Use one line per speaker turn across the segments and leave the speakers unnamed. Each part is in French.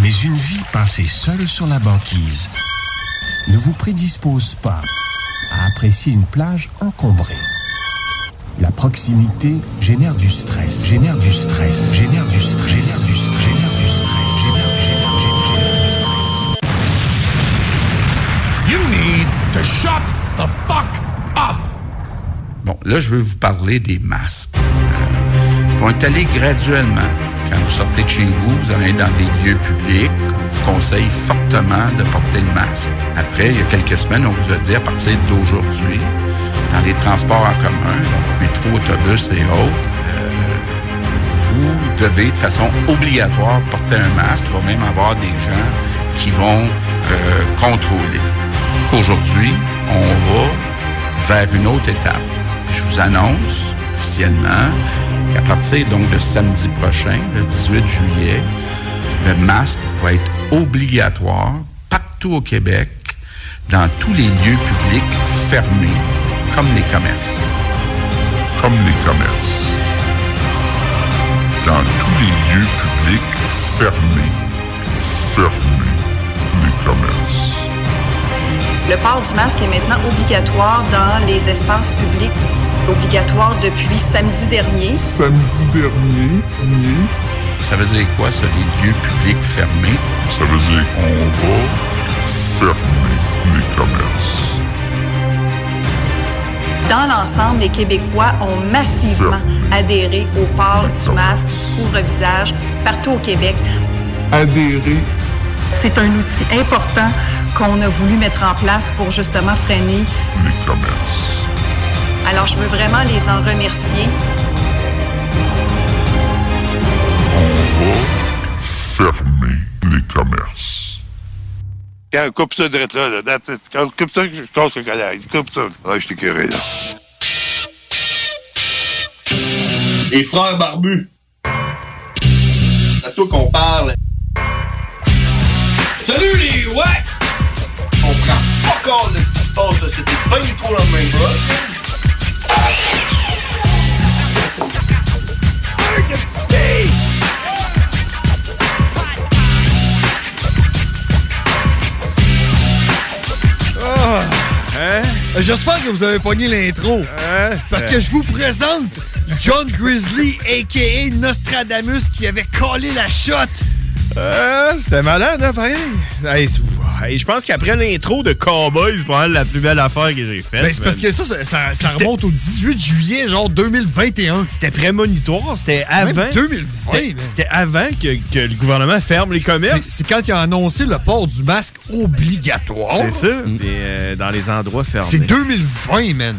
Mais une vie passée seule sur la banquise ne vous prédispose pas à apprécier une plage encombrée. La proximité génère du stress, génère du stress, génère du stress, génère du stress, génère du stress, génère du, génère, génère, génère du stress.
You need to shut the fuck up.
Bon, là, je veux vous parler des masques. Euh, On est allé graduellement. Quand vous sortez de chez vous, vous allez dans des lieux publics, on vous conseille fortement de porter le masque. Après, il y a quelques semaines, on vous a dit à partir d'aujourd'hui, dans les transports en commun, donc métro, autobus et autres, euh, vous devez de façon obligatoire porter un masque. Il va même avoir des gens qui vont euh, contrôler. Aujourd'hui, on va vers une autre étape. Je vous annonce officiellement qu'à partir donc de samedi prochain, le 18 juillet, le masque va être obligatoire partout au Québec, dans tous les lieux publics fermés, comme les commerces. Comme les commerces dans tous les lieux publics fermés. Fermés. Les commerces.
Le port du masque est maintenant obligatoire dans les espaces publics, obligatoire depuis samedi dernier.
Ça veut dire quoi, ça, les lieux publics fermés? Ça veut dire qu'on va fermer les commerces.
Dans l'ensemble, les Québécois ont massivement adhéré au port du masque, du couvre-visage, partout au Québec.
Adhérer.
C'est un outil important qu'on a voulu mettre en place pour justement freiner.
Les commerces.
Alors, je veux vraiment les en remercier.
Fermer les commerces.
Quand coupe ça de là, là, that's it. Quand coupe ça, je casse le collègue. Coupe ça. Ouais, je t'ai curé, là.
Les frères barbus. C'est à toi qu'on parle. Salut les ouais! On prend pas compte de ce qui se passe là. C'était pas du tout dans le même bras.
Ah, hein?
Euh, J'espère que vous avez pogné l'intro. parce que je vous présente John Grizzly, a.k.a. Nostradamus, qui avait collé la shot.
Euh, C'était malade, hein, pareil. Hey, c'est- hey, je pense qu'après l'intro de Cowboy, c'est probablement la plus belle affaire que j'ai faite.
Ben, c'est parce que ça, ça, ça- ça remonte au 18 juillet, genre 2021.
C'était prémonitoire, c'était
Même
avant.
2021,
C'était-
man.
C'était avant que, que le gouvernement ferme les
C'est-
commerces.
C'est quand il a annoncé le port du masque obligatoire.
C'est ça. Puis, euh, dans les endroits fermés.
C'est 2020, man.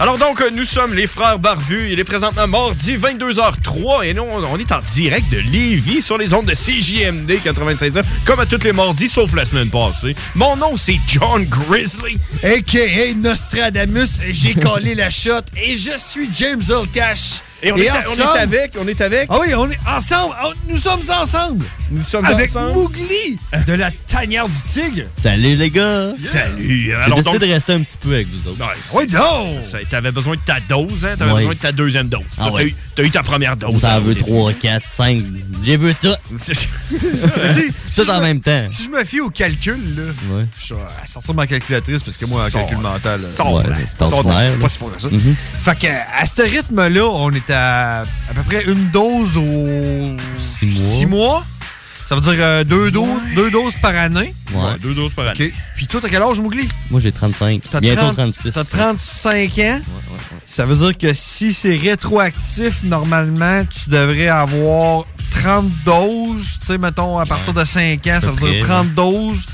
Alors donc, euh, nous sommes les frères barbus. Il est présentement mardi 22h03 et nous, on, on est en direct de Lévis sur les ondes de CJMD 96 comme à tous les mardis, sauf la semaine passée. Mon nom, c'est John Grizzly.
A.K.A. Nostradamus, j'ai collé la shot et je suis James Old Cash.
Et on, est, on est
ensemble-
avec, on est avec.
Ah oui, on est ensemble. Ah, Nous sommes ensemble.
Nous sommes
avec
ensemble.
Mougli de la tanière du tigre.
Salut les gars!
Salut!
J'ai
Alors
décidé
donc-
de rester un petit peu avec vous autres.
Oui, non! T'avais besoin de ta dose, hein? T'avais
Ouais.
besoin de ta deuxième dose.
Ah
Parce que
ouais.
T'as eu, t'as eu ta première
Ah,
dose.
Ça
hein,
en veut
au début.
3, 4, 5. J'ai vu tout. tout en même temps.
Si je me fie au calcul, là,
Ouais.
je vais sortir ma calculatrice parce que moi, un
Sors,
calcul mental. là,
sors, Ouais, là. c'est ton
sors,
frère, là.
Pas si fort que ça.
Mhm.
Fait que, à ce rythme-là, on est à à peu près une dose au. 6
mois.
Ça veut dire euh, deux, doses, deux doses par année.
Ouais. Ouais,
deux doses par
année. Puis toi, t'as quel âge, Mougli?
Moi, j'ai 35.
T'as
Bientôt
30
36.
T'as 35 ans. Ça veut dire que si c'est rétroactif, normalement, tu devrais avoir 30 doses. Tu sais, mettons, à partir de 5 ans, ça
peu
veut dire
près,
30 doses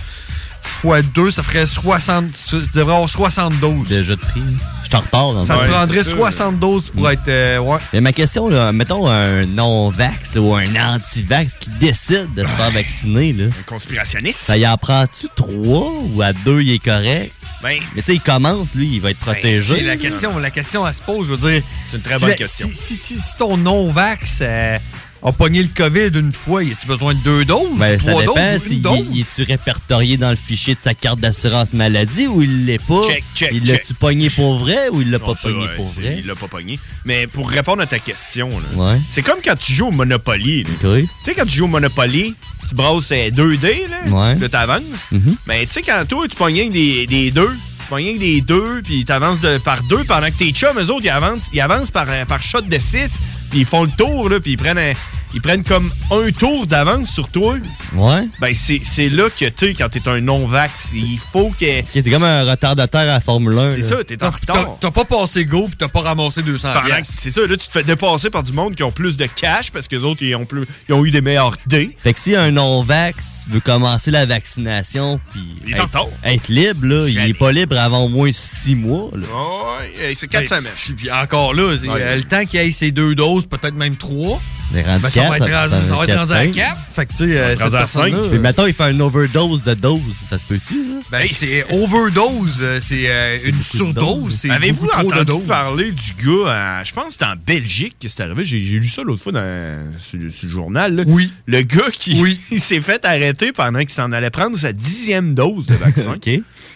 fois 2, ça ferait 60. Tu devrais avoir 60 doses.
Déjà de prix. Je t'en repars dans
Ça
le
te prendrait 60 doses pour être. euh, ouais.
Mais ma question, là, mettons un non-vax là, ou un anti-vax qui décide de se faire vacciner, là.
Conspirationniste.
Ça y en prend-tu trois ou à deux, il est correct?
Ben,
Mais tu sais, il commence, lui, il va être protégé.
ben, C'est la question, la question, elle se pose, je veux dire.
C'est une
très
si
bonne
la-
question.
Si, si- si- si ton non-vax euh, a pogné le COVID une fois, y a-tu besoin de deux doses,
Ben, ça
trois
dépend
doses, ou une
s'il
dose?
il est-tu répertorié dans le fichier de sa carte d'assurance maladie ou il l'est pas.
Check, check,
il
check.
l'a-tu pogné pour vrai ou il l'a pas
Ça,
pogné
ouais,
pour
Ben, c'est-
vrai?
Il l'a pas pogné. Mais pour répondre à ta question, là,
Ouais.
c'est comme quand tu joues au Monopoly. là.
Tu
sais, quand tu joues au Monopoly, tu brosses euh, 2D, là,
Ouais.
là, t'avances.
Mhm.
Mais tu sais, quand toi, tu pognes rien que des, des deux, tu pognes rien que des deux, puis t'avances de- par deux, pendant que tes chums, eux autres, ils avancent, ils avancent par, euh, par shot de 6, puis ils font le tour, là, puis ils prennent, un- ils prennent comme un tour d'avance sur toi.
Ouais.
Ben, c'est c'est là que, tu sais, quand t'es un non-vax, il faut que...
Ok, t'es comme un retardataire à la Formule 1.
C'est
là.
ça, t'es en retard.
T'as pas passé go pis t'as pas ramassé 200
Pendant que- C'est ça, là, tu te fais dépasser par du monde qui ont plus de cash parce que les autres, ils ont, plus, ils ont eu des meilleurs dés.
Fait que si un non-vax veut commencer la vaccination puis
Il est en
être,
retard.
être libre, là, il est pas libre avant au moins six mois. là.
Ouais, Ben, c'est
quatre semaines. Puis, Ben, puis encore là, c'est- euh, le temps qu'il y ait ces deux doses, peut-être même trois,
Mais rendu
ben, ça va
quatre,
être rendu- ça va être rendu à
cinq.
quatre. Fait que tu sais, euh, cette
Rendu à cinq.
personne-là...
Puis mettons, il fait une overdose de dose. Ça se peut-tu, ça?
Ben, c'est overdose, euh, c'est euh, une surdose, c'est
Avez-vous
beaucoup trop de
entendu
doses.
parler du gars, à- je pense que c'était en Belgique que c'est arrivé, j'ai j'ai lu ça l'autre fois dans sur, le- sur le journal. Oui. Le gars qui il s'est fait arrêter pendant qu'il s'en allait prendre sa dixième dose de vaccin.
OK.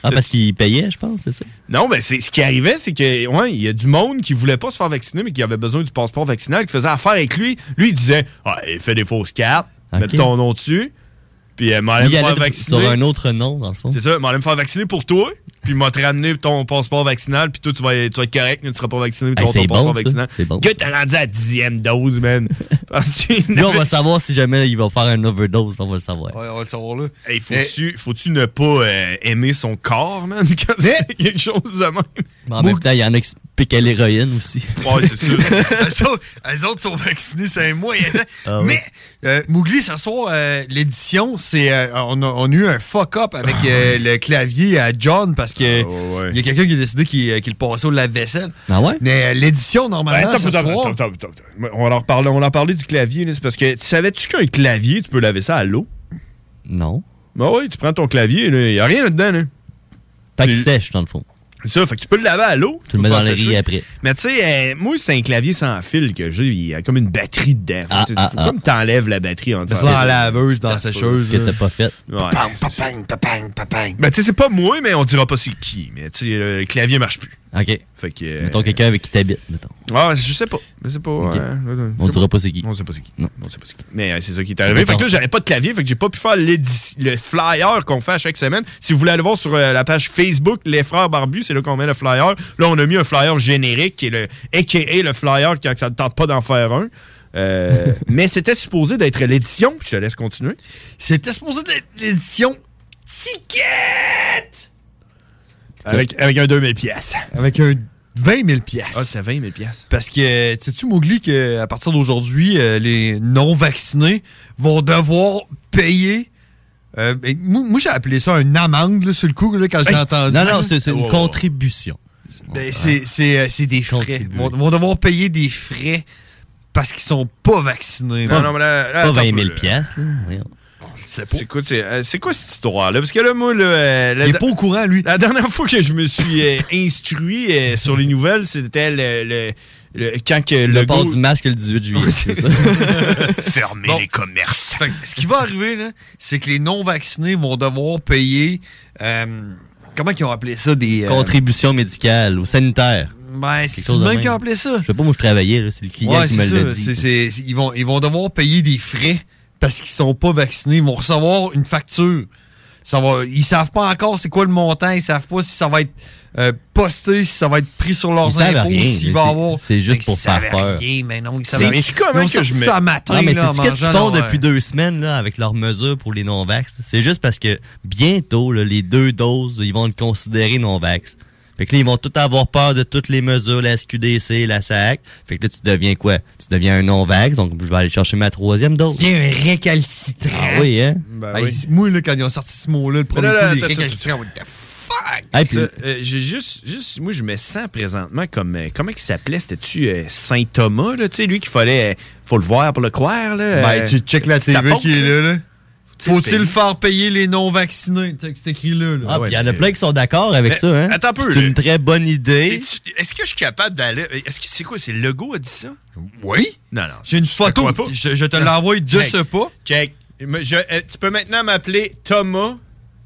Ah, parce qu'il payait, je pense, c'est ça?
Non, mais c'est ce qui arrivait, c'est que ouais, il y a du monde qui voulait pas se faire vacciner, mais qui avait besoin du passeport vaccinal, qui faisait affaire avec lui. Lui, il disait ah, fais des fausses cartes, mets ton nom dessus, puis euh, m'en allez
Il
me faire
allait
vacciner.
sur un autre nom, dans le fond.
C'est ça, mais on allait me faire vacciner pour toi, puis m'a te ramener ton passeport vaccinal, puis toi, tu vas, tu vas être correct, mais tu seras pas vacciné, puis tu
Hey,
auras ton
c'est
passeport
bon, ça.
vaccinal.
C'est bon,
Que t'as rendu à la dixième dose, man. Parce que-
Là, on va savoir si jamais il va faire une overdose, on va le savoir.
Ouais, on va le savoir là. Euh,
Hey, faut-tu, faut-tu ne pas euh, aimer son corps, man, quand c'est quelque chose de même?
Mais en
ben,
même temps, il y en a qui se piquent à l'héroïne aussi.
Ouais, c'est sûr.
elles, autres, elles autres sont vaccinées, c'est un mois. et un an.
Ah ouais.
Mais euh, Mougli, ce soir, euh, l'édition, c'est euh, on, a, on a eu un fuck-up avec
Ah.
euh, le clavier à John parce que il y a quelqu'un qui a décidé qu'il euh, qu'il le passait au lave-vaisselle.
Ah ouais?
Mais euh, l'édition,
Ben,
normalement,
attends,
ce
attends,
soir-
attends, attends, attends. On en parlait, on en parlait du clavier, là, c'est parce que tu savais-tu qu'un clavier, tu peux laver ça à l'eau?
Non.
Ben oui, tu prends ton clavier, il n'y a rien là-dedans. Là.
Tant qu'il sèche, dans le fond.
C'est ça, fait que tu peux le laver à l'eau.
Tu le mets
peux
dans
faire
le riz
sécher.
après.
Mais tu sais, euh, moi, c'est un clavier sans fil que j'ai. Il y a comme une batterie dedans. Faut
Ah,
que tu-
ah,
faut
ah.
comme t'enlèves la batterie en
Fais ça dans la laveuse, dans la sécheuse, là.
Ouais.
Papang,
papang, papang, papang. Ben tu sais, c'est pas moi, mais on dira pas c'est qui. Mais tu sais, euh, le clavier marche plus.
OK.
Fait que... euh,
Mettons quelqu'un avec qui t'habites, mettons.
Ah, je sais pas. Je sais pas.
Ok.
euh, je sais
On
pas.
dira pas c'est qui.
On sait pas c'est qui.
Non.
On sait pas c'est qui. Mais euh, c'est ça qui est arrivé. Fait que là, j'avais pas de clavier, fait que j'ai pas pu faire l'édi- le flyer qu'on fait à chaque semaine. Si vous voulez aller voir sur euh, la page Facebook Les Frères Barbus, c'est là qu'on met le flyer. Là, on a mis un flyer générique qui est le AKA le flyer quand ça ne tente pas d'en faire un. Euh, mais c'était supposé d'être l'édition, puis je te laisse continuer.
C'était supposé d'être l'édition Ticket!
Avec, avec un 2000 pièces.
Avec un 20 000 pièces.
Ah, c'est 20 000 pièces.
Parce que, sais-tu, Mowgli, qu'à partir d'aujourd'hui, euh, les non-vaccinés vont devoir payer. euh, ben, moi, moi, j'ai appelé ça une amende, là, sur le coup, là, quand j'ai
Hey!
entendu.
Non, non, c'est c'est une
contribution.
contribution.
Ben, c'est- c'est euh, c'est des frais. Ils vont, vont devoir payer des frais parce qu'ils sont pas vaccinés.
Pas- pas 20 000 piastres, là. Voyons.
C'est quoi, c'est, euh, c'est quoi cette histoire-là? Parce que là, moi, là, euh, la
Il est
da-
pas au courant, lui.
La dernière fois que je me suis euh, instruit euh, sur les nouvelles, c'était le, le- le- quand que le,
port
gars-
du masque le 18 juillet. c'est ça.
Fermez les commerces.
Fait que ce qui va arriver, là, c'est que les non-vaccinés vont devoir payer. euh, comment ils ont appelé ça des. euh,
Contribution médicale ou sanitaire.
Ben, c'est
Quelque chose de
même qui a appelé ça.
Je sais pas, moi, je travaillais, là, c'est le client
Ouais,
qui me
c'est ça.
l'a
C'est-
dit.
c'est- c'est- ils, vont, ils vont devoir payer des frais parce qu'ils sont pas vaccinés. Ils vont recevoir une facture. Ça va, ils savent pas encore c'est quoi le montant. Ils savent pas si ça va être euh, posté, si ça va être pris sur leurs
Ils savent
impôts,
rien,
s'il
mais
va
c'est-
avoir.
c'est juste
Mais
pour
ils savent
faire peur.
rien, mais non, ils savent rien. Ils ont sorti ça matin,
Non, mais
là, en
c'est qu'est-ce qu'ils
mangeant
font
leur- euh,
depuis deux semaines là, avec leurs mesures pour les non-vax? C'est juste parce que bientôt, là, les deux doses, ils vont le considérer non-vax. Fait que là, ils vont tout avoir peur de toutes les mesures, la SQDC, la SAC. Fait que là, tu deviens quoi? Tu deviens un non-vax, donc je vais aller chercher ma troisième dose.
Tu un récalcitrant.
Ah oui, hein?
Ben, ils- Moi, là, quand ils ont sorti ce mot-là, le premier
là,
coup,
là,
les
attends,
récalcitrants, what the fuck?
Ça, euh, j'ai juste, juste, moi, je me sens présentement comme. euh, comment il s'appelait C'était-tu euh, Saint Thomas, là Tu sais, lui qu'il fallait. euh, faut le voir pour le croire, là. euh,
Ben, tu check la TV qui est là, là. Faut-il
payer.
faire payer les non-vaccinés? Tu sais, C'est écrit là. là.
Ah, puis il y en a plein qui sont d'accord avec
Mais,
ça, hein?
attends un peu,
C'est
là.
une très bonne idée.
Est-ce que je suis capable d'aller. Est-ce que c'est quoi C'est Legault a dit ça
Oui.
Non, non.
J'ai une photo. Je, je te l'envoie de
Check.
ce pas.
Check. Me- je- euh, tu peux maintenant m'appeler Thomas.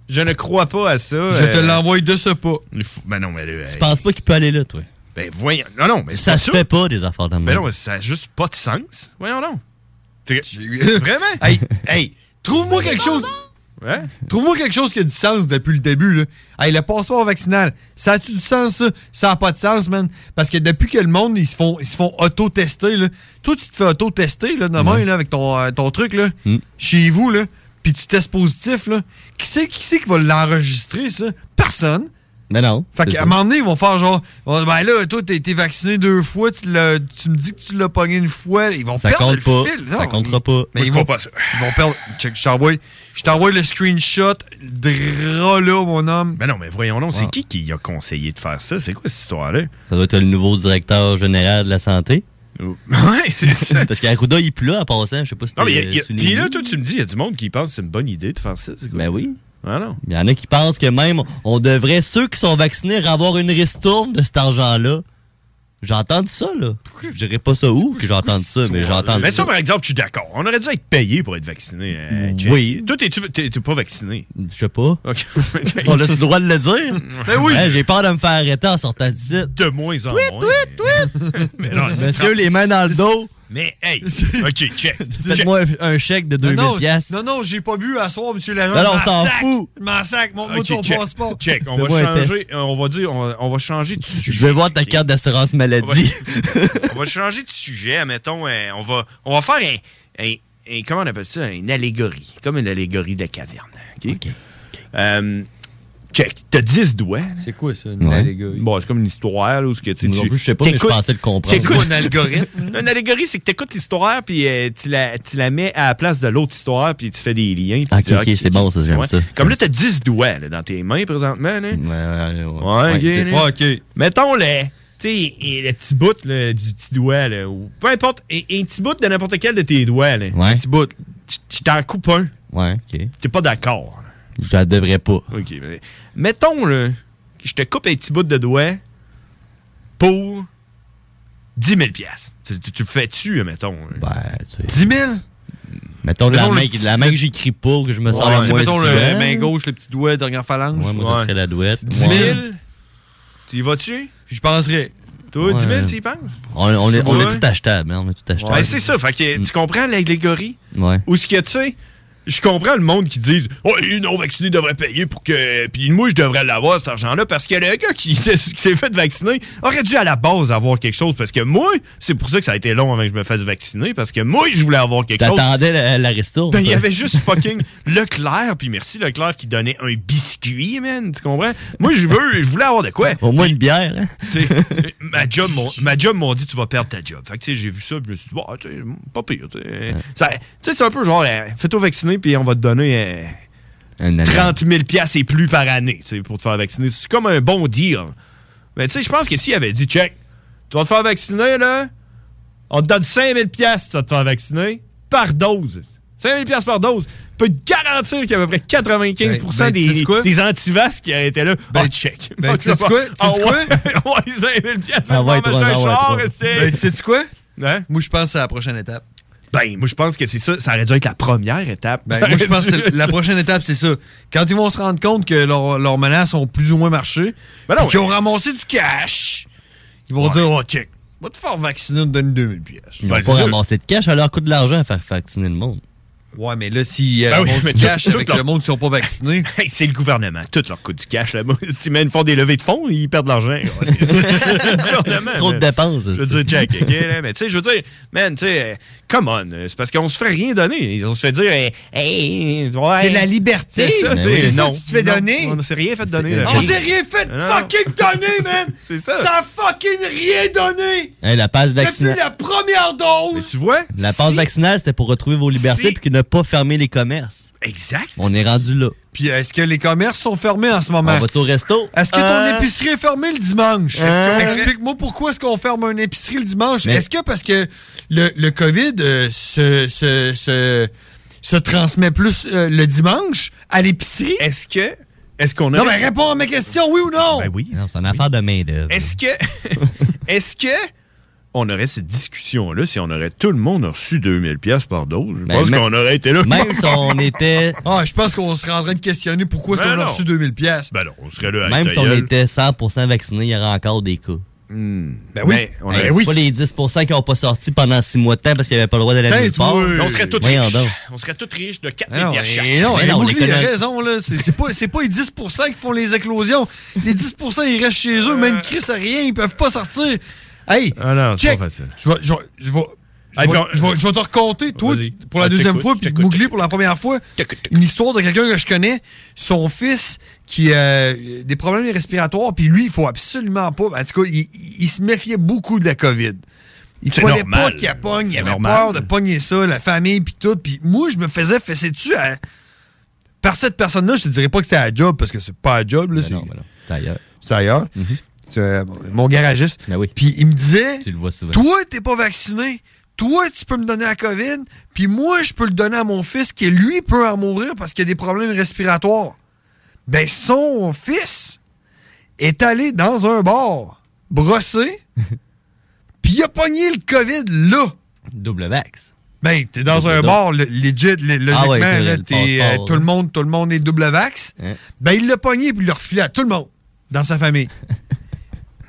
Je ne crois pas à ça. euh,
Je te l'envoie de ce pas.
Ben non, mais. là,
Tu
euh,
penses pas qu'il peut aller là, toi?
Ben voyons. Non, non, mais
Ça
c'est
se fait pas, des affaires de
Ben
même.
non, mais ça n'a juste pas de sens. Voyons non. Vraiment?
hey, hey, trouve-moi quelque chose.
Hein?
Trouve-moi quelque chose qui a du sens depuis le début. Là. Hey, le passeport vaccinal, ça a-tu du sens, ça? Ça n'a pas de sens, man. Parce que depuis que le monde, ils se font, ils se font auto-tester. là. Toi, tu te fais auto-tester là, demain là, avec ton, euh, ton truc là,
Mm.
chez vous, là, puis tu testes positif. Là. Qui c'est qui, c'est qui va l'enregistrer, ça? Personne.
Mais non.
Fait
c'est
qu'à
ça.
un moment donné, ils vont faire genre, ils vont dire, ben là, toi, t'es t'es vacciné deux fois, tu, l'as- tu me dis que tu l'as pogné une fois, ils vont
Ça
perdre
compte
le
pas.
fil.
Ça comptera pas.
Mais ils
Moi, je
vont,
crois pas ça.
ils vont perdre. Check, je t'envoie, je t'envoie le screenshot, drôle là, mon homme. Ah.
Ben non, mais voyons non,
Wow.
c'est qui qui a conseillé de faire ça? C'est quoi cette histoire-là?
Ça doit être le nouveau directeur général de la santé.
Ouais, c'est ça.
Parce qu'Arruda, il pleut en passant. Je sais pas si
Non, mais il y a-
t'es,
il y a-
euh, souligné.
puis là, toi, tu me dis, il y a du monde qui pense que c'est une bonne idée de faire ça. c'est quoi?
Ben oui.
Ah non.
Il y en a qui pensent que même on devrait, ceux qui sont vaccinés, avoir une ristourne de cet argent-là. J'entends ça, là. Je dirais pas ça où que j'entends ça, mais j'entends
Mais ça,
ça.
par exemple, je suis d'accord. On aurait dû être payé pour être vacciné. euh, Jay.
Oui.
Toi, t'es-tu- t'es t'es pas vacciné?
Je sais pas.
OK.
On a-tu le droit de le dire?
Ben oui.
Hein, J'ai peur de me faire arrêter en sortant d'ici.
De moins en moins. Mais non, c'est
Monsieur, les mains dans le dos.
Mais hey, ok, check.
Faites-moi un un chèque de
non,
2000 piastres.
non, non, j'ai pas bu à soir, monsieur Larocque.
Non, non, on
M'en
s'en
sac.
fout.
M'en sac, mon
Ok,
ton
check.
passeport.
Check, on va
Fais-moi un
changer,
test.
euh, on va dire, on va, on va changer de sujet.
Je vais voir ta carte d'assurance maladie.
on va changer de sujet, admettons, euh, on va, on va faire un, un- un- comment on appelle ça, une allégorie, comme une allégorie de la caverne. OK? Euh, check, t'as 10 doigts.
C'est quoi ça,
une allégorie? Bon, c'est comme une histoire, là, où ce que tu sais,
Moi non
tu-
plus, je sais pas, mais je
t'écoutes-
pensais le comprendre.
t'écoutes-
C'est quoi un algorithme?
Une allégorie, c'est que t'écoutes l'histoire, puis euh, tu, la, tu la mets à la place de l'autre histoire, puis tu fais des liens. puis
Ok,
tu dis,
ok, c'est bon, ça, j'aime
ouais.
ça.
Comme là, t'as 10 doigts là, dans tes mains, présentement, là.
Ouais,
Ouais, ok.
dix.
là. Mettons le, tu sais, et le petit bout là, du petit doigt, là, ou peu importe, et- et un petit bout de n'importe quel de tes doigts. Là. Un petit bout. Tu- Tu t'en coupes un.
Ouais, ok.
T'es pas d'accord.
Je la devrais pas.
OK. mais- Mettons, là, que je te coupe un petit bout de doigt pour 10 000 piastres. Tu, tu- tu le fais-tu, mettons? Ben,
10 000?
Mettons, de la
Mettons le
main,
petit-
de la main que j'écris pas, que je me
Ouais,
sens la
c'est
moins
mettons le
souvent.
Euh, main gauche, le petit doigt, dernière phalange.
Ouais, moi, ça serait la douette.
10 000?
Ouais.
Tu y vas-tu?
Je penserais.
Toi, 10 000,
Ouais.
tu y penses?
On, on est, on
Ouais.
est tout achetable, hein, on est tout achetable.
Ben, c'est ça. Fait que, tu comprends l'allégorie?
Ouais.
Ou ce que tu sais, je comprends le monde qui dit Oh, les non-vaccinés devraient payer pour que. Puis moi, je devrais l'avoir, cet argent-là, parce que le gars qui, qui s'est fait vacciner aurait dû à la base avoir quelque chose. Parce que moi, c'est pour ça que ça a été long avant que je me fasse vacciner, parce que moi, je voulais avoir quelque chose.
T'attendais la, la resto.
Ben, il y avait juste fucking Leclerc, puis merci Leclerc qui donnait un biscuit, man, tu comprends? Moi, je veux, je voulais avoir de quoi.
Au moins une bière. hein.
Tu sais, ma job, m'ont- ma job m'ont dit tu vas perdre ta job. Fait que tu sais, j'ai vu ça, puis je me suis dit, bon, tu sais, pas pire. tu sais. Ça- tu sais, c'est un peu genre, euh, fais-toi vacciner, puis on va te donner euh,
Un ananas.
30 000 piastres et plus par année tu sais, pour te faire vacciner. C'est comme un bon deal. Mais tu sais, je pense que s'il avait dit, check, tu vas te faire vacciner, là, on te donne 5 000 piastres, ça te faire vacciner, par dose. 5000 pièces par dose. Je peux te garantir qu'il y a à peu près 95
ben, tu sais
des,
quoi?
des antivasques qui étaient là. Ben, check.
ben, tu sais quoi? Tu sais
Ah ouais?
quoi?
Ouais, 5000 pièces, mais m'acheter un char,
Ben, tu sais quoi?
Moi, je pense que c'est la prochaine étape. Ben, moi, je pense que c'est ça. Ça aurait dû être la première étape.
Ben,
Ça
moi, je
aurait
pense
dû
que
être-
la prochaine étape, c'est ça. Quand ils vont se rendre compte que leurs leurs menaces ont plus ou moins marché,
Ben
puis qu'ils ont ramassé du cash, ils vont
Ouais.
dire Oh, check, va te faire vacciner, on te donne 2000 pièces.
Ils vont pas ramasser de cash, alors coûte de l'argent à faire vacciner le monde.
Ouais, mais là, si euh,
Ben
le
oui,
monde
mais
se
tout-
cache
tout
avec
leur-
le monde qui sont pas vaccinés.
Hey, c'est le gouvernement. Tout leur coût du cash là-bas. S'ils même font des levées de fonds, ils perdent de l'argent.
Trop de dépenses.
Je veux dire, check, OK, là, mais tu sais, je veux dire, man, tu sais, euh, come on, euh, c'est parce qu'on se fait rien donner. On se fait dire, hey, hey, ouais.
C'est la liberté.
C'est ça,
Mais
tu
oui.
sais,
C'est ça
Ben non.
que tu te fais
Non,
donner.
On ne s'est rien fait donner. là.
On s'est rien fait de
Non.
fucking donner, man!
Ben, C'est ça.
Ça a fucking rien donné!
Hey, la passe
Depuis
vaccinale.
la première dose!
tu vois?
La passe vaccinale, c'était pour retrouver vos libertés
Si.
puis ne pas fermer les commerces.
Exact.
On est rendu là.
Puis est-ce que les commerces sont fermés en ce moment?
On va-tu au resto?
Est-ce que ton
Euh,
épicerie est fermée le dimanche?
Euh,
Explique-moi pourquoi est-ce qu'on ferme une épicerie le dimanche?
Mais-
Est-ce que parce que le, le COVID euh, se, se, se, se transmet plus euh, le dimanche à l'épicerie?
Est-ce que... Est-ce qu'on a...
Non, mais réponds à ma question, oui ou non?
Ben oui.
Non, c'est une affaire de main-d'œuvre.
Est-ce que. Est-ce que. On aurait cette discussion-là si on aurait tout le monde reçu 2000 pièces par dose. Je
Ben,
pense
même-
qu'on aurait été là.
même si on était-
Ah, je pense qu'on serait en train de questionner pourquoi est-ce
Ben
qu'on a
non.
reçu 2000 pièces.
Ben non, on serait là à
Même
ta
si on
gueule.
était 100% vacciné, il y aurait encore des cas.
Ben oui. Mais on
Hey,
aurait-
c'est
oui.
pas les 10% qui n'ont pas sorti pendant 6 mois de temps parce qu'ils n'avaient pas le droit d'aller à nulle part.
On serait tous
Voyons
riches.
donc.
On serait tous riches de 4000
Ben Non,
pièces chaque.
et non,
Mais
et
non,
Mowgli,
on les
il a
connaît.
raison, là. C'est c'est pas, c'est pas les 10 qui font les éclosions. Les 10 ils restent chez eux, même Chris a rien, ils peuvent pas sortir. Hey,
Euh. Ah c'est
check.
pas facile.
Je vais, je vais- je vais- je
Hey,
vais-
puis on-
je vais- je vais te raconter, toi,
Vas-y.
tu- pour la
Ah,
deuxième
t'écoute,
fois, puis Mowgli pour la première fois, une histoire de quelqu'un que je connais, son fils qui a des problèmes respiratoires, puis lui, il faut absolument pas. En tout cas, il, il- il se méfiait beaucoup de la COVID. Il
C'est
fallait
normal.
pas qu'il la pogne, il
C'est
avait
normal.
peur de pogner ça, la famille, puis tout. Puis moi, je me faisais fesser dessus à- par cette personne-là. Je te dirais pas que c'était à la job, parce que c'est pas à la job. Là, c'est...
C'est ailleurs.
C'est ailleurs.
Mhm.
C'est, euh, mon garagiste.
Ben
Puis il me disait
Tu le vois souvent.
Toi, t'es pas vacciné. Toi, tu peux me donner la COVID. Puis moi, je peux le donner à mon fils qui, lui, peut en mourir parce qu'il a des problèmes respiratoires. Ben, son fils est allé dans un bar brossé. puis il a pogné le COVID là.
Double vax.
Ben, t'es dans
Double
un
dose.
bar, le- legit, le- logiquement,
Ah ouais, c'est
là,
le
t'es, euh,
passeport,
tout le
là. Hein?
monde, tout le monde est double vax. Ben, il l'a pogné puis il l'a refilé à tout le monde dans sa famille.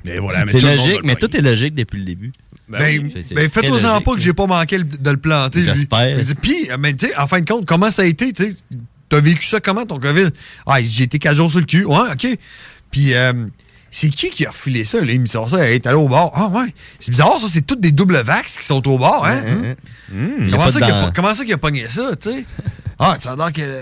Mais Ben voilà, mais
c'est
tout le monde
logique,
va le
mais tout est logique depuis le début.
Ben, ben faites-en pas que j'ai pas manqué le- de le planter. lui.
J'espère.
Je dis, Puis, euh, ben, tu sais, en fin de compte, comment ça a été? tu sais? T'as vécu ça comment ton COVID? Ah, j'ai été quatre jours sur le cul. Ouais, OK. Puis, euh, c'est qui qui a refilé ça? Là? Il me sort ça. Hey, t'es allé au bar. Ah, ouais. C'est bizarre, ça. C'est toutes des doubles vax qui sont au bar. Hein?
Hein,
Hum.
Il y a
Comment,
pas
ça
de
qu'il a
dent.
pas- comment ça qu'il a pogné ça? tu sais? Ah, ça a l'air que.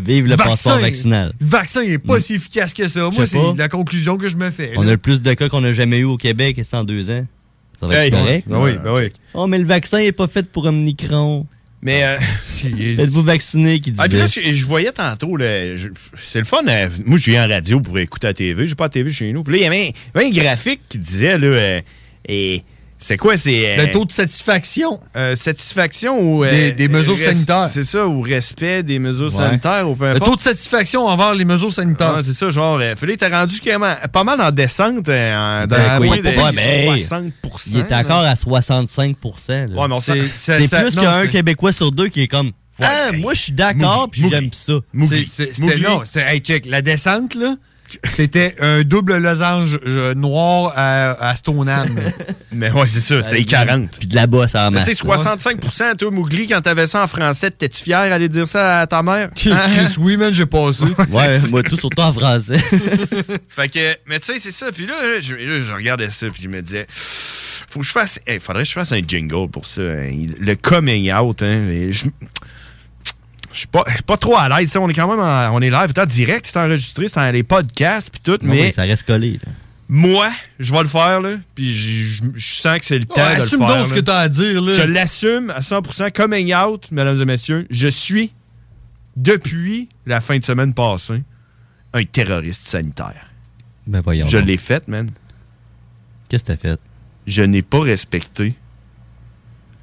Vive le
vaccin-
passeport vaccinal. Hmm.
Le vaccin n'est pas si efficace que ça.
Je
Moi,
sais
c'est
pas.
la conclusion que je me fais.
On
là.
a le plus de cas qu'on a jamais eu au Québec et c'est en deux ans. Ça va
Hey,
être correct.
ben oui, ben oui.
Oh, mais le vaccin n'est pas fait pour Omnicron.
Mais
euh,
faites-vous vacciner qui disait.
Ah, puis là, je, je voyais tantôt, là, je- c'est le fun. euh, moi, je viens en radio pour écouter à la TV. J'ai pas la TV chez nous. Puis là, il y avait un, il y avait un graphique qui disait, là, euh, et c'est quoi, c'est. euh,
Le taux de satisfaction.
satisfaction ou. euh,
Des- des mesures sanitaires.
C'est ça, ou respect des mesures
Ouais.
sanitaires, ou peu
Le
importe.
taux de satisfaction envers les mesures sanitaires.
Ah, c'est ça, genre, euh, Philippe, t'es rendu carrément- pas mal en descente euh, en- dans
Ben
le
oui,
coin des
ouais, mais hey,
60%.
Il est encore à 65 là.
Ouais, mais on
C'est
s'en-
c'est
ça-
plus
non,
qu'un
c'est-
Québécois sur deux qui est comme. Ah, moi, je suis d'accord, puis j'aime ça.
C'est- c'est- C'était non, c'est hey check, la descente là, c'était un double losange euh, noir à, à Stoneham.
Mais ouais, c'est ça, c'était 40.
Euh, Puis de la bosse
Ah,
en
Mais
masse.
Tu sais, 65 toi, Mougli, quand t'avais ça en français, t'étais-tu fier d'aller dire ça à ta mère?
Chris, oui, man, j'ai passé.
Ouais, moi, tout surtout en français.
Fait que, mais tu sais, c'est ça. Puis là, je, là, je regardais ça, puis je me disais, faut que je fasse. hey, faudrait que je fasse un jingle pour ça. hein. Le coming out, hein. Et Je je suis pas, je suis pas trop à l'aise. tu sais, On est quand même en, on est live, c'est en direct, c'est enregistré, c'est dans les podcasts, puis tout.
Non,
mais
mais Ah ça reste collé. là.
moi, je vais le faire, là. Puis je- je je sens que c'est le temps de le
assume
faire,
donc ce
là.
que t'as à dire là.
Je l'assume à 100% coming out, mesdames et messieurs. Je suis, depuis la fin de semaine passée, un terroriste sanitaire.
Ben voyons.
Je
donc.
l'ai fait, man.
Qu'est-ce que t'as fait?
Je n'ai pas respecté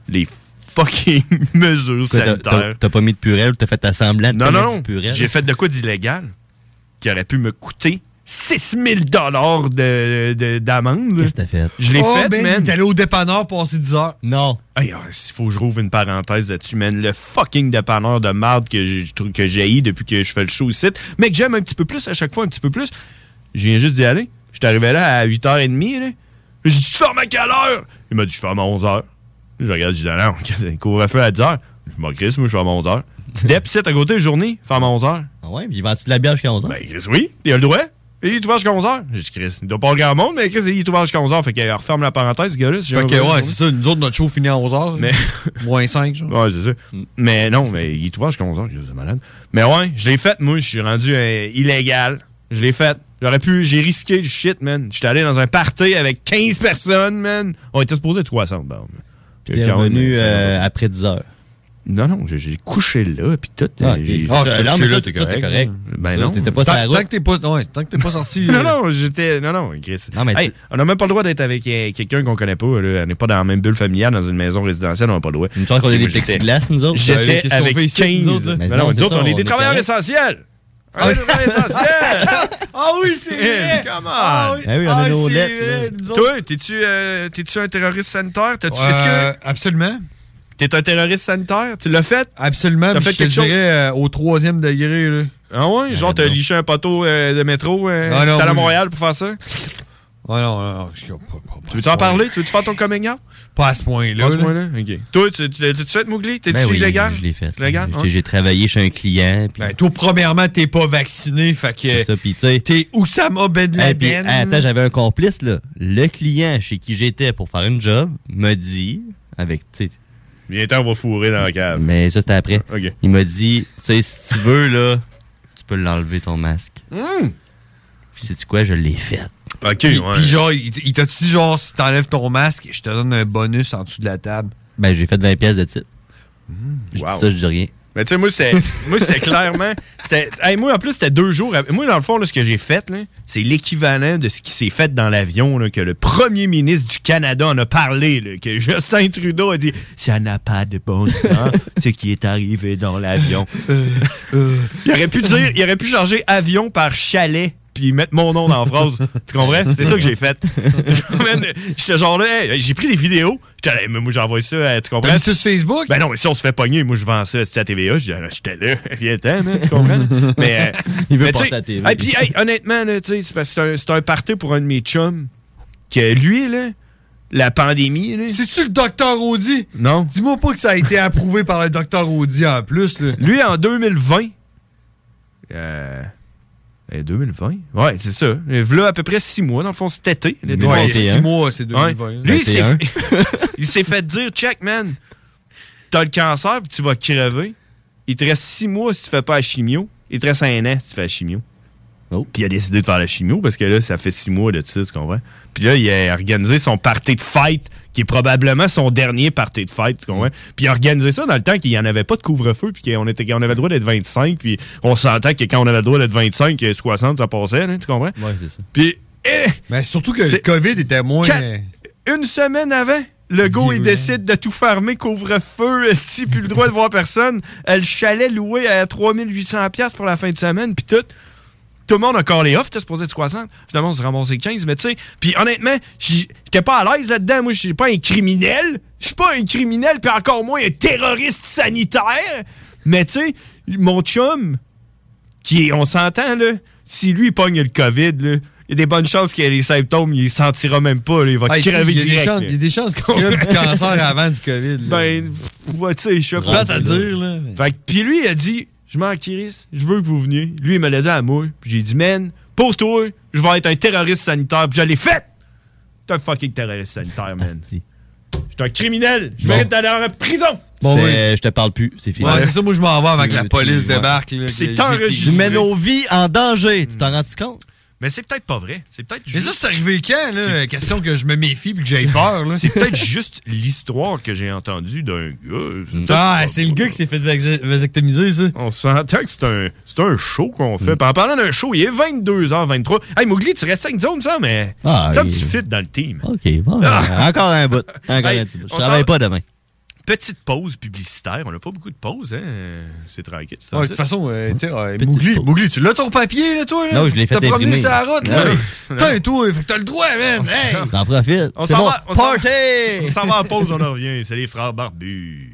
les fucking mesures
Quoi, t'as-
sanitaires.
t'as- T'as pas mis de purée ou t'as fait ta semblant de
Non,
pas
non,
mettre
non.
du purée.
J'ai fait de quoi d'illégal qui aurait pu me coûter 6000 dollars de, de- d'amende. Qu'est-ce que
t'as fait?
Je l'ai
Oh,
fait,
man,
man.
il est allé au dépanneur passer 10 heures.
Non.
Hey, ah, s'il faut que je rouvre une parenthèse là-dessus, man. Le fucking dépanneur de marde que j'ai- je trouve que j'ai haï depuis que je fais le show ici, mais que j'aime un petit peu plus à chaque fois, un petit peu plus. Je viens juste d'y aller. Je suis arrivé là à 8h30, là. J'ai dit, tu fermes à quelle heure? Il m'a dit, je ferme à 11h. Je regarde, je dis, non, non, on couvre-feu à 10h. Je m'en crisse, moi, je ferme à 11h. Tu dépsites à côté de journée, ferme à 11h.
Ah ouais, puis il vend-tu de la bière jusqu'à 11h?
Ben, Chris, oui, il a le droit. Et il est ouvert jusqu'à 11h. J'ai dit, Chris, il doit pas regarder le monde, mais Chris, il est ouvert jusqu'à 11h. Fait qu'il referme la parenthèse, ce gars-là. si
Fait
j'ai
que,
un-
ouais, c'est ça. Nous autres, notre show finit à 11h.
mais...
Moins 5, genre.
Ouais, c'est ça. Mais non, mais il est ouvert jusqu'à 11h, c'est malade. Mais ouais, je l'ai fait, moi, je suis rendu euh, illégal. Je l'ai fait. J'aurais pu, j'ai risqué du shit, man. J'étais allé dans un party avec 15 personnes, man. On était supposé être ben, 60 bars, man.
Puis t'es revenu, euh,
après 10 heures. Non, non, j'ai- j'ai couché là, puis tout.
Ah,
euh, j'ai-
ah, t'es- t'es là, t'es correct.
Ben
Ça,
non.
t'étais pas sur la
Tant-
route.
tant que
t'es pas, ouais, tant que t'es pas sorti.
non, non, j'étais. Non, non, Chris. Hey, on n'a même pas le droit d'être avec euh, quelqu'un qu'on connaît pas. là. On n'est pas dans la même bulle familiale, dans une maison résidentielle, on n'a pas le droit. Une
chance qu'on ait des plexiglas, nous autres. Ben,
J'étais
qu'est-ce qu'on
avec
fait
15.
ici, nous autres, là?
Mais
Ben
non,
non,
nous
c'est
autres,
ça,
on est
on est
des travailleurs
correct.
essentiels. On est des travailleurs essentiels. Ah oui, c'est vrai. Come on.
Ah oui,
Ah oui, on a
Ah,
nos
c'est
lettres,
vrai,
là.
nous autres. Toi, t'es-tu euh, t'es-tu un terroriste sanitaire? T'as-tu-
Euh,
Est-ce que
Absolument.
t'es un terroriste sanitaire? Tu l'as fait?
Absolument.
T'as
puis
fait
je te
quelque chose?
dirais euh, au troisième degré. Là.
Ah ouais? Genre, t'as liché un poteau euh, de métro? euh,
Non, non,
T'es allé à
oui.
Montréal pour faire ça?
Ah non, non, non, je suis pas- pas- pas
Tu veux-tu en parler? Tu veux-tu faire ton coming out?
Pas à ce point-là.
Pas à ce
là.
point-là? OK. Toi, tu- tu- t'as-tu fait Mowgli? T'es-tu
Ben oui,
illégal?
Je l'ai fait.
Légal?
J'ai- J'ai travaillé chez un client. Puis...
Ben, toi, premièrement, t'es pas vacciné. Fait que.
C'est ça, puis tu sais.
T'es Oussama Ben
Hey, puis,
Laden.
attends, j'avais un complice, là. Le client chez qui j'étais pour faire une job me dit, avec, tu sais,
Bientôt, on va fourrer dans la cave.
mais ça c'était après,
OK.
il m'a dit, tu sais, si tu veux, là, tu peux l'enlever ton masque.
Hmm.
Puis sais-tu quoi, je l'ai fait.
OK,
Puis,
ouais.
puis genre, il, il t'a-tu dit, genre, si t'enlèves ton masque, je te donne un bonus en dessous de la table?
Ben, j'ai fait 20 pièces de titre. Je
Hmm. Wow.
dis ça, je dis rien.
Mais tu sais, moi, c'est- moi, c'était clairement. c'était- hey, moi, en plus, c'était deux jours. après- Moi, dans le fond, là, ce que j'ai fait, là, c'est l'équivalent de ce qui s'est fait dans l'avion, là, que le premier ministre du Canada en a parlé, là, que Justin Trudeau a dit Ça n'a pas de bon sens, ce qui est arrivé dans l'avion. Il aurait pu dire, il aurait pu changer avion par chalet. Puis mettre mon nom dans la phrase. Tu comprends? C'est ça que j'ai fait. Man, J'étais genre là, hey, j'ai pris des vidéos. J'étais là, mais moi j'envoie ça, euh, tu comprends?
T'as mis ça sur Facebook?
Ben non, mais si on se fait pogner, moi je vends ça c'est à TVA. Je dis, ah, là, j'étais là, il le temps, man, tu comprends? là? mais. euh,
Il veut
mais tu
passer
sais,
à TVA.
hey, puis, hey, honnêtement, là, tu sais, c'est parce que c'est un- c'est un, party pour un de mes chums que lui, là, la pandémie, là.
C'est-tu le docteur Audi?
Non.
Dis-moi pas que ça a été approuvé par le docteur Audi en plus. Là.
Lui, en 2020, Euh, eh, 2020? Ouais, c'est ça. V'là à peu près six mois, dans le fond, cet été. Il était
Ouais,
passé.
six mois, c'est 2020.
Lui, il s'est
21.
fait- il s'est fait dire, check, man, t'as le cancer, puis tu vas crever. Il te reste six mois si tu fais pas la chimio. Il te reste un an si tu fais la chimio. Oh, Puis il a décidé de faire la chimio parce que là, ça fait six mois de ça, tu comprends? Puis là, il a organisé son party de fête, qui est probablement son dernier party de fête, tu comprends? Puis il a organisé ça dans le temps qu'il n'y en avait pas de couvre-feu, puis qu'on était, on avait le droit d'être 25, puis on s'entend que quand on avait le droit d'être 25, euh, 60, ça passait, là, tu comprends?
Ouais, c'est ça.
Puis eh!
Mais surtout que le
C'est-
COVID était moins.
Quatre- une semaine avant, le go, il décide de tout fermer, couvre-feu, si plus le droit de voir personne. Euh, Le chalet loué à 3800$ piastres pour la fin de semaine, puis tout. Tout le monde a encore les off, t'es supposé être 60. Finalement, on se remboursé 15, mais tu sais. Puis honnêtement, j'y- j'étais pas à l'aise là-dedans. Moi, je suis pas un criminel. Je suis pas un criminel, puis encore moins un terroriste sanitaire. Mais tu sais, mon chum, qui est- on s'entend, là, si lui il pogne le COVID, là, il y a des bonnes chances qu'il ait les symptômes, il les sentira même pas, là, il va
Hey, tu sais,
crever
Ah, il y a des
direct.
chances-
là.
il y a des chances qu'il crève du cancer avant du COVID. là.
Ben, ouais, tu sais, je suis
Plate à dire, là,
Fait que- puis lui, il a dit, je m'en crisse, je veux que vous veniez. Lui, il me l'a dit à moi, puis j'ai dit, man, pour toi, je vais être un terroriste sanitaire, puis je l'ai fait! T'es un fucking terroriste sanitaire, man. Je suis un criminel, je
Bon.
mérite d'aller en prison!
C'était, euh, Je te parle plus, c'est fini.
Ouais, Ah, c'est ça, moi, je m'en vais avant que la police débarque, là, que-
C'est enregistré.
Tu mets nos vies en danger. Tu t'en rends-tu compte?
Mais c'est peut-être pas vrai. C'est peut-être
Mais ça, c'est arrivé quand, là? Question que je me méfie puis que j'ai peur, là.
C'est peut-être juste l'histoire que j'ai entendue d'un gars.
Ah, c'est le gars qui s'est fait vax- vasectomiser, ça.
On s'entend que c'est un, c'est un show qu'on
hmm.
fait. Puis En parlant d'un show, il est 22h23. Hey, Mowgli, tu restes 5 zones, ça, mais.
Ah,
ça,
oui.
tu fit dans le team.
OK, bon. ben, Encore un bout. Encore
Ah! Hey,
un petit bout. Je
on
travaille
s'en-
pas demain.
petite pause publicitaire. On n'a pas beaucoup de pauses, hein? C'est tranquille.
Ouais, de toute façon, euh, tu sais, euh, Mowgli, Mowgli, tu l'as ton papier, là, toi? Là?
Non, je l'ai fait
T'as promené
imprimer.
sur la route, là.
Ah oui.
Putain, toi, fait que t'as le droit, man. Hey!
T'en profites. On
C'est
s'en
bon.
va. on s'en- On s'en va en pause, on en revient. C'est les frères barbus.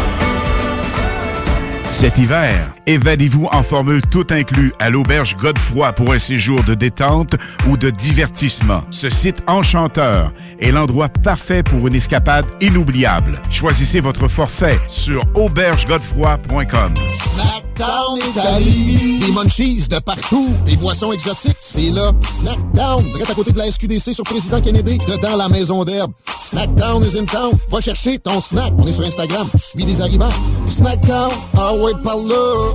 Cet hiver, évadez-vous en formule tout inclus à l'auberge Godefroy pour un séjour de détente ou de divertissement. Ce site enchanteur est l'endroit parfait pour une escapade inoubliable. Choisissez votre forfait sur aubergegodefroy.com.
Snackdown Italie. Des munchies de partout. Des boissons exotiques. C'est là. Snackdown. Direct à côté de la SQDC sur Président Kennedy. Dedans la maison d'herbe. Snackdown is in town. Va chercher ton snack. On est sur Instagram. Je suis des arrivants. Snackdown. Ah ouais, par là.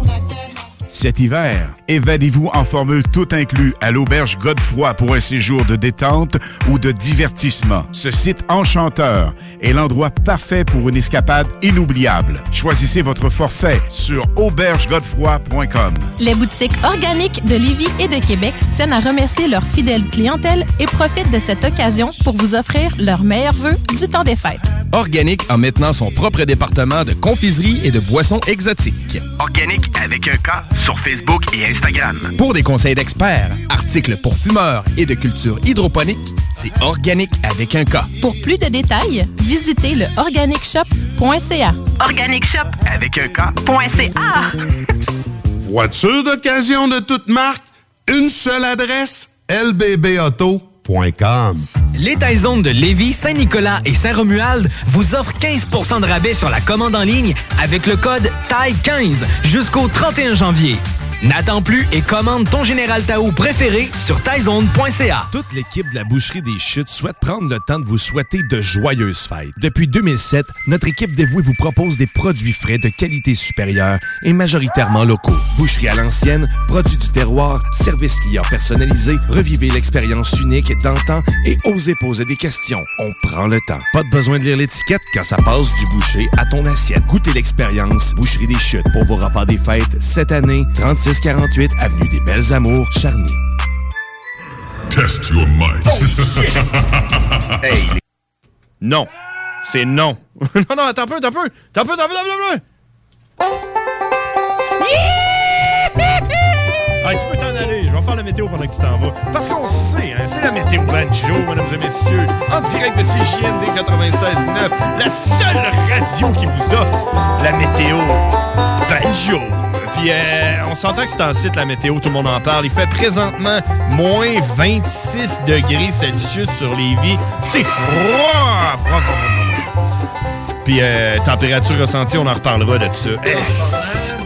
Cet hiver, évadez-vous en formule tout inclus à l'auberge Godefroy pour un séjour de détente ou de divertissement. Ce site enchanteur est l'endroit parfait pour une escapade inoubliable. Choisissez votre forfait sur aubergegodefroy.com.
Les boutiques organiques de Lévis et de Québec tiennent à remercier leur fidèle clientèle et profitent de cette occasion pour vous offrir leurs meilleurs vœux du temps des fêtes.
Organic a maintenant son propre département de confiserie et de boissons exotiques.
Organique avec un K sur Facebook et Instagram.
Pour des conseils d'experts, articles pour fumeurs et de culture hydroponique, c'est Organic avec un K.
Pour plus de détails, visitez le organicshop.ca. Organic Shop. Euh,
Avec un K.
Voiture d'occasion de toute marque, une seule adresse, lbbauto.com.
Les Taizones de Lévis, Saint-Nicolas et Saint-Romuald vous offrent 15 de rabais sur la commande en ligne avec le code TAI15 jusqu'au 31 janvier. N'attends plus et commande ton Général Tao préféré sur taizone.ca.
Toute l'équipe de la Boucherie des Chutes souhaite prendre le temps de vous souhaiter de joyeuses fêtes. Depuis 2007, notre équipe dévouée vous propose des produits frais de qualité supérieure et majoritairement locaux. Boucherie à l'ancienne, produits du terroir, service client personnalisé, revivez l'expérience unique d'antan et osez poser des questions. On prend le temps. Pas de besoin de lire l'étiquette quand ça passe du boucher à ton assiette. Goûtez l'expérience Boucherie des Chutes pour vos repas des fêtes cette année, 3648 Avenue des Belles Amours, Charny.
Test your might.
Oh, Hey, les- Non. C'est non. non, non, attends un peu, attends un peu. Attends un peu, attends un peu, attends un peu. Ah, tu peux t'en aller. Je vais faire la météo pendant que tu t'en vas. Parce qu'on sait, hein, c'est la météo banjo, mesdames et messieurs. En direct de CJND 96.9, la seule radio qui vous offre la météo banjo. Puis euh, on s'entend que c'est en site la météo, tout le monde en parle. Il fait présentement moins 26 degrés Celsius sur Lévis. C'est froid, froid, froid, froid. Puis euh, température ressentie, on en reparlera de ça. Est-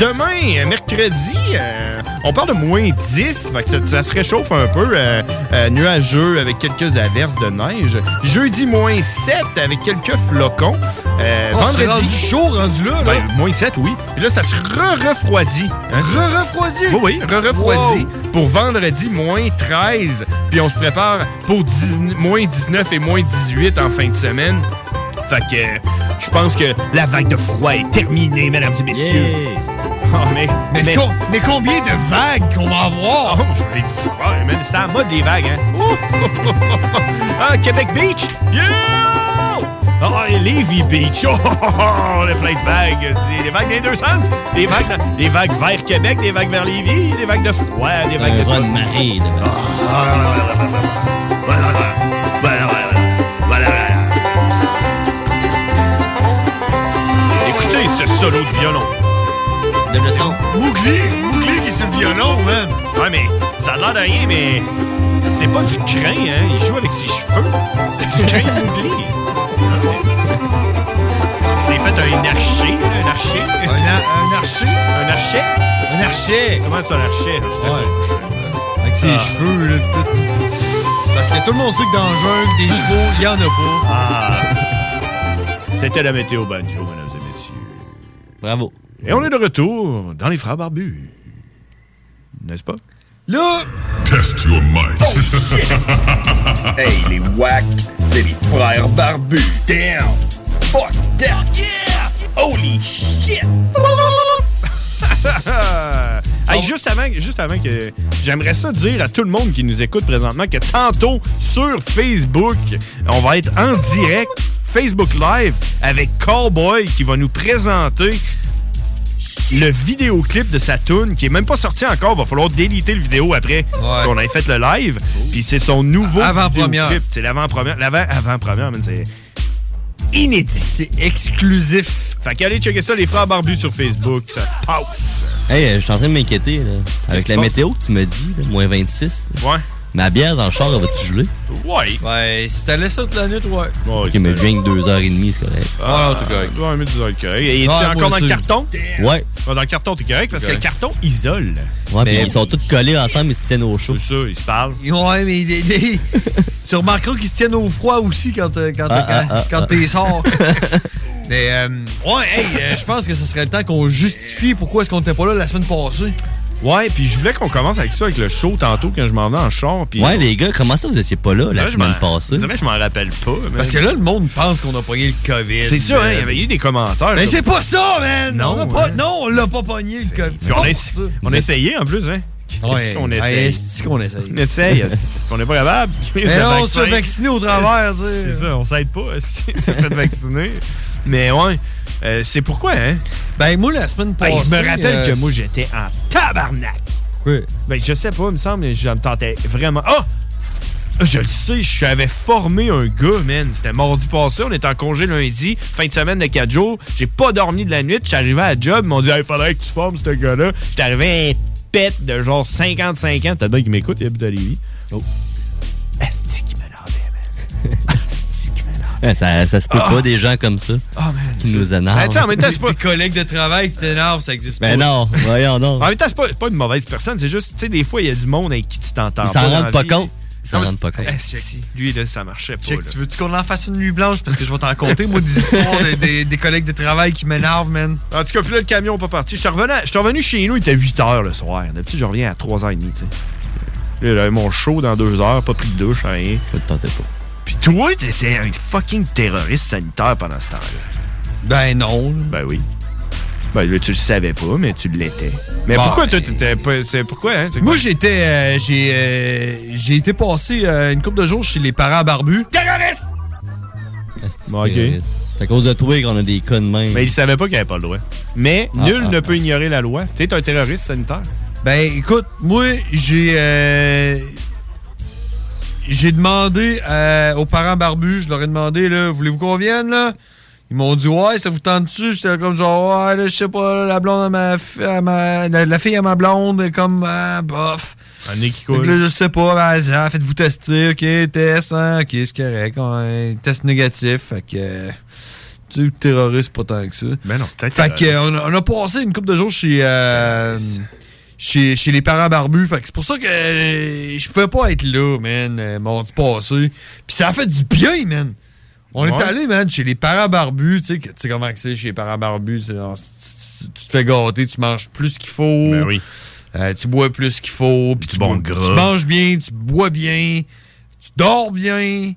Demain, euh, mercredi, euh, on parle de moins 10, fait que ça, ça se réchauffe un peu, euh, euh, nuageux avec quelques averses de neige. Jeudi, moins 7 avec quelques flocons. Euh,
Oh, c'est rendu
chaud, rendu là. Ben, moins 7, oui. Puis là, ça se re-refroidit. hein.
Re-refroidi?
Oui, oui, re-refroidi
Wow.
pour vendredi, moins 13. Puis on se prépare pour 19 moins 19 et moins 18 en fin de semaine. Fait que euh, je pense que la vague de froid est terminée, mesdames et messieurs. Oh, mais,
Mais com- mais combien de vagues qu'on va avoir?
Oh, je vais ouais, man, C'est en mode les vagues, hein? Ouh! ah, Québec Beach! Yeah! Ah, et Lévis Beach! Oh, oh, oh, on a plein de vagues! C'est Des vagues des deux sens! Des vagues, dans- des vagues vers Québec, des vagues vers Lévis, des vagues de froid, des vagues
Euh,
de...
Bonne marée, là.
Écoutez ce solo de violon.
De le son.
Mougli, Mougli qui est sur le violon, man. Ouais, mais ça a l'air de rien, mais c'est pas du crin, hein. Il joue avec ses cheveux. C'est du crin de Mougli. C'est fait un archer, là, un archer. Un, archer? Un archer? Un archer. Comment ça, un archer?
Avec ses
Ah.
cheveux, là, pis tout. Parce que tout le monde sait que dans le jungle, des chevaux, il y en a pas.
Ah. C'était la météo banjo, mesdames et messieurs. Bravo. Et on est de retour dans les frères barbus. N'est-ce pas?
Là,
Test your might.
Oh,
hey, les wack, c'est les frères barbus. Damn! Fuck that! Yeah! Holy shit!
Hey, juste avant, juste avant que j'aimerais ça dire à tout le monde qui nous écoute présentement que tantôt sur Facebook, on va être en direct Facebook Live avec Cowboy qui va nous présenter le vidéoclip de sa tune qui est même pas sorti encore. Va falloir déliter le vidéo après qu'on ait fait le live. Puis c'est son nouveau
Avant-première.
vidéoclip. C'est l'avant-première. L'avant-avant-première, man, c'est inédit. C'est exclusif. Fait qu'allez checker ça, les frères barbus sur Facebook. Ça se passe.
Hey, euh, je suis en train de m'inquiéter, là. Avec
qui
la
se
météo que tu me dis, là, moins 26.
Ouais.
Ma bière dans le char, elle va-tu geler?
Ouais.
Ouais, si t'as laissé toute la nuit, ouais.
ok, mais je viens que 2h30, c'est correct.
Oh, Ah, t'es correct. Ouais, mais disons correct. Et es-tu
Ouais, moi
encore dans le
aussi.
carton?
Ouais.
Ah, Dans le carton, t'es correct parce que le
Correct.
carton isole.
Ouais,
Mais-
mais ils sont tous collés ensemble, ils se tiennent au chaud.
C'est ça, ils se parlent.
Ouais, mais des- des- tu remarqueras qu'ils se tiennent au froid aussi quand, euh, quand,
Ah,
quand,
ah, ah,
quand
ah.
t'es sors. mais, euh, ouais, hey, euh, je pense que ce serait le temps qu'on justifie pourquoi est-ce qu'on était pas là la semaine passée.
Ouais, puis je voulais qu'on commence avec ça, avec le show tantôt quand je m'en venais en char. Puis
Ouais, les gars, comment ça vous étiez pas là la
Ouais, je
semaine
m'en-
passée?
C'est vrai, je m'en rappelle pas. mais-
Parce que là, le monde pense qu'on a pogné le COVID.
C'est ça,
man.
hein, il y avait eu des commentaires.
Mais
là.
c'est pas ça, man!
Ah, Non, hein.
on a pas, non, on l'a pas pogné le COVID.
Puis on, a, on a essayé en plus, hein? Qu'est-ce
Ouais.
qu'on
Ouais,
essaye?
est-ce qu'on essaye?
On essaye, est-ce qu'on n'est pas capable.
Mais
Le
non, on se
vaccin.
fait vacciner au travers, tu sais.
C'est ça, on s'aide pas. Si on s'est fait vacciner. Mais ouais, euh, c'est pourquoi, hein?
Ben, moi, la semaine
je
passée,
me rappelle
euh,
que moi, j'étais en tabarnak.
Pourquoi?
Ben, je sais pas, il me semble, mais je me tentais vraiment. Ah! Je le sais, je avais formé un gars, man. C'était mardi passé, on était en congé lundi, fin de semaine de 4 jours. J'ai pas dormi de la nuit, je suis arrivé à la job, ils m'ont dit, il fallait que tu formes ce gars-là. J'étais arrivé un pète de genre 55 ans. T'as bien qui m'écoute, il habite à Lévis. Oh. Asti qui
Ouais, Hein, ça, ça se peut
Ah.
pas des gens comme ça
Ah, man,
qui
c'est-
nous énervent.
Ben, tu sais, en même temps, c'est pas.
collègues de travail qui t'énervent, ça existe
Ben non, voyons
En
donc.
même temps, c'est pas, c'est pas une mauvaise personne, c'est juste, tu sais, des fois, il y a du monde avec qui tu t'entends
Ils s'en
dans
rendent
la
pas
vie.
compte. Ils s'en
Non, mais-
rendent pas compte.
Eh, si, Lui, là, ça marchait pas.
Check,
là.
tu veux-tu qu'on en fasse une nuit blanche? Parce que je vais t'en compter, moi, des histoires de- des, des collègues de travail qui m'énervent, man.
En tout cas, puis là, le camion pas parti. Je suis revenu chez nous, il était 8 h le soir. D'habitude, je reviens à 3h30, tu sais. Là, j'avais mon show dans 2 heures, pas pris de douche, rien.
Je te tentais pas.
Puis toi, t'étais un fucking terroriste sanitaire pendant ce temps-là.
Ben non.
Ben oui. Ben là, tu le savais pas, mais tu l'étais. Mais
Bah,
pourquoi toi, t'étais pas. C'est pourquoi, hein?
Moi, j'étais. euh, j'ai euh, j'ai été passer euh, une couple de jours chez les parents barbus. Terroriste!
C'est c'est à cause de toi qu'on a des cas de même.
Mais il savait pas qu'il avait pas le droit. Mais
Ah,
nul
ah,
ne peut ignorer la loi. Tu es un terroriste sanitaire.
Ben, écoute, moi, j'ai. euh, j'ai demandé euh, aux parents barbus, je leur ai demandé, là, voulez-vous qu'on vienne, là? Ils m'ont dit, ouais, ça vous tente dessus? J'étais comme genre, ouais, là, je sais pas, la blonde à ma. fi- à ma- la, la fille à ma blonde, comme, ah, bof.
Un nez qui
Fait que
coule.
là, je sais pas, vas-y, ah, faites-vous tester, ok, test, hein, ok, c'est correct, ouais, test négatif, fait que. euh, Tu sais, terroriste, pas tant que ça.
Ben non, peut-être.
Fait que, euh, on, a- on a passé une couple de jours chez, euh, chez, chez les parents barbus. Fait que c'est pour ça que euh, je pouvais pas être là, man, euh, mardi passé. Puis ça a fait du bien, man. On
Ouais.
est allé, man, chez les parents barbus. Tu sais que- tu sais comment que c'est chez les parents barbus. tu sais, on- tu- tu te fais gâter, tu manges plus qu'il faut.
Ben oui.
Euh, tu bois plus qu'il faut. Puis tu,
bon
bois-
gras.
tu manges bien, tu bois bien, tu dors bien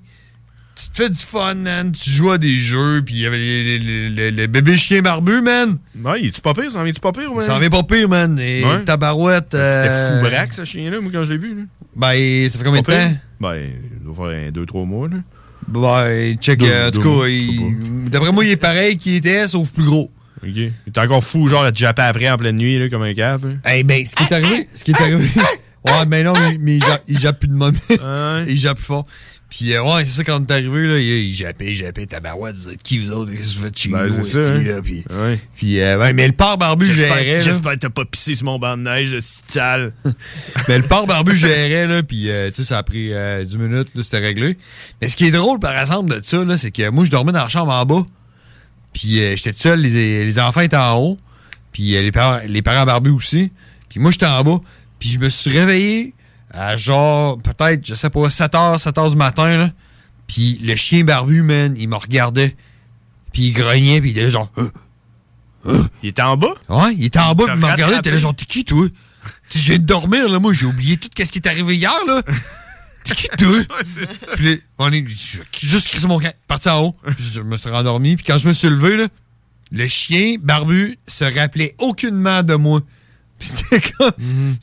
tu te fais du fun, man. Tu joues à des jeux, puis il y avait les, les- les- les- les bébés chiens barbus, man.
Ouais, il est-tu pas pire? Ça en vient-tu pas pire, man?
Ça en vient pas pire, man. Et
Ouais.
tabarouette.
C'était
euh,
fou braque, ce chien-là, moi, quand je l'ai vu. Là.
Ben, ça fait combien de
Pas pire.
temps?
Ben, il doit faire 2-3 mois, là.
Ben, check.
Deux-
euh, en tout
deux mois,
cas, il- d'après moi, il est pareil qu'il était, sauf plus gros.
OK. Il était encore fou, genre, à te japper après en pleine nuit, là, comme un cave.
Eh ben, ce qui est arrivé, ce qui est arrivé. ouais, ben non, mais, mais il, jappe, il jappe plus de moment. il jappe plus fort. Puis, euh, ouais, c'est ça, quand t'es arrivé, là, il, il jappait, il jappait, tabarouette, vous êtes qui vous autres? Qu'est-ce que vous faites chez
Ben,
nous,
c'est ça,
esti,
hein.
là? Puis,
Ouais.
puis euh, ouais, mais le père barbu gérait.
J'espère
là.
j'espère que t'as pas pissé sur mon banc de neige, c'est sale.
Mais le port barbu gérait, là, puis euh, tu sais, ça a pris euh, 10 minutes, là, c'était réglé. Mais ce qui est drôle, par exemple, de ça, là, c'est que moi, je dormais dans la chambre en bas, puis euh, j'étais tout seul, les, les enfants étaient en haut, puis euh, les, parents, les parents barbus aussi, puis moi, j'étais en bas, puis je me suis réveillé à genre, peut-être, je sais pas, 7h, 7h du matin, là, puis le chien barbu, man, il me regardait, puis il grognait, puis il était là, genre... Euh, euh.
Il était en bas?
Ouais, il était en bas,
T'as
puis il me regardait, il
rattrapé?
était là, genre, t'es qui, toi? Tu viens de dormir, là. Moi, j'ai oublié tout ce qui est arrivé hier, là. T'es qui, toi? Puis là, on est j'ai juste crissé mon camp, parti en haut. Je me suis rendormi. Puis quand je me suis levé, là, le chien barbu se rappelait aucunement de moi. Puis c'était comme,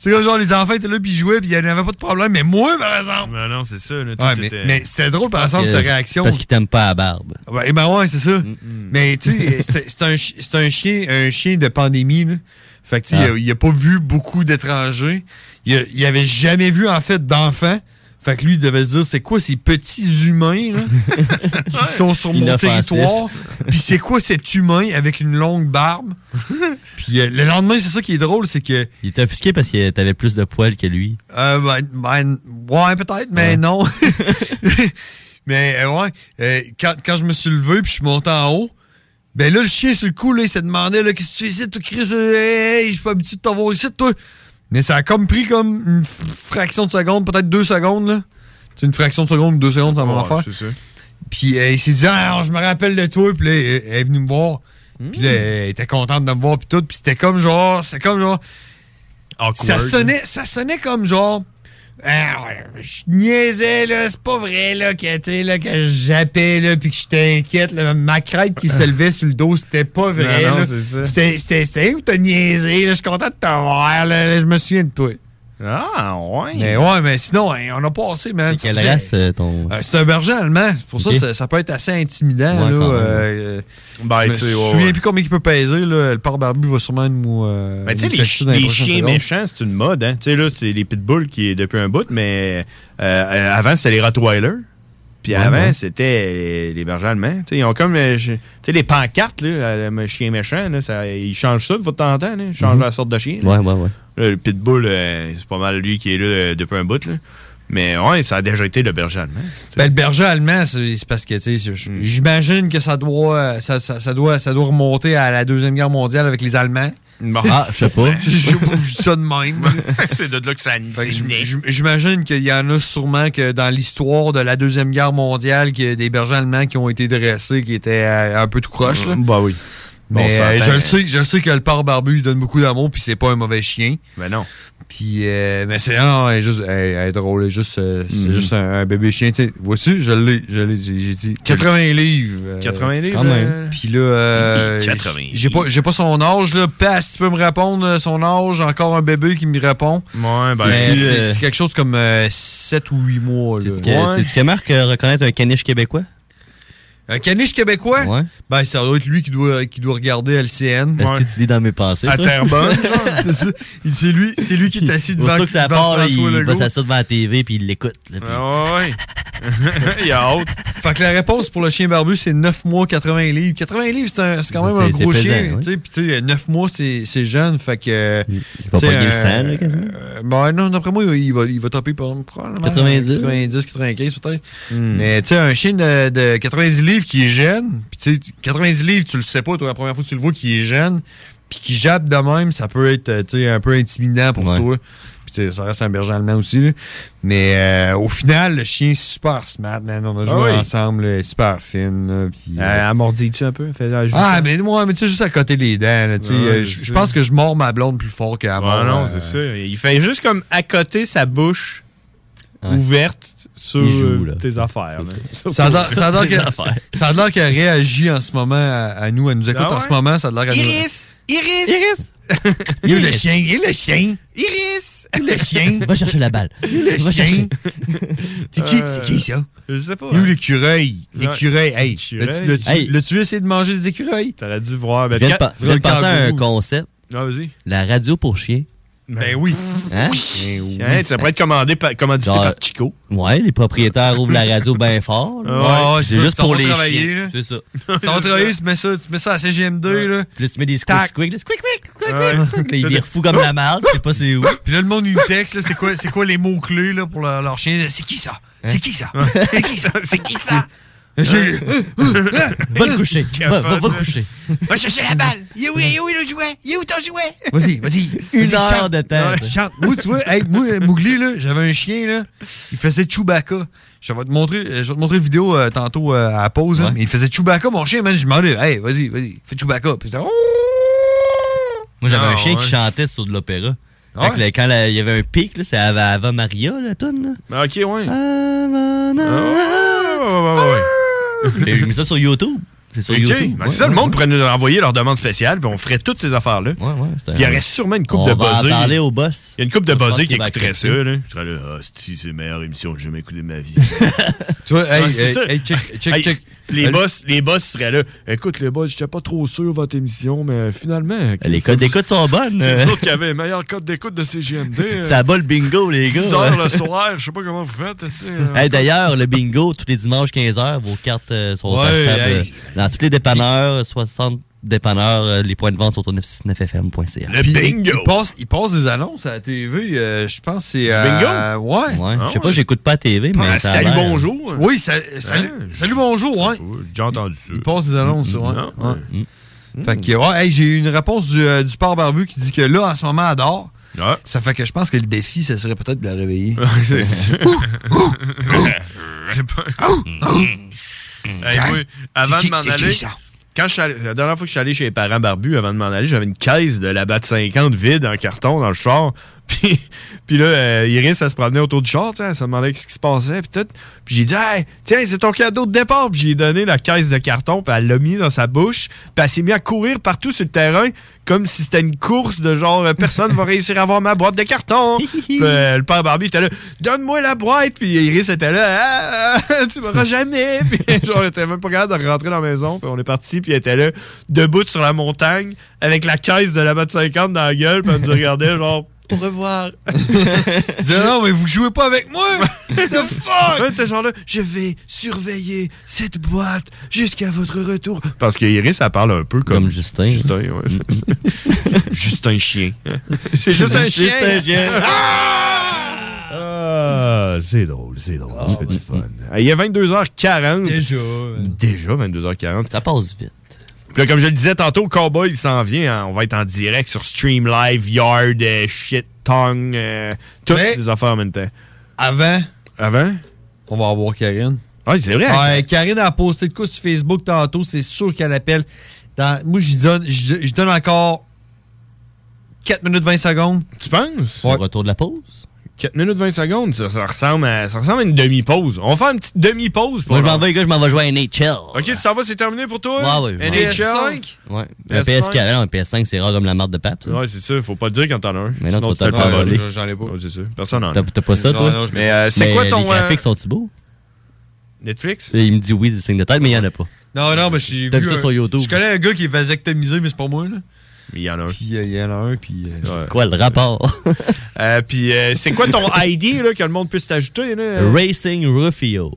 c'est comme genre les enfants étaient là, puis ils jouaient, puis il n'y avait pas de problème. Mais moi, par exemple.
Non, non, c'est ça. Là, tout
Ouais, mais,
était-
mais c'était drôle, par exemple, sa réaction.
Parce qu'il t'aime pas la barbe.
Ouais, ben ouais, c'est ça. Mais tu sais, c'est- c'est un, chi- c'est un chien, un chien de pandémie. Là. Fait que tu sais,
Ah.
il a- il a pas vu beaucoup d'étrangers. Il, a- il avait jamais vu en fait d'enfants. Fait que lui, il devait se dire, c'est quoi ces petits humains là, qui sont sur mon
Inoffensif.
territoire? Puis c'est quoi cet humain avec une longue barbe? Puis euh, le lendemain, c'est ça qui est drôle, c'est que
Il était offusqué parce que t'avais plus de poils que lui.
euh, ben, ben, ouais, peut-être, mais non. mais euh, ouais, euh, quand, quand je me suis levé puis je suis monté en haut, ben là, le chien sur le coup, là, il s'est demandé là, Qu'est-ce que tu fais ici, toi, Chris Euh, Hey, hey, je suis pas habitué de t'avoir ici, toi. Mais ça a comme pris comme une f- fraction de seconde, peut-être deux secondes, là. C'est une fraction de seconde ou deux secondes, ça m'a
Ouais,
affaire.
c'est ça.
Puis euh, il s'est dit, ah, je me rappelle de toi. Puis là, elle elle est venue me voir. Puis
Hmm.
là, elle était contente de me voir. Puis tout. Puis c'était comme genre, c'est comme genre. Ça sonnait, ça sonnait comme genre. Ah, ouais, je niaisais, là, c'est pas vrai, là, que, tu sais, là, que j'appelais, là, puis que j'étais inquiète, là, ma crête qui se levait sur le dos, c'était pas vrai,
Non, non,
là.
c'est ça.
C'était, c'était, c'était, hey, t'as niaisé, là, je suis content de t'avoir, là, là, je me souviens de toi.
Ah, ouais.
Mais ouais, mais sinon, hein, on a passé, man.
Quelle
Ça faisait-
race, euh, ton.
euh, c'est un berger allemand. C'est Pour
Ok.
ça, ça, ça peut être assez intimidant.
Ouais,
là,
quand même.
euh, euh,
Ben,
je me
tu sais, ouais,
souviens
ouais.
plus combien il peut peser. Là. Le port barbu va sûrement nous. euh,
Mais tu sais,
nous
les,
cacher dans
chi- les
prochaines
chiens
secondes.
méchants, c'est une mode. Hein? Tu sais, là, c'est les pitbulls qui est depuis un bout, mais euh, euh, avant, c'était les Rottweilers. Puis
Ouais,
avant,
ouais.
c'était les, les bergers allemands. Tu sais, ils ont comme. euh, je- tu sais, les pancartes, là, euh, le chien méchant, là, ça, ils changent ça de temps en temps. là. Ils
Mhm.
changent la sorte de chien. là.
Ouais, ouais, ouais.
Là, le pitbull, euh, c'est pas mal lui qui est là euh, depuis un bout. Là. Mais ouais, ça a déjà été le berger allemand.
Ben, le berger allemand, c'est c'est parce que, tu sais, je- j'imagine que ça doit, euh, ça, ça- ça doit, ça doit remonter à la Deuxième Guerre mondiale avec les Allemands.
Ah, je sais pas.
Je sais pas, je dis ça de même.
c'est de là que ça
Fait que j'im- j'im- J'imagine qu'il y en a sûrement que dans l'histoire de la Deuxième Guerre mondiale, qu'il y a des bergers allemands qui ont été dressés, qui étaient euh, un peu tout croche. là.
Bah oui.
Mais
Bon, ça
euh,
attend.
je, le sais, je le sais que le pare barbu, il donne beaucoup d'amour, puis c'est pas un mauvais chien.
Mais non.
Puis, euh, mais c'est non, elle est juste, elle- elle est drôle, elle est juste, euh,
Mm.
c'est juste un, un bébé chien. tu sais. Voici, je l'ai, je l'ai, j'ai j'ai dit 80 livres. euh,
80 livres,
quand même.
euh,
Puis là, euh,
80
j'ai pas, j'ai pas son âge là. Passe, tu peux me répondre euh, son âge. Encore un bébé qui me répond.
Ouais,
ben,
c'est,
tu,
c'est-
euh,
c'est quelque chose comme 7 ou 8 mois. Là.
Que- C'est-tu comment que reconnaître un caniche québécois?
Un caniche québécois? Ben, ça doit être lui qui doit, qui doit regarder LCN.
Est-ce que tu lis dans mes pensées?
À
toi?
Terrebonne, genre? c'est ça. Il- C'est lui, c'est lui qui est assis devant,
Surtout que ça
devant
part, là,
François
il
Legault.
va s'asseoir devant la TV puis il l'écoute. là, puis-
ouais. Il a hâte.
Fait que la réponse pour le chien barbu, c'est 9 mois, 80 livres. 80 livres, c'est un- c'est quand même
C'est-
un gros
c'est pesant,
chien.
oui.
tu sais. Puis tu sais, 9 mois, c'est c'est jeune. Fait que. Il
va pogner le sang, là, quasiment.
Ben non, d'après moi, il va, il va taper par- probablement
90.
90, 95 peut-être.
Hmm.
Hmm. Mais tu sais, un chien de, de 90 livres qui est jeune, puis tu sais, tu- 90 livres, tu le sais pas, toi, la première fois que tu le vois, qui est jeune, puis qui jappe de même, ça peut être euh, tu sais, un peu intimidant pour toi. Puis tu sais, ça reste un berger allemand aussi. là. Mais euh, au final, le chien est super smart, man. On a
Ah
joué
oui.
ensemble, là, super fine. là, puis, euh,
elle mordit-tu un peu? Elle fait, ah, je-
ah, mais moi, mais tu sais, juste à côté les dents. là, tu sais,
Ouais,
euh,
je
je je
sais.
pense que je mords ma blonde plus fort qu'elle
Ah
mord.
non,
euh,
c'est ça. Il fait juste comme accoter sa bouche
Ouais.
ouverte sur
Il joue,
euh,
là.
tes affaires. là.
Ça a l'air- ça a l'air
Tes
que-
affaires.
ça a l'air qu'elle réagit en ce moment à, à nous. Elle nous écoute
Ah ouais?
en ce moment. Ça a l'air qu'elle nous-
Iris! Iris!
Il est le chien, il est le chien.
Iris!
Il est le chien.
Va chercher la balle.
Il est le
Va
chien.
chercher.
C'est qui, c'est qui ça?
Euh, Je sais pas. hein.
Il est où l'écureuil?
Ouais.
L'écureuil. Hey,
L'écureuil.
l'as-tu-
Hey.
l'as-tu- l'as-tu essayé de manger des écureuils?
T'aurais dû
Ah,
voir. ben,
ben,
Je viens de, pa- je viens de penser à un concept.
Ah, vas-y.
La radio pour chiens.
Ben oui.
Hein?
Hein, ça pourrait être commandé par, commandité
Genre-
par Chico.
Ouais, les propriétaires ouvrent la radio bien fort. là.
Ah,
c'est juste
ça
pour
va
les
travailler,
chiens.
là.
C'est ça.
Ça va travailler, tu mets ça, tu mets ça à CGM2, là.
Puis là, tu mets des squeaks,
Tac.
squeaks, là, squeak, squeak, squeak,
Ouais.
Ah
squeak, squeak. Là, ils virent fous comme la malle, je sais pas c'est où.
Puis là, le monde, il texte, là, c'est quoi, c'est quoi les mots-clés, là, pour leur, leur chien? C'est qui ça?
Hein?
C'est qui ça? C'est qui ça? C'est qui ça? J'ai-
Va le coucher. Va, va, va le coucher.
Va chercher la balle. Il est où, il est où le jouet? Il est où ton jouet?
Vas-y, vas-y.
Une
Vas-y,
heure
chante.
de tête.
Ouais, chante. Moi, tu vois, hey, moi, euh, Mowgli, là, j'avais un chien, là. Il faisait Chewbacca. Je vais te montrer, euh, je vais te montrer une vidéo euh, tantôt euh, à la pause. là. Mais il faisait Chewbacca, mon chien, man. Je lui demandais, hey, vas-y, vas-y, fais Chewbacca. Puis il faisait, Oh!
Moi, j'avais
Ah,
un chien
ouais. Ah,
qui chantait sur de l'opéra. Fait que là, quand la- il y avait un pic, là, c'est Ava, Ava Maria, la toune.
Ah, ok, ouais.
Ah,
là. J'ai mis ça sur YouTube. C'est sur
Ok.
YouTube.
Ben,
ouais,
c'est ça, le
ouais,
monde pourrait nous envoyer leur demande spéciale, puis on ferait toutes ces affaires-là.
c'est
Il y
un-
aurait sûrement une coupe
On
de
va en
buzzés.
parler au boss.
Il y a une coupe de
Je pense
buzzés qui
qu'il va
écouterait ça,
accepter.
là. Tu serais là, ah, c'est c'est la meilleure émission que j'ai jamais écoutée de ma vie.
Tu vois, hey,
Ouais, c'est
hey,
ça.
hey, check, check,
Hey,
check.
Les
Elle-
boss, les boss seraient là. Écoute, les boss, j'étais pas trop sûr de votre émission, mais finalement.
Les codes d'écoute sont bonnes.
C'est vous autres qui avez les meilleurs codes d'écoute de CGMD. euh,
Euh. Ça bat le bingo, les gars. hein.
10 heures le soir, je sais pas comment vous faites. c'est, euh,
Hey, D'ailleurs, le bingo, tous les dimanches 15h, vos cartes euh, sont
Ouais,
achetables,
hey.
euh, dans tous les dépanneurs, 60 dépanneurs, euh, les points de vente sont au 969fm.ca.
Puis, Il passe, il passe des annonces à la TV, euh, je pense que c'est... euh,
bingo?
Ouais.
Ouais.
Ah
Ah, je sais pas, j'écoute pas la TV, mais ça a l'air-
Oui, ça- salut, salut, bonjour, ouais.
J'ai entendu ça.
Il passe des annonces,
Mm,
ouais.
non,
Ouais. Mm. Fait que, ouais, hey, j'ai eu une réponse du, euh, du port barbu qui dit que là, en ce moment, elle dort. Ça fait que je pense que le défi, ça serait peut-être de la réveiller.
c'est sûr.
Ouh, ouh, ouh.
Je sais pas. Hey,
Hein?
moi, avant
C'est qui-
de m'en
c'est qui,
aller.
ça?
Quand je suis allé- la dernière fois que je suis allé chez les parents barbus, avant de m'en aller, j'avais une caisse de la batte 50 vide en carton dans le char. Puis, puis là, euh, Iris, elle se promenait autour du char, tu sais, elle se demandait ce qui se passait, puis tout. Puis j'ai dit, hey, tiens, c'est ton cadeau de départ. Puis j'ai donné la caisse de carton, puis elle l'a mis dans sa bouche, puis elle s'est mise à courir partout sur le terrain, comme si c'était une course de genre, euh, personne va réussir à avoir ma boîte de carton. Puis, euh, le père Barbie était là, donne-moi la boîte, puis Iris était là, Ah, ah, tu m'auras jamais. Puis genre, elle était même pas capable de rentrer dans la maison, puis on est parti, puis elle était là, debout sur la montagne, avec la caisse de la boîte 50 dans la gueule, puis elle nous regardait, genre, au revoir.
Dis, non, mais vous jouez pas avec moi! The fuck!
genre là, je vais surveiller cette boîte jusqu'à votre retour. Parce que Iris, ça parle un peu comme,
Justin.
Justin, ouais. c'est- juste un chien. C'est juste un chien. Ah, c'est drôle, c'est drôle.
Ah,
c'est du fun. Il est 22h40. Déjà. Déjà 22h40.
Ça passe vite.
Puis là, comme je le disais tantôt, Cowboy, il s'en vient. hein. On va être en direct sur Stream Live, Yard, euh, Shit, Tongue, euh, toutes les affaires en même temps.
Avant.
Avant?
On va avoir Karine.
Oui, c'est vrai.
Ouais, Karine a posté de quoi sur Facebook tantôt, c'est sûr qu'elle appelle. Dans- moi, je donne, je, je donne encore 4 minutes 20 secondes.
Tu penses?
Au retour de la pause?
4 minutes 20 secondes, ça, ça ressemble, à, ça ressemble à une demi-pause. On va faire une petite demi-pause. pour
Moi, je m'en
leur-
vais, les gars, je m'en vais jouer à NHL.
Ok, ça va, c'est terminé pour toi?
Ouais, ouais, je m'en vais.
NH5?
Ouais. Un
PS5.
PS4, non, un PS5, c'est rare comme la marde de pape, ça.
Ouais, c'est ça, faut pas le dire quand t'en as un.
Mais non, tu
Sinon,
vas te le faire voler.
J'en ai pas. Ouais, c'est ça. Personne n'en a.
T'as t'as pas ça, toi?
Mais euh, c'est
Mais
quoi ton.
Les
euh,
graphiques sont-ils beaux?
Netflix?
Il me dit oui, des signes de tête, mais il y en a pas.
Non, non, mais j'ai
T'as
vu.
vu ça
un-
sur YouTube?
Je connais un gars qui est vasectomisé, mais c'est pas moi, là.
Mais il y en a un.
Puis euh, il y en a un, puis. euh,
Quoi le rapport?
Euh, puis euh, c'est quoi ton ID là, que le monde puisse t'ajouter? là?
Racing Rufio.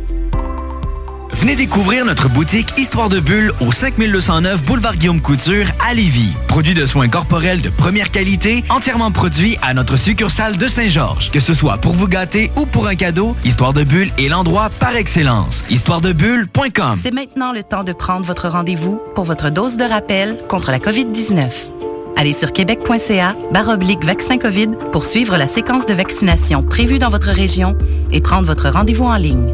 Venez découvrir notre boutique Histoire de Bulle au 5209 Boulevard Guillaume Couture à Lévis. Produit de soins corporels de première qualité, entièrement produit à notre succursale de Saint-Georges. Que ce soit pour vous gâter ou pour un cadeau, Histoire de Bulle est l'endroit par excellence. Histoiredebulle.com
C'est maintenant le temps de prendre votre rendez-vous pour votre dose de rappel contre la COVID-19. Allez sur québec.ca baroblique vaccin COVID pour suivre la séquence de vaccination prévue dans votre région et prendre votre rendez-vous en ligne.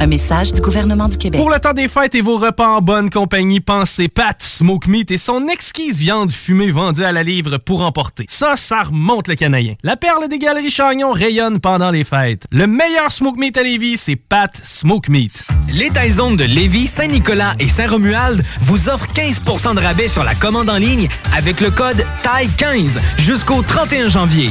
Un message du gouvernement du Québec.
Pour le temps des fêtes et vos repas en bonne compagnie, pensez Pat Smoke Meat et son exquise viande fumée vendue à la livre pour emporter. Ça, ça remonte le canadien. La perle des galeries Chagnon rayonne pendant les fêtes. Le meilleur Smoke Meat à Lévis, c'est Pat Smoke Meat.
Les Taizones de Lévis, Saint-Nicolas et Saint-Romuald vous offrent 15 de rabais sur la commande en ligne avec le code TAI15 jusqu'au 31 janvier.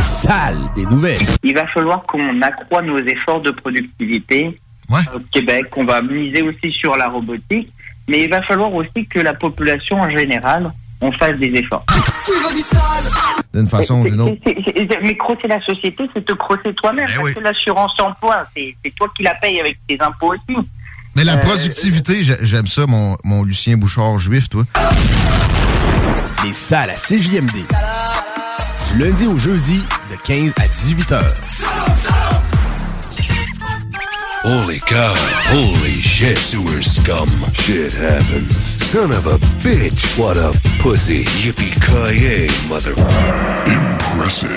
Sale des nouvelles.
Il va falloir qu'on accroît nos efforts de productivité au Québec. On va miser aussi sur la robotique, mais il va falloir aussi que la population en général, on fasse des efforts.
Ah. D'une façon ou d'une autre.
C'est- c'est- c'est- mais crosser la société, c'est te crosser toi-même.
Eh
parce que l'assurance emploi, c'est c'est toi qui la payes avec tes impôts aussi.
Mais la
Euh,
productivité, j'ai- j'aime ça, mon, mon Lucien Bouchard juif, toi.
Les salles à CJMD. Du lundi au jeudi, de 15 à 18 heures.
Ah!
Holy cow. Oh, Holy shit. Sewer scum. Shit happened. Son of a bitch. What a pussy. Yippee-ki-yay, mother... Impressive.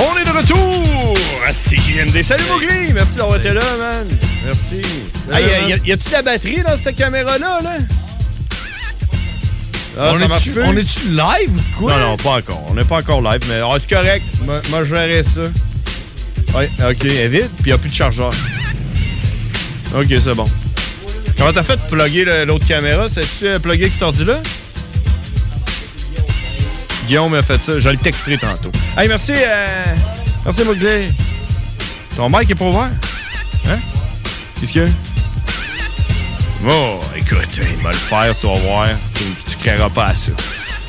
On est de retour à CJMD. Salut Mowgli! Merci d'avoir été là, Euh, man. Merci. Hey,
Salut,
y a-
man.
y a- y a-tu de la batterie dans cette caméra-là, là? Ah,
on
ça marche
est-tu
plus.
on est-tu live ou quoi?
Non, non, pas encore. On n'est pas encore live, mais ah, c'est correct. Moi, moi, je verrai ça. Ouais, ok, elle est vide, puis il n'y a plus de chargeur. Ok, c'est bon. Comment t'as fait de plugger le- l'autre caméra? Sais-tu euh, plugger avec cet ordi-là? Guillaume a fait ça. Je le texterai tantôt. Hey, merci, euh, merci, Mowgli. Ton mic est pas ouvert? Hein? Qu'est-ce qu'il y a? Oh, écoute, il va le faire, tu vas voir. Tu, tu créeras pas à ça.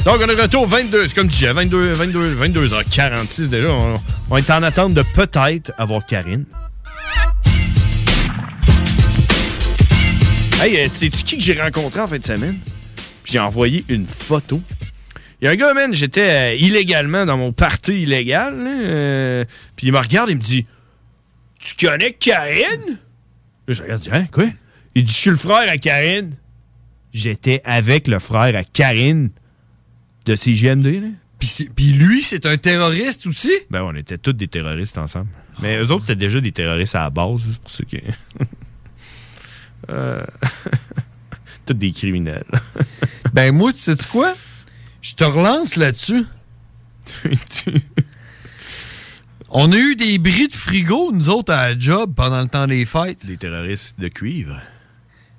Donc, on est de retour 22, c'est comme tu disais, 22, 22, 22h46 déjà. On, on est en attente de peut-être avoir Karine. Hey, euh, sais-tu qui que j'ai rencontré en fin de semaine? Puis j'ai envoyé une photo. Il y a un gars, man, j'étais euh, illégalement dans mon party illégal. là, euh, puis il me regarde et me dit Tu connais Karine? Là, je regarde, je dis, hein, quoi? Il dit, je suis le frère à Karine. J'étais avec le frère à Karine de CGMD, là. Puis lui, c'est un terroriste aussi? Ah. Ben, on était tous des terroristes ensemble. Mais eux autres, c'était déjà des terroristes à la base, c'est pour ça que... Euh, Tous des criminels.
Ben moi, tu sais-tu quoi? Je te relance là-dessus. On a eu des bris de frigo, nous autres, à la job pendant le temps des fêtes.
Des terroristes de cuivre?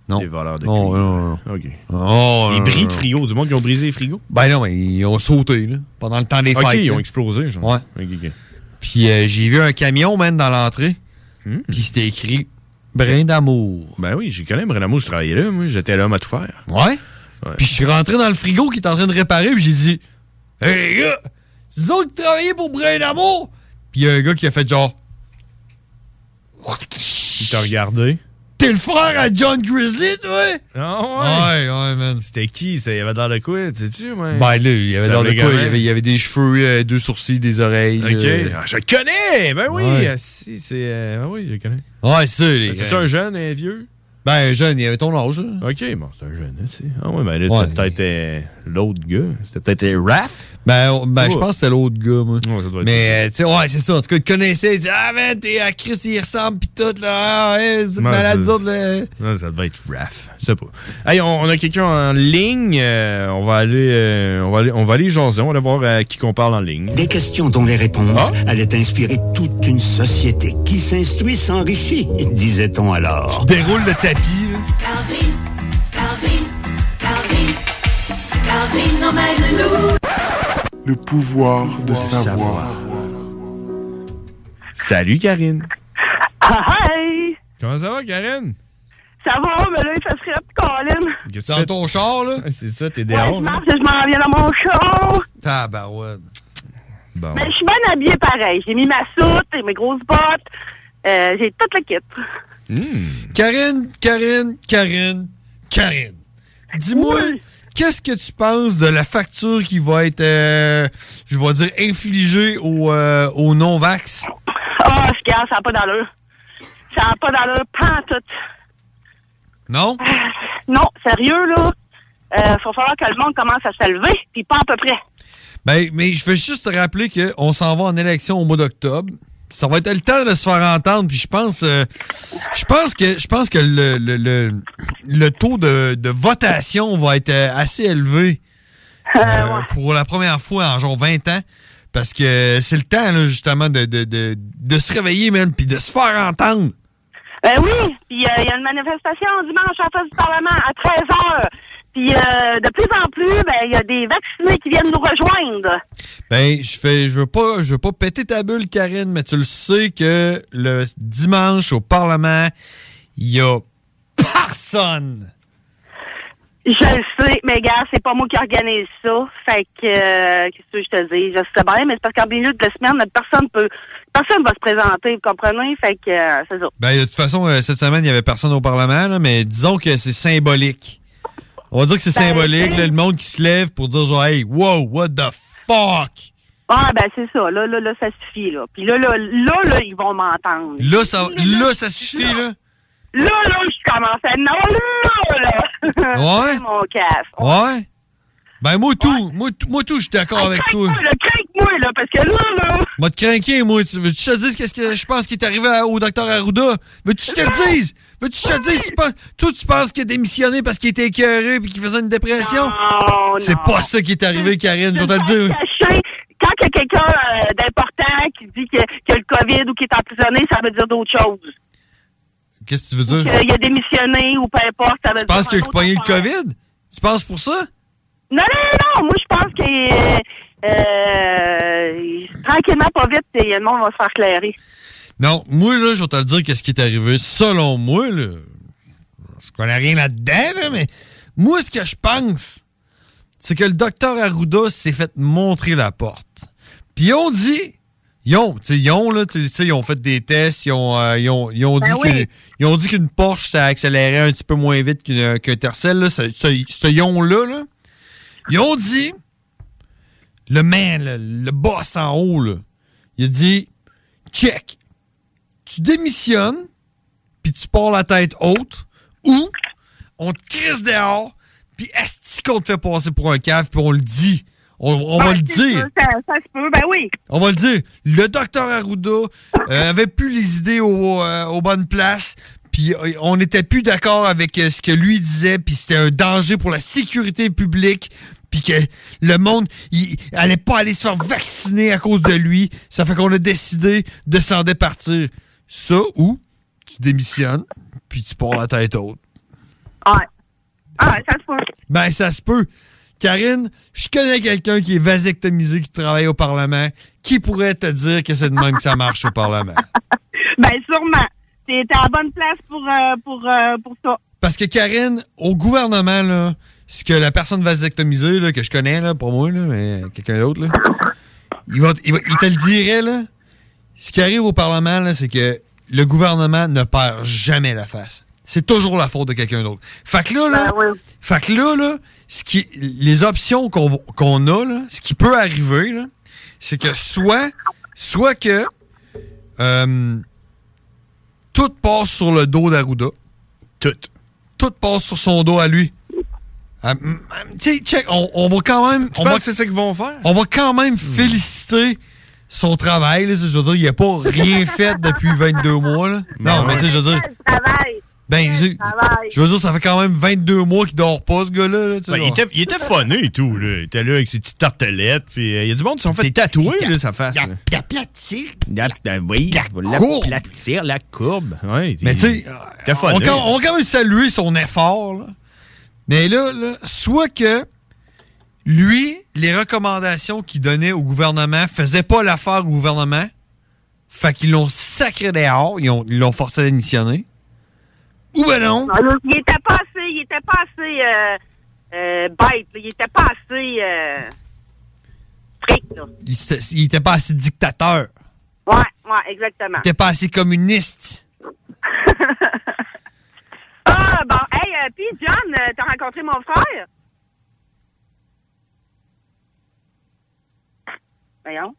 Non.
Des voleurs de
Non,
cuivre.
non, non.
OK.
Oh,
Ils
non,
brillent
non,
de
non.
frigo, du monde qui ont brisé les frigos.
Ben non, mais ils ont sauté, là, pendant le temps des
OK,
fêtes.
ils
là.
ont explosé, genre.
Ouais.
OK,
Puis euh, j'ai vu un camion, man, dans l'entrée. Puis c'était écrit Brin d'amour.
Hmm. Ben oui, j'ai connais Brin d'amour, je travaillais là, moi, j'étais l'homme à tout faire.
Ouais? Puis je suis rentré dans le frigo qui est en train de réparer, puis j'ai dit Hey les gars, c'est vous autres qui travaillez pour Brin d'amour? Puis il y a un gars qui a fait genre
Il t'a regardé.
T'es le frère à John Grizzly, toi?
Ah
ouais? Euh, Ouais, ouais, man.
C'était qui? ça? Il y avait dans le quoi, tu sais-tu, moi?
Ben là, il y avait
Ça
dans le
avait
quoi,
gamin.
il y avait, il y avait des cheveux, euh, deux sourcils, des oreilles.
OK.
euh,
Ah, je le connais! Ben oui!
Ouais.
ah, si, c'est... euh, ben oui, je le connais. Ben,
Ouais, Ben, c'est ça, les
C'est
gars.
un jeune, un vieux?
Ben, jeune, il avait ton âge, là.
Ah, ben, OK, bon, c'est un jeune, tu sais. Ah ouais, ben là, c'était peut-être euh, l'autre gars. C'était peut-être euh, Raph?
Ben, on- ben, je
Ouais.
pense que c'était l'autre gars, moi. Mais, euh, tu sais, ouais, c'est ça. En tout cas, il connaissait. Il dit, ah, man, t'es à Chris, il ressemble, pis tout, là. Ah, hey, vous êtes
Ouais,
malades,
c'est-
vous autres, là.
Non, ça devait être rough. Je sais pas. Hey, on, on a quelqu'un en ligne. euh, on va aller, euh, on va aller, on va aller jaser. On va voir à qui qu'on parle en ligne.
Des questions dont les réponses
Ah?
allaient inspirer toute une société qui s'instruit s'enrichit, disait-on alors.
Déroule le tapis.
Calvin, Calvin, Calvin, Calvin emmène-nous.
Le pouvoir de savoir.
Salut, Karine.
Hi!
Comment ça va, Karine?
ah, Ça va, mais là, il fait frais, Colin.
Dans ton char, là? C'est ça, t'es
Ouais, je
dehors.
marche et je m'en reviens dans mon char.
Tabarouette.
Bon.
Mais je suis bien habillée pareil. J'ai mis ma soute et mes grosses bottes. Euh, j'ai toute la kit.
Hmm.
Karine, Karine, Karine, Karine. Dis-moi, qu'est-ce que tu penses de la facture qui va être, euh, je vais dire, infligée aux euh, aux non-vax?
Ah, oh, je garde, ça n'a pas d'allure. Ça n'a pas d'allure, pantoute.
Non?
Non, sérieux, là. Il faut falloir que le monde commence à se lever, puis pas à peu près.
Ben, mais je veux juste te rappeler qu'on s'en va en élection au mois d'octobre. Ça va être le temps de se faire entendre, puis je pense, euh, je pense que, je pense que le, le, le, le taux de, de votation va être euh, assez élevé euh, pour la première fois en genre 20 ans, parce que c'est le temps là, justement de, de, de, de se réveiller même, puis de se faire entendre.
Ben oui, puis euh, il y a une manifestation dimanche à la face du Parlement à 13 h. Puis euh, de plus en plus, ben il y a des vaccinés qui viennent nous rejoindre.
Ben, je fais, je veux pas, je veux pas péter ta bulle, Karine, mais tu le sais que le dimanche au Parlement, il y a personne.
Je le sais, mais gars, c'est pas moi qui organise ça. Fait que euh, qu'est-ce que je te dis? Je sais bien, mais c'est parce qu'en milieu de la semaine, personne peut personne va se présenter, vous comprenez? Fait que euh, c'est ça.
Ben, de toute façon, euh, cette semaine, il y avait personne au Parlement, là, mais disons que c'est symbolique. On va dire que c'est
Ben,
symbolique,
c'est-
là, le monde qui se lève pour dire genre, hey, wow, what the fuck?
Ah ben c'est ça, là, là, là, ça suffit, là. Puis là, là, là, là, ils vont m'entendre.
Là, ça, là, ça suffit, là.
Là, là, je commence à non, là, là!
Ouais?
mon casse.
Ouais? Ben, moi, tout, moi, tout, moi, tout, je suis d'accord avec toi.
Là, craque-moi, là, parce que là, là,
Moi, te craquer, moi. Tu veux que je te dise qu'est-ce que je pense qui est arrivé à- au docteur Arruda? Veux-tu que je te le dise? Veux-tu que je te dise? Tu penses, toi, tu penses qu'il a démissionné parce qu'il était écœuré et qu'il faisait une dépression? C'est pas ça qui est arrivé, Karine. Je vais te le dire.
caché. Quand il y a quelqu'un euh, d'important qui dit que- qu'il a le COVID ou qu'il est emprisonné, ça veut dire d'autres choses.
Qu'est-ce que tu veux dire?
Qu'il a démissionné ou peu importe, ça veut
Euh. Tu penses
dire.
qu'il a pogné le COVID? Tu penses pour ça?
Non, non, non, non, moi, je pense que euh, euh, tranquillement, pas vite, et le monde va se faire clairer.
Non, moi, là, je vais te le dire qu'est-ce qui est arrivé. Selon moi, là, je connais rien là-dedans, là, mais moi, ce que je pense, c'est que le docteur Arruda s'est fait montrer la porte. Puis ils ont dit, ils ont, tu sais, ils ont, là, tu sais, tu sais, ils ont fait des tests, ils ont, euh, ils ont, ils ont dit
Ben oui.
que- ils ont dit qu'une Porsche, ça accélérait un petit peu moins vite qu'une, euh, qu'un Tercel, là, ce, ce, ce ion-là, là. Ils ont dit, le man, le, le boss en haut, là, il a dit, check, tu démissionnes, puis tu pars la tête haute, ou on te crisse dehors, puis est-ce qu'on te fait passer pour un cave, puis on le dit. On, on va le dire.
Ça, ça se peut, ben oui.
On va le dire. Le docteur Arruda euh, avait plus les idées au- euh, aux bonnes places. Puis euh, on n'était plus d'accord avec euh, ce que lui disait, puis c'était un danger pour la sécurité publique, puis que le monde il allait pas aller se faire vacciner à cause de lui. Ça fait qu'on a décidé de s'en départir. Ça ou tu démissionnes, puis tu pars la tête haute.
Ouais. Ah, ça se peut.
Ben, ça se peut. Karine, je connais quelqu'un qui est vasectomisé, qui travaille au Parlement. Qui pourrait te dire que c'est de même que ça marche au Parlement?
Ben, sûrement. T'es t'es à la bonne place pour, euh, pour, euh, pour ça.
Parce que Karine, au gouvernement, là, ce que la personne vasectomisée, là, que je connais, là, pour moi, là, mais quelqu'un d'autre, là, il, va, il va- il te le dirait, là. Ce qui arrive au Parlement, là, c'est que le gouvernement ne perd jamais la face. C'est toujours la faute de quelqu'un d'autre. Fait que là, là, fait que là, là, ce qui, les options qu'on qu'on a, là, ce qui peut arriver, là, c'est que soit, soit que euh, tout passe sur le dos d'Arruda. Tout. Tout passe sur son dos à lui. Euh, mm, tu sais, check, on, on va quand même.
Tu
on
penses
va-
que c'est ça qu'ils vont faire?
on va quand
Hmm.
même féliciter son travail. là. je veux dire, il n'a pas rien fait depuis 22 mois. là. Non,
Ben
mais tu sais, je veux dire.
Travail.
Ben, je, je veux dire, ça fait quand même 22 mois qu'il dort pas, ce gars-là. là, tu sais.
Ben, il, était, il était funné et tout. Là. Il était là avec ses petites tartelettes. Puis euh, il y a du monde qui se sont fait tatouer là, sa face. là. La, la- oui, la,
courbe.
l'aplatir, la courbe. Ouais,
Mais tu sais,
t'es
on,
funné.
va quand- on va quand même saluer son effort. là. Mais là, là, soit que lui, les recommandations qu'il donnait au gouvernement faisaient pas l'affaire au gouvernement. Fait qu'ils l'ont sacré dehors. Ils ont- ils l'ont forcé à démissionner. Ou ben non.
Ah, Il était pas assez, il était pas assez euh, euh, bête, là. il était pas assez euh, strict. là.
Il s'était- il était pas assez dictateur.
Ouais, ouais, exactement.
Il était pas assez communiste.
Ah, bon, hey, euh, puis John, euh, t'as rencontré mon frère? Voyons.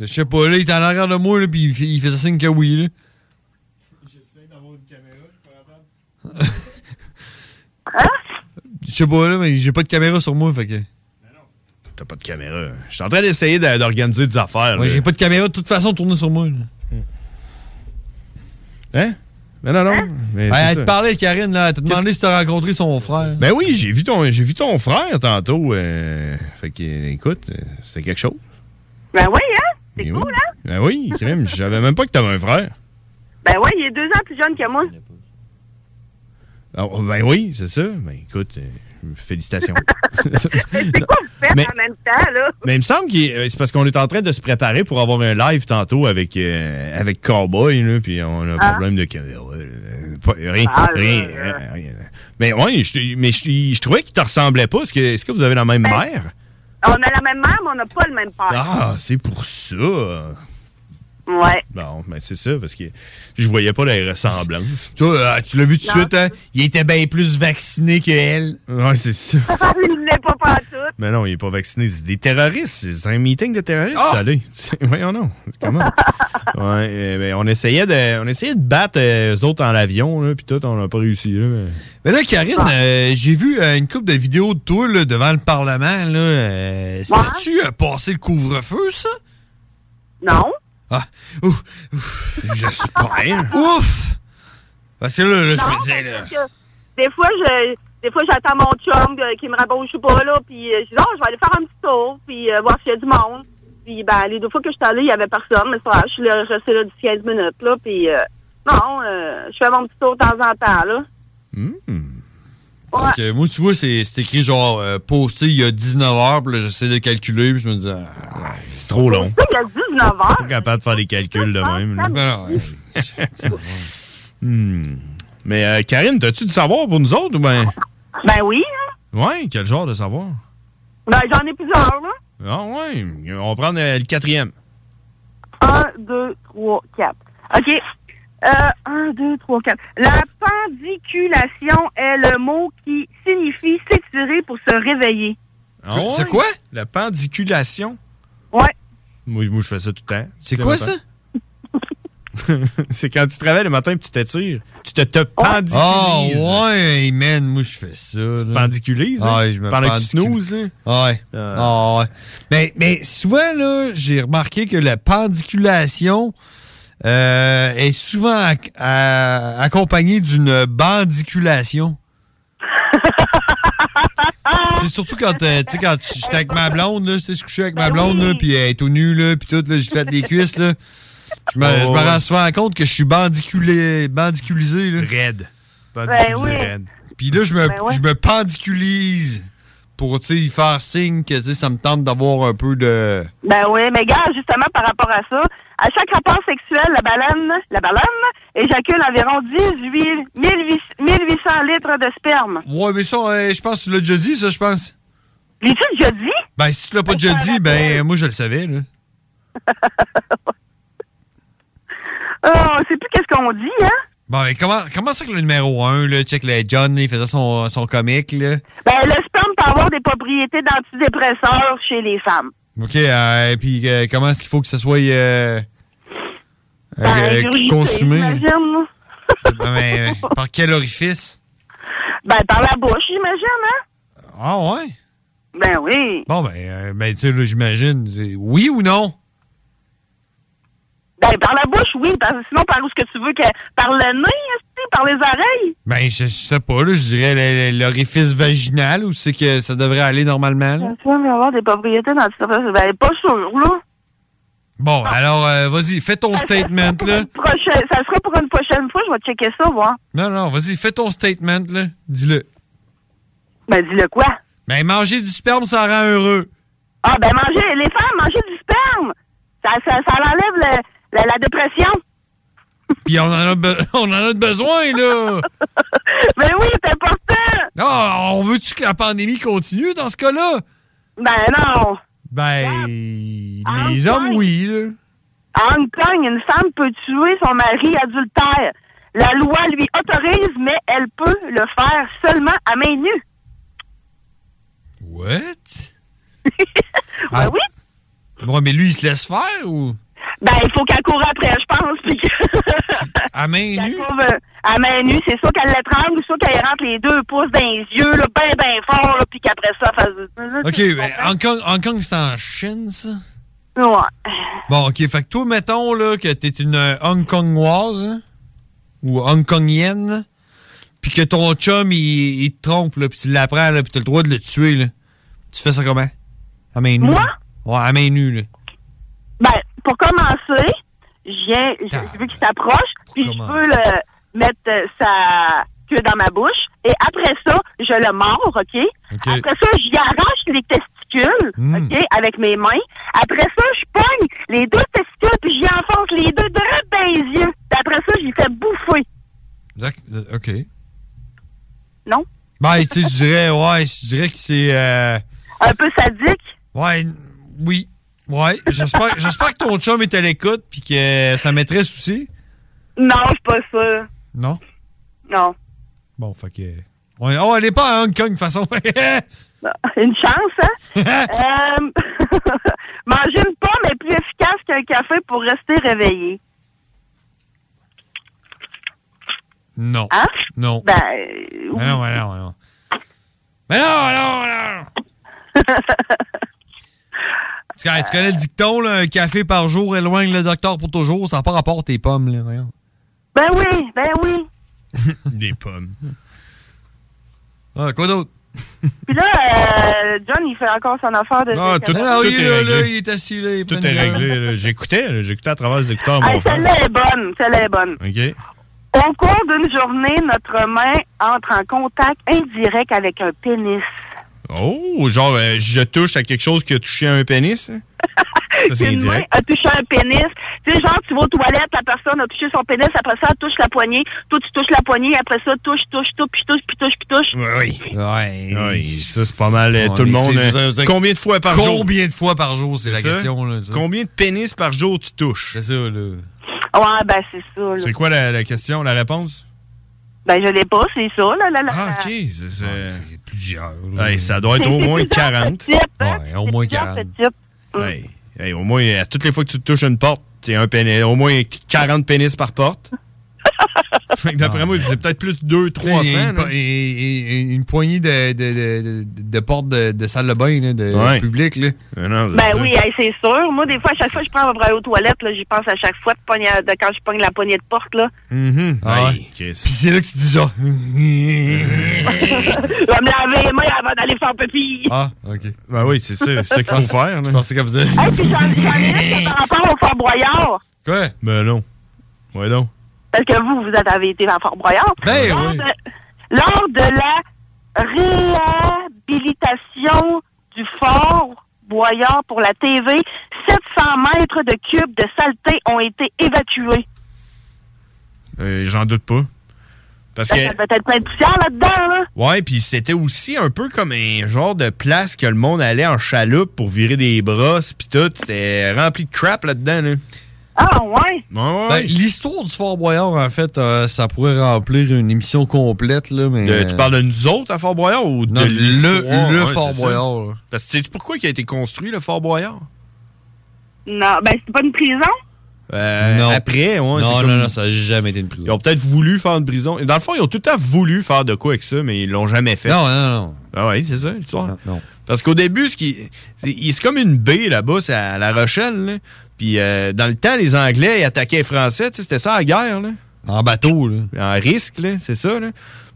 Je sais pas, là, il était en arrière de moi, là, puis il, fait- il faisait signe que oui, là. Hein? Je sais pas, là, mais j'ai pas de caméra sur moi, fait que...
T'as pas de caméra. Je suis en train d'essayer de- d'organiser des affaires.
Ouais,
là.
j'ai pas de caméra de toute façon tournée sur moi, là.
Hein? Mais non, non. Mais
Ben,
c'est
elle
ça.
te parlait, Karine, là. Elle t'a demandé si t'as rencontré son frère.
Ben oui, j'ai vu ton, j'ai vu ton frère tantôt. euh, fait que, euh, écoute, euh, c'est quelque chose.
Ben oui, hein? C'est
Ben oui.
cool, hein?
Ben oui, crime, je savais même pas que t'avais un frère.
Ben oui, il est deux ans plus jeune que moi.
Ah, ben oui, c'est ça. Ben écoute, euh, félicitations.
C'est quoi vous faites
mais-
en même temps, là?
Mais il me semble que c'est parce qu'on est en train de se préparer pour avoir un live tantôt avec, euh, avec Cowboy, là, puis on a un
Ah.
problème de caméra. euh, pas- rien,
Ah, là,
rien,
là.
rien. Mais oui, je, mais je, je trouvais qu'il te ressemblait pas. Est-ce que, est-ce que vous avez la même
Ben,
mère?
On a la même mère, mais on n'a pas le même père.
Ah, c'est pour ça.
Ouais.
Bon, ben c'est ça, parce que je voyais pas les ressemblances.
Tu vois, euh, tu l'as vu tout de
Non.
suite, hein? Il était bien plus vacciné que elle.
Ouais, c'est ça.
Ah, il n'est pas partout.
Mais non, il est pas vacciné. C'est des terroristes. C'est un meeting de terroristes,
Ah!
allez. Voyons non. Comment? ouais, euh, ben, on, essayait de, on essayait de battre euh, eux autres en l'avion, là, puis tout, on n'a pas réussi. Là, mais...
Mais là, Karine,
Ah.
euh, j'ai vu euh, une couple de vidéos de toi là, devant le Parlement. Là, euh, C'était-tu euh, passé le couvre-feu, ça?
Non.
Ah, ouf, ouf.
J'espère.
ouf! Parce que là, là, je
Non,
me disais, là...
parce que Des fois, je, des fois, j'attends mon chum euh, qui me rabauche pas, là, puis euh, je dis, oh, je vais aller faire un petit tour, puis euh, voir s'il y a du monde. Puis, ben, les deux fois que je suis allée, il y avait personne, mais c'est pas grave, je suis là- restée là 10-15 minutes, là, puis euh, non, euh, je fais mon petit tour de temps en temps, là.
hmm. Parce que moi, tu vois, c'est c'est écrit genre euh, posté il y a 19h, puis là, j'essaie de calculer, puis je me dis, ah,
c'est trop long.
Tu sais, il y a 19 heures.
Pas capable de faire des calculs de même. là. Hmm. Mais euh, Karine, t'as-tu du savoir pour nous autres ou ben?
Ben oui, hein.
Ouais, quel genre de savoir?
ben, j'en ai plusieurs, là.
Ah ouais, on va prendre euh, le quatrième.
1, 2, 3, 4. OK. Euh, 1, 2, 3, 4. La pendiculation est le mot qui signifie s'étirer pour se réveiller.
Ah
c'est quoi? Ah, La pendiculation.
Ouais.
Moi, moi, je fais ça tout le temps.
C'est hein? quoi, ça?
c'est quand tu travailles le matin et tu t'étires. Tu te, te pendiculises.
Ah, Oh, ouais, hey, man, moi, je fais ça. Tu te
pendiculises, hein?
Ouais, je me
Pendant que tu
pendicule-
snoozes, hein?
Ouais. Ah, ouais. Mais, mais souvent, là, j'ai remarqué que la pendiculation euh, est souvent ac- à- accompagnée d'une bandiculation. C'est surtout quand, euh, tu sais, quand j'étais avec ma blonde, là, tu sais, je couchais avec ma blonde, là, puis elle est tout nue, là, puis tout, là, j'ai fait des cuisses, là. Je me,
Oh,
je me
ouais.
rends souvent compte que je suis bandiculé, bandiculisé, là.
Raide.
Bandiculisé, Ben oui. raide.
Puis là, je me,
Ben ouais.
je me pendiculise pour, tu sais, y faire signe que, tu sais, ça me tente d'avoir un peu de...
Ben oui, mais gars, justement, par rapport à ça, à chaque rapport sexuel, la baleine, la baleine éjacule environ 18 1800 1800 litres de sperme.
Ouais, mais ça, euh, je pense que tu l'as déjà dit, ça, je pense.
L'as-tu déjà dit?
Ben, si tu l'as pas déjà dit, ben, moi, je le savais, là.
Oh, on sait plus qu'est-ce qu'on dit, hein?
Bon, mais comment, comment ça que le numéro 1, là, check, le John, il faisait son, son comique, là.
Ben, le sperme peut avoir des propriétés d'antidépresseurs chez les femmes.
OK, euh, et puis euh, comment est-ce qu'il faut que ça soit euh, euh,
Ben,
euh,
j'ai-
consumé?
j'imagine.
Ben, ben, par quel orifice?
Ben, par la bouche, j'imagine, hein?
Ah ouais?
Ben oui.
Bon, ben, euh, ben tu sais, là, j'imagine, c'est oui ou non?
Ben, par la bouche, oui, parce que sinon, par où ce que tu veux que. Par le nez, esti, par les oreilles.
Ben, je, je sais pas, là, je dirais le- le- l'orifice vaginal ou c'est que ça devrait aller normalement, là?
Tu vas avoir des propriétés dans cette affaire. Ben, pas sûr, là.
Bon, alors, euh, vas-y, fais ton statement, là.
Prochain- ça sera pour une prochaine fois, je vais checker ça, moi.
Non, non, vas-y, fais ton statement, là. Dis-le.
Ben, dis-le quoi?
Ben, manger du sperme, ça rend heureux.
Ah, ben, manger, les femmes, manger du sperme. Ça, ça, ça enlève le- la- la dépression.
Puis on en a, be- on en a besoin, là.
ben oui, c'est important.
Ah, on veut-tu que la pandémie continue dans ce cas-là?
Ben non.
Ben, les hommes, oui, là.
À Hong Kong, une femme peut tuer son mari adultère. La loi lui autorise, mais elle peut le faire seulement à main nue.
What? ah oui? Bon, mais lui, il se laisse faire ou?
Ben, il faut qu'elle court après, je pense. puis que-
À main
qu'elle court, euh, à main nue, c'est soit qu'elle l'étrangle, soit qu'elle rentre les deux pouces dans les yeux, là, ben, ben fort, là, puis qu'après ça, elle fasse...
Ok, ben, Hong Kong, Hong Kong, c'est en Chine, ça?
Ouais.
Bon, ok, fait que toi, mettons là, que t'es une euh, Hong Kongoise hein, ou Hong Kongienne, puis que ton chum, il, il te trompe, là, puis tu l'apprends, là, puis t'as le droit de le tuer, là. Tu fais ça comment? À main nue.
Moi?
Ouais, à main nue, là.
Ben, pour commencer, je viens, je, je veux qu'il s'approche, puis je veux le, mettre euh, sa queue dans ma bouche, et après ça, je le mords, OK? Après ça, j'y arrache les testicules, OK, avec mes mains. Après ça, je pogne les deux testicules, puis j'y enfonce les deux droits dans les yeux. Puis après ça, j'y fais bouffer,
Zac- euh, Ok.
non?
Ben, tu sais, je dirais, ouais, je dirais que c'est. euh,
Un peu sadique?
Ouais, n- oui. Ouais, j'espère j'espère que ton chum est à l'écoute, puis que sa maîtresse aussi.
Non, je suis pas sûre.
Non?
Non.
Bon, fait que. On, on- elle est pas à Hong Kong, de toute façon.
Une chance, hein? Euh, manger une pomme est plus efficace qu'un café pour rester réveillé.
Non.
Hein?
Non.
Ben,
Mais non, mais non, mais non. Mais non, mais non, mais non. tu, connais, tu connais le dicton, là, un café par jour éloigne le docteur pour toujours, ça n'a pas rapport à tes pommes, là, voyons.
Ben oui, ben oui.
Des pommes. Ah, quoi d'autre?
Puis là, euh, John, il fait encore son affaire de...
Non, tout,
de-
tout
il est Ah là, là,
réglé.
il est assis, là, il
Tout
prend une
est
bière.
réglé. là. J'écoutais, là, j'écoutais à travers les écouteurs.
Hey,
hein.
mon frère.
celle-là est bonne, celle-là est bonne.
OK.
Au cours d'une journée, notre main entre en contact indirect avec un pénis.
Oh, genre, euh, je touche à quelque chose qui a touché un pénis. hein? Ça, c'est
Une main
direct.
a touché un pénis. Tu sais, genre, tu vas aux toilettes, la personne a touché son pénis, après ça, elle touche la poignée. Toi, tu touches la poignée, après ça, touche, touche, touche, puis touche, puis touche, puis touche.
Oui.
Ouais.
ça, c'est pas mal. euh,
Ouais,
tout le
mais
monde.
c'est-
euh,
je veux dire,
combien de fois par jour?
Combien de fois par jour, c'est la
ça?
question, là.
Combien de pénis par jour tu touches?
C'est ça, là.
Ouais, ben, c'est ça, là.
C'est quoi la, la question, la réponse?
Ben, je l'ai pas, c'est ça, là, là, là.
Ah, OK. C'est
plusieurs.
ça doit être au
C'est
moins
plusieurs
40.
petits types,
Ouais, au moins
plusieurs
40.
petits types.
Hey, hey, au moins, à toutes les fois que tu touches une porte, t'es un pénis, au moins 40 pénis par porte. Fait que D'après moi, c'est peut-être plus 2 300
Il y a une, po- et- et- et une poignée de, de, de, de- de portes de, de salle de bain, là, de
Ouais.
public. Là.
Ben oui, hey, c'est sûr. Moi, des fois, à chaque fois que je prends pour aller aux toilettes, là, j'y pense à chaque fois de pogne à- de quand je pogne la poignée de porte, là.
Ah ouais.
Puis
c'est là que tu dis genre.
Je vais me laver les mains avant d'aller faire pipi.
Ah, OK.
Ben oui, c'est ça, c'est ça qu'il faut faire. Je
pensais qu'elle faisait.
Hey, puis j'en j'en ai une, c'est par rapport au Fort Boyard.
Quoi?
Ben non. Ouais, non.
Parce que vous, vous êtes- avez été dans Fort Boyard.
Ben
lors,
oui.
de, lors de la réhabilitation du Fort Boyard pour la TV, 700 mètres de cubes de saleté ont été évacués.
Euh, J'en doute pas. Parce
Il
que.
y a peut-être plein de poussière là-dedans, là.
Ouais, puis c'était aussi un peu comme un genre de place que le monde allait en chaloupe pour virer des brosses puis tout. C'était rempli de crap là-dedans. Là.
Ah, ouais.
Ouais,
Ben, L'histoire du Fort Boyard, en fait, euh, ça pourrait remplir une émission complète. Là, mais...
De- tu parles de nous autres à Fort Boyard ou
Non,
de
le-
l'histoire?
le
Ouais,
Fort
c'est ça.
Boyard, là.
Parce que sais-tu pourquoi il a été construit, le Fort Boyard?
Non, ben, c'est pas une prison.
Euh,
Non.
Après, ouais,
Non,
c'est
non,
comme-
non, ça a jamais été une prison.
Ils ont peut-être voulu faire une prison. Dans le fond, ils ont tout le temps voulu faire de quoi avec ça, mais ils l'ont jamais fait.
Non, non, non.
Ah oui, c'est ça, l'histoire.
Non, non.
Parce qu'au début, ce qui, c'est, il- c'est comme une baie là-bas, c'est à La Rochelle. là. Puis euh, dans le temps, les Anglais ils attaquaient les Français, tu sais, c'était ça la guerre. Là. En bateau, En risque, là, c'est ça. là.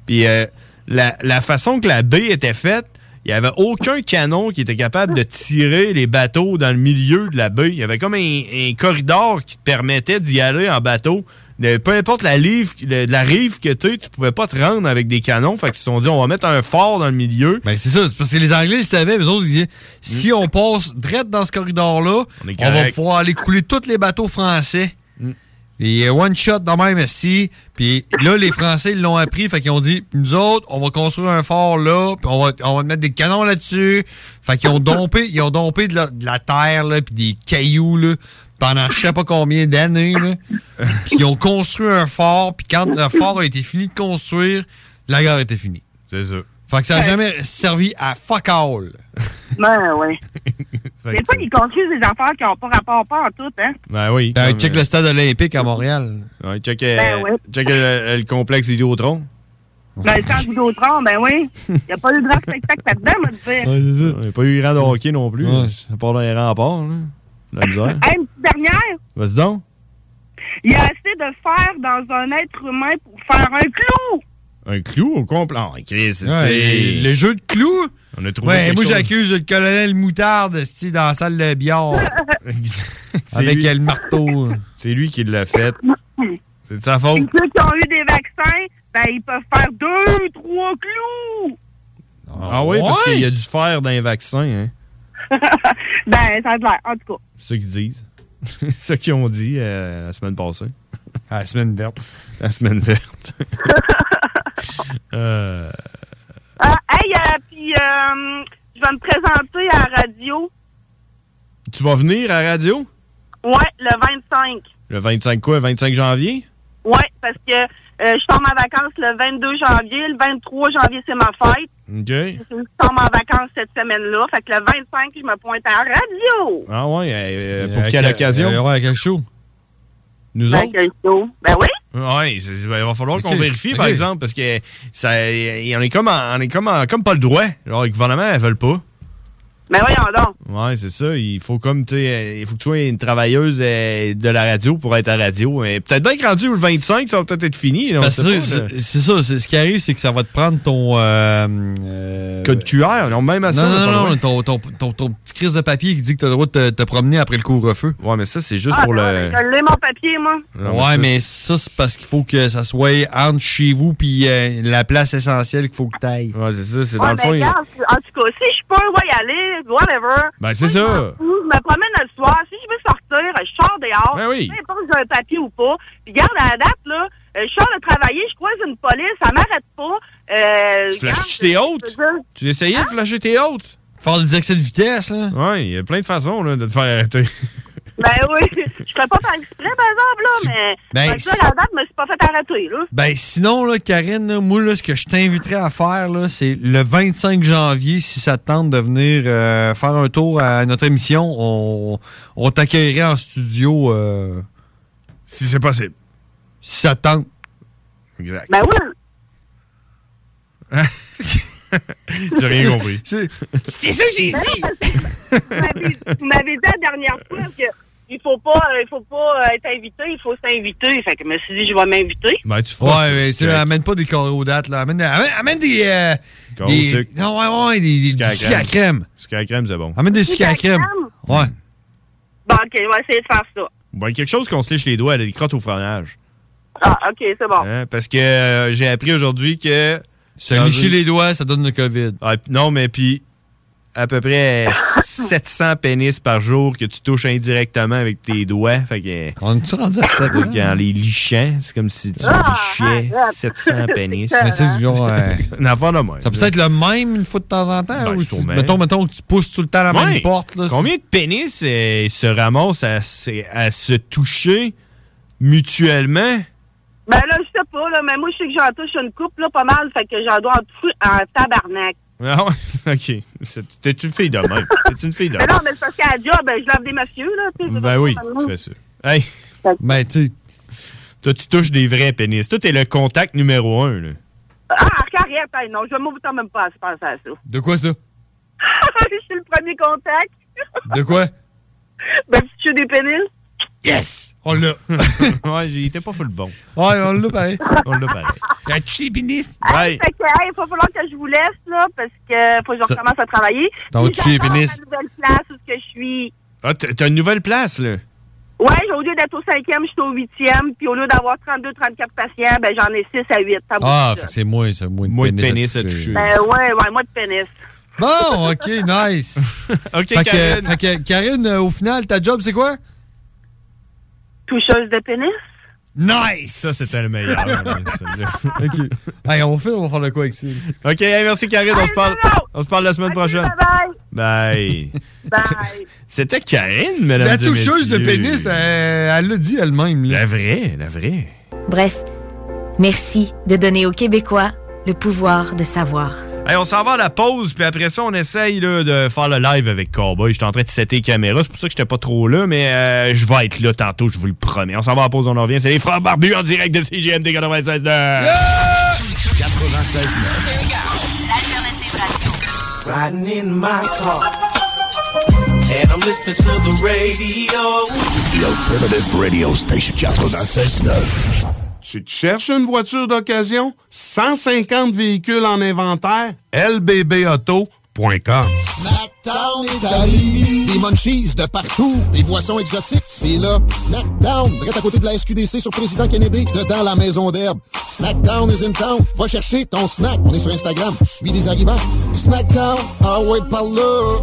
Puis euh, la, la façon que la baie était faite, il n'y avait aucun canon qui était capable de tirer les bateaux dans le milieu de la baie. Il y avait comme un, un corridor qui te permettait d'y aller en bateau. De- peu importe la, rive- le- la rive que tu tu pouvais pas te rendre avec des canons. Fait qu'ils se sont dit, on va mettre un fort dans le milieu.
Ben, c'est ça, c'est parce que les Anglais ils savaient, eux autres, ils disaient si on passe direct dans ce corridor-là,
On est
on, va
correct.
pouvoir aller couler tous les bateaux français.
Mm.
Et euh, one shot dans même si. Puis là, les Français, ils l'ont appris. Fait qu'ils ont dit, nous autres, on va construire un fort là, puis on va, on va mettre des canons là-dessus. Fait qu'ils ont dompé, ils ont dompé de la, de la terre, là, puis des cailloux, là, pendant je sais pas combien d'années, là. Puis ils ont construit un fort, puis quand le fort a été fini de construire, la guerre était finie.
C'est ça.
Fait que ça n'a jamais servi à fuck all.
Ben, ouais.
Fait
Des
que
fois, ils construisent des affaires qui n'ont pas rapport pas en tout, hein.
Ben oui.
Ben, check le stade olympique à Montréal.
Ouais, check, euh,
Ben ouais.
check, euh, le, le complexe Vidéotron.
Dans le temps du Gautron, ben oui. Il n'y a pas eu de grand spectacle là-dedans, moi, je veux dire.
Il n'y a pas eu grand de hockey non plus. À part dans les remparts, là. La misère.
Hey, une petite dernière,
Vas-y donc.
il y a assez de fer dans un être humain pour faire un clou.
Un clou au complet. Ah, Chris, c'est-
Ouais, le jeu de clous.
On a trouvé
Ouais,
quelque
moi
chose.
j'accuse le colonel Moutarde c'ti, dans la salle de billard.
C'est
Avec
lui-
le marteau.
C'est lui qui l'a fait. C'est de sa faute.
Ceux qui ont eu des vaccins, ben, ils peuvent faire deux, trois clous.
Ah oui, parce
ouais?
qu'il y a du fer dans les vaccins, hein.
ben, ça a de l'air, en tout cas.
C'est ce qu'ils disent. C'est ce qu'ils ont dit euh, la semaine passée.
la semaine verte.
La semaine verte. Euh,
Ah, hey, euh, puis euh, je vais me présenter à la radio.
tu vas venir à la radio?
Ouais, le 25.
Le 25 quoi? 25 janvier?
Ouais, parce que euh, je tombe en vacances le 22 janvier. Le 23 janvier, c'est ma fête.
OK.
Je tombe en vacances cette semaine-là. Fait que le 25, je me pointe à la radio.
Ah ouais, euh, pour
Euh,
quelle
que-
occasion?
euh, ouais, quel show?
Nous
Fait
autres?
que, oh, Ben oui.
Oui, il va falloir qu'on
Ok,
vérifie, par
ok.
exemple, parce que ça, y- on est comme, en- on est comme, en- comme pas le droit. Genre, les gouvernements, ils veulent pas.
Ben voyons donc.
Ouais, c'est ça. Il faut comme, tu sais, euh, il faut que tu sois une travailleuse euh, de la radio pour être à la radio. Et Peut-être bien que rendu le 25, ça va peut-être être fini. là, on
Parce
sait
que
pas, là.
c'est- c'est ça, c'est- ce qui arrive, c'est que ça va te prendre ton. euh, euh,
Code QR, non, même à ça.
non,
on a pas
non,
le
non,
droit.
ton, ton, ton, ton petit crise de papier qui dit que t'as le droit de te, te promener après le couvre-feu.
Ouais, mais ça, c'est juste
Ah, non, mais Je l'ai mon papier, moi.
ouais, mais ça, c'est parce qu'il faut que ça soit entre chez vous puis euh, la place essentielle qu'il faut que t'ailles.
Ouais, c'est ça, c'est
Ouais, ben, regarde, en tout cas, si je peux, on va y aller, whatever.
Ben, c'est ça.
Ou je me promène le soir. Si je veux sortir, je sors dehors.
Ben oui.
Peu importe si j'ai un papier ou pas. Puis, garde, à la date, là, euh, je sors de travailler, je croise une police, ça m'arrête pas. Euh,
Tu flashes tes hautes? Tu essayais de flasher tes hautes?
Faire des excès de vitesse, là.
Ouais, il y a plein de façons, là, de te faire arrêter.
Ben oui. Je ferais pas faire exprès, par exemple, là, mais.
Ben,
parce que là, à la date, je me suis pas fait arrêter, là.
Ben sinon, là, Karine, là, moi, là, ce que je t'inviterais à faire, là, c'est le 25 janvier, si ça te tente de venir euh, faire un tour à notre émission, on, on t'accueillerait en studio. euh,
si c'est possible.
Si ça te tente.
Exact.
Ben oui.
J'ai rien compris.
C'est ça que j'ai dit! Vous m'avez dit la dernière fois que il faut pas, euh, il faut pas euh, être invité, il faut s'inviter. Fait que je me suis dit, je vais m'inviter.
Ben, tu
feras. Ouais, mais tu sais, amène pas des carreaux dates, là. Amène, amène, amène des. euh,
Carreaux
des
sucre.
non, ouais, ouais, des, des, du
Sucre à la
sucre à crème.
Sucre à la crème, c'est bon.
Amène des sucres à la
Sucre à
crème. Ouais.
Bon, ok, je vais essayer de faire ça.
Bon, Ben, quelque chose qu'on se liche les doigts, là, des crottes au fromage.
Ah, ok, c'est bon.
Hein, Parce que euh, j'ai appris aujourd'hui que. Ah,
Se licher les doigts, ça donne le COVID.
non, mais puis à peu près euh, 700 pénis par jour que tu touches indirectement avec tes doigts. Fait que. euh,
On est-tu rendu à 700?
En les lichant, c'est comme si tu lichais 700 pénis.
Mais tu sais, genre, euh,
Une affaire de même.
Ça peut être le même une fois de temps en temps.
Ben,
ou tu-
sûrement.
mettons, mettons que tu pousses tout le temps la
Ouais.
même porte. Là,
Combien de pénis euh, se ramassent à, se- à se toucher mutuellement?
Ben là, je sais pas, là, mais moi, je sais que j'en touche une coupe, là, pas mal. Fait que j'en dois en, tout- en tabarnak.
Ah ouais, ok. C'est- T'es une fille de même. T'es une fille de
Mais
même.
ben, non, mais c'est parce qu'à la job, ben, je lave des messieurs, là. tu sais, c'est
Ben oui,
pas mal,
tu
là.
fais ça. Hey,
Fait que-
Ben, tu sais, toi, tu touches des vrais pénis. Toi, t'es le contact numéro un, là.
Ah, carrière, hey, non, je m'ouvre même pas à se penser à ça.
De quoi ça?
je suis le premier contact.
De quoi?
Ben, si tu as des pénis.
Yes! On l'a.
ouais, j'étais pas full bon.
Ouais, on l'a pareil.
On l'a pareil.
La chibiniste.
Hey, Ah, fait que, hey, il va falloir que je vous laisse, là, parce que faut que je
Ça-
recommence à travailler.
T'en
Puis
vas toucher les
j'adore
pénis.
ma nouvelle place où ce que je suis.
Ah, t'as t'as une nouvelle place, là.
Ouais, j'ai- au lieu d'être au cinquième, je suis au huitième. Puis au lieu d'avoir 32, 34 patients, ben, j'en ai 6 à 8. Ça
Ah,
bouge,
fait
là.
que c'est moi, c'est moi. Moi,
de pénis à toucher.
Ben, ouais, ouais, moi de pénis.
Bon, OK, nice.
OK,
fait que,
Karine.
fait que, Karine, euh, au final, ta job, c'est quoi?
Toucheuse de pénis.
Nice!
Ça, c'était le meilleur.
OK. Hey, on va faire, on va faire de quoi avec ça?
OK, hey, merci, Karine. On se parle, on se parle la semaine prochaine.
Bye!
Bye.
Bye!
C'était Karine, madame.
La toucheuse de pénis, elle elle l'a dit elle-même.
La vraie, la vraie.
Bref, merci de donner aux Québécois le pouvoir de savoir.
Hey, on s'en va à la pause, puis après ça, on essaye là, de faire le live avec Cowboy. J'étais en train de setter les caméras, c'est pour ça que j'étais pas trop là, mais euh, je vais être là tantôt, je vous le promets. On s'en va à la pause, on en revient. C'est les frères barbus en direct de CGMD 96
L'alternative radio.
Riding in my car. And I'm listening to the radio.
The Alternative Radio Station 969.
Tu te cherches une voiture d'occasion? 150 véhicules en inventaire? lbbauto.com
Snackdown Italie. Des munchies de partout. Des boissons exotiques. C'est là. Snackdown. Direct à côté de la SQDC sur Président Kennedy. Dedans la maison d'herbe. Snackdown is in town. Va chercher ton snack. On est sur Instagram. Suis des arrivants. Snackdown. Ah ouais, par là.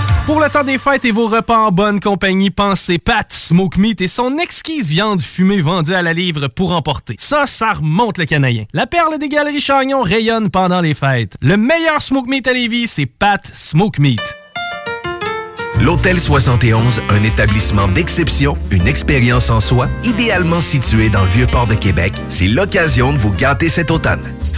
Pour le temps des fêtes et vos repas en bonne compagnie, pensez Pat Smoke Meat et son exquise viande fumée vendue à la livre pour emporter. Ça, ça remonte le canadien. La perle des galeries Chagnon rayonne pendant les fêtes. Le meilleur Smoke Meat à Lévis, c'est Pat Smoke Meat.
L'Hôtel 71, un établissement d'exception, une expérience en soi, idéalement situé dans le Vieux-Port de Québec, c'est l'occasion de vous gâter cet automne.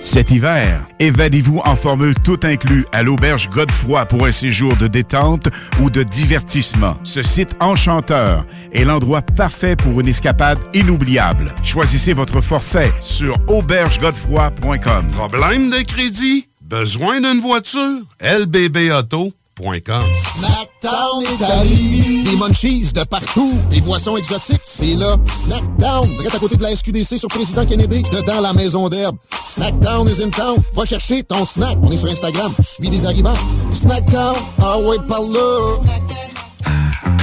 Cet hiver, évadez-vous en formule tout inclus à l'auberge Godefroy pour un séjour de détente ou de divertissement. Ce site enchanteur est l'endroit parfait pour une escapade inoubliable. Choisissez votre forfait sur aubergegodefroy.com.
Problème de crédit? Besoin d'une voiture? lbbauto.com
Snackdown Italie. Des munchies de partout. Des boissons exotiques. C'est là. Snackdown. Direct à côté de la SQDC sur Président Kennedy. Dedans la maison d'herbe. Snackdown is in town. Va chercher ton snack. On est sur Instagram. Suis des arrivants. Snackdown. Ah ouais, par là.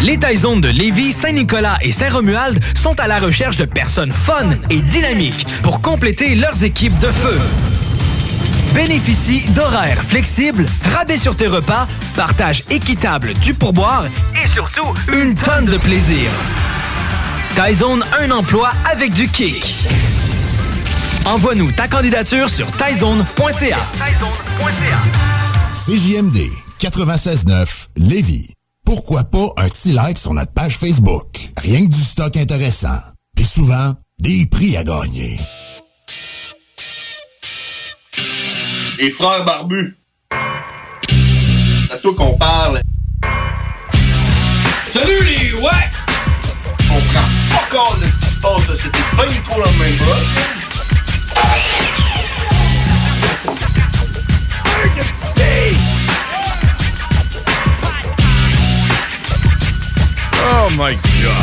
Les Taizones de Lévis, Saint-Nicolas et Saint-Romuald sont à la recherche de personnes fun et dynamiques pour compléter leurs équipes de feu. Bénéficie d'horaires flexibles, rabais sur tes repas, partage équitable du pourboire et surtout une tonne de plaisir. Taizone, un emploi avec du kick. Envoie-nous ta candidature sur taizone.ca.
CJMD 96.9 Lévis. Pourquoi pas un petit like sur notre page Facebook? Rien que du stock intéressant. Puis souvent, des prix à gagner.
Les frères barbus.
à toi qu'on parle. Salut les ouais! On prend pas compte de ce qui se passe, là. c'était pas du tout la même Oh my god!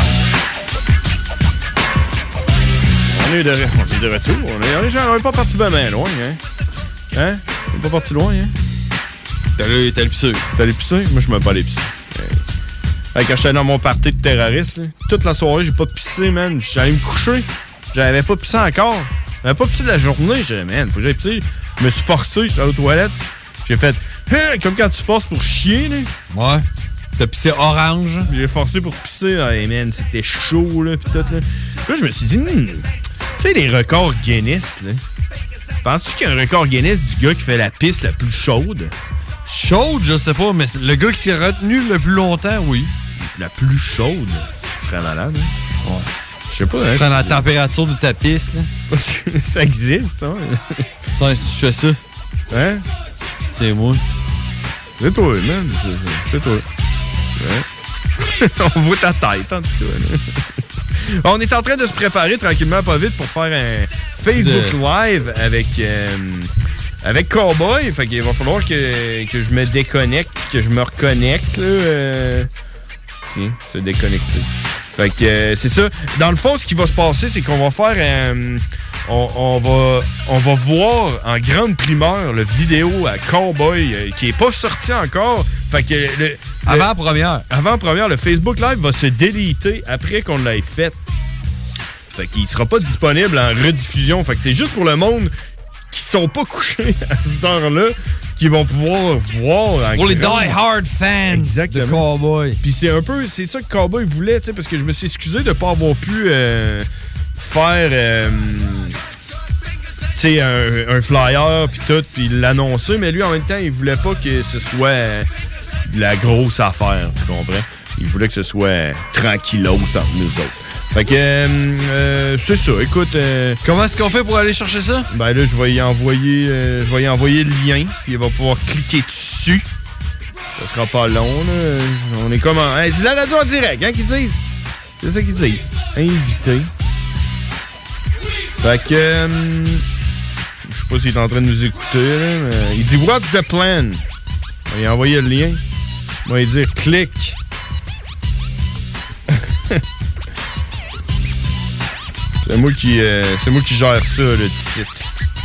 On est de, re- on est de retour. On est, on est genre- on est pas parti bien loin, hein? Hein? On est pas parti loin, hein? T'es allé, t'es allé pisser. T'es allé pisser? Moi, je me pas allé pisser. Hey, quand j'étais dans mon party de terroristes, là, toute la soirée, j'ai pas pissé, man. J'allais me coucher. J'avais pas pissé encore. J'avais pas pissé de la journée. J'ai dit, man, faut que j'aille pisser. Je me suis forcé, j'étais allé aux toilettes. J'ai fait, Hein, comme quand tu forces pour chier, là. Ouais. T'as pissé orange. J'ai forcé pour pisser. Hey, man, c'était chaud, là, pis tout, là. Puis là, je me suis dit, Hmm, tu sais, les records Guinness, là. Penses-tu qu'il y a un record Guinness du gars qui fait la pisse la plus chaude? Chaude, je sais pas, mais le gars qui s'est retenu le plus longtemps, oui. La plus chaude? Tu serais malade, hein? Ouais. Je sais pas, hein,
Dans la
si-
température de ta piste.
ça existe,
hein?
ça.
Putain, si tu fais ça.
Hein?
C'est moi.
C'est toi, man. C'est- C'est toi. Ouais. On voit ta tête, en tout cas. là. On est en train de se préparer tranquillement, pas vite, pour faire un Facebook
De-
Live avec, euh, avec Cowboy. Fait qu'il va falloir que, que je me déconnecte, que je me reconnecte. là, euh. Tiens, se déconnecter. Fait que euh, c'est ça. Dans le fond, ce qui va se passer, c'est qu'on va faire euh, on, on va, on va voir en grande primeur le vidéo à Cowboy euh, qui est pas sorti encore. Fait que avant première. Avant première, le Facebook Live va se déliter après qu'on l'ait fait. Fait qu'il sera pas disponible en rediffusion. Fait que c'est juste pour le monde qui sont pas couchés à cette heure-là qui vont pouvoir voir.
C'est
en
pour les
grand.
die-hard fans
Exactement.
de Cowboy.
Puis c'est un peu, c'est ça que Cowboy voulait, tu sais, parce que je me suis excusé de pas avoir pu euh, faire, euh, tu sais, un, un flyer puis tout, puis l'annoncer, mais lui en même temps, il voulait pas que ce soit euh, de la grosse affaire, tu comprends? Il voulait que ce soit tranquillos entre nous autres. Fait que, euh, euh, c'est ça, écoute. Comment est-ce qu'on fait pour aller chercher ça? Ben là, je vais y envoyer, euh, je vais y envoyer le lien, puis il va pouvoir cliquer dessus. Ça sera pas long, là. On est comme en... Hey, c'est la radio en direct, hein, qu'ils disent. C'est ça qu'ils disent. Invité. Fait que... euh, Je sais pas s'il est en train de nous écouter, là, mais Il dit « What's the plan? » On va lui envoyer le lien. On va lui dire « Clique. » C'est moi qui... euh, c'est moi qui gère ça, le site.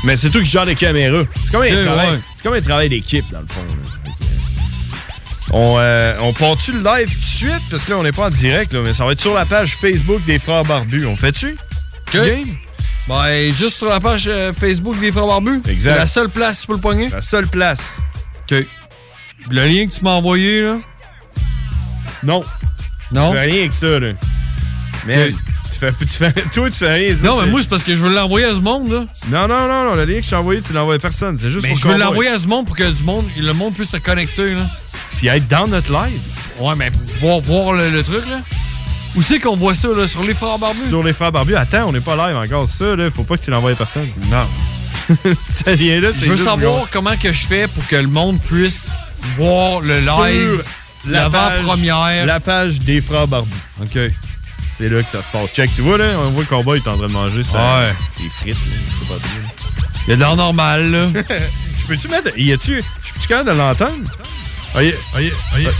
Mais c'est toi qui gère les caméras. C'est comme
Ouais,
un travail...
ouais.
C'est comme un travail d'équipe, dans le fond, là. On, euh, on part-tu le live tout de suite? Parce que là, on n'est pas en direct, là, mais ça va être sur la page Facebook des Frères Barbus. On fait-tu?
Ben, juste sur la page euh, Facebook des Frères Barbus.
Exact.
C'est la seule place pour le poignet. La
seule place.
OK. Le lien que tu m'as envoyé, là.
Non.
Non?
Tu fais rien avec ça, là. Mais tu fais, tu fais- toi, tu fais rien.
Non, mais moi,
c'est parce que je veux l'envoyer à ce monde, là. Non, non, non, non. Le lien que je t'ai envoyé, tu l'envoies à personne. C'est juste
Mais
pour
je veux
qu'on voit.
l'envoyer à ce monde pour que du monde, le monde puisse se connecter, là.
Puis être dans notre live.
Ouais, mais pour voir, voir le, le truc, là. Où c'est qu'on voit ça, là? Sur les Frères Barbus?
Sur les Frères Barbus. Attends, on n'est pas live encore. Ça, là, faut pas que tu l'envoies à personne. Non. Ce lien-là, c'est
Je veux
juste
savoir
pour-
comment que je fais pour que le monde puisse voir le live,
Sur la page-
l'avant-première.
La page des frères Barbus. OK. C'est là que ça se passe. Check, tu vois, là, on voit le combat, il est en train de manger ça.
Ouais.
C'est frites, là. Je sais pas trop.
Il y a de l'art normal, là.
Je peux-tu mettre. Y a-tu. Je peux-tu capable de l'entendre? Aïe, aïe, aïe, aïe.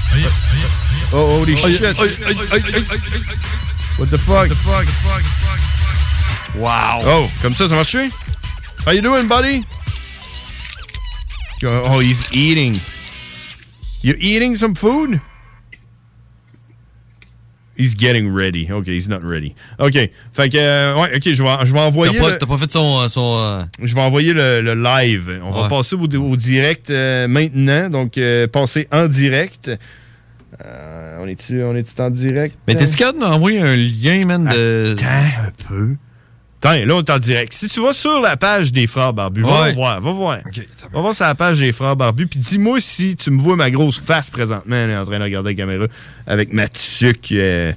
Oh, holy
Aïe,
shit.
aïe, aïe, aïe, aïe, aïe, aïe.
What the fuck?
Wow.
Oh, comme ça, ça marche? How you doing, buddy? Oh, he's eating. You eating some food? He's getting ready. OK, he's not ready. OK, fait que... euh, ouais, OK, je vais, je vais envoyer...
T'as pas-
le-
t'as pas fait son. son euh,
Je vais envoyer le, le live. On va
Ouais.
passer au, au direct euh, maintenant. Donc, euh, passer en direct. Euh, on est-tu on est en direct?
Mais t'es-tu capable de m'envoyer un lien, man, de.
Attends un peu. Attends, là, on est en direct. Si tu vas sur la page des Frères Barbus, va
Ouais.
voir, va voir. va voir sur la page des Frères Barbus, puis dis-moi si tu me vois ma grosse face présentement, là, en train de regarder la caméra, avec ma tuque euh,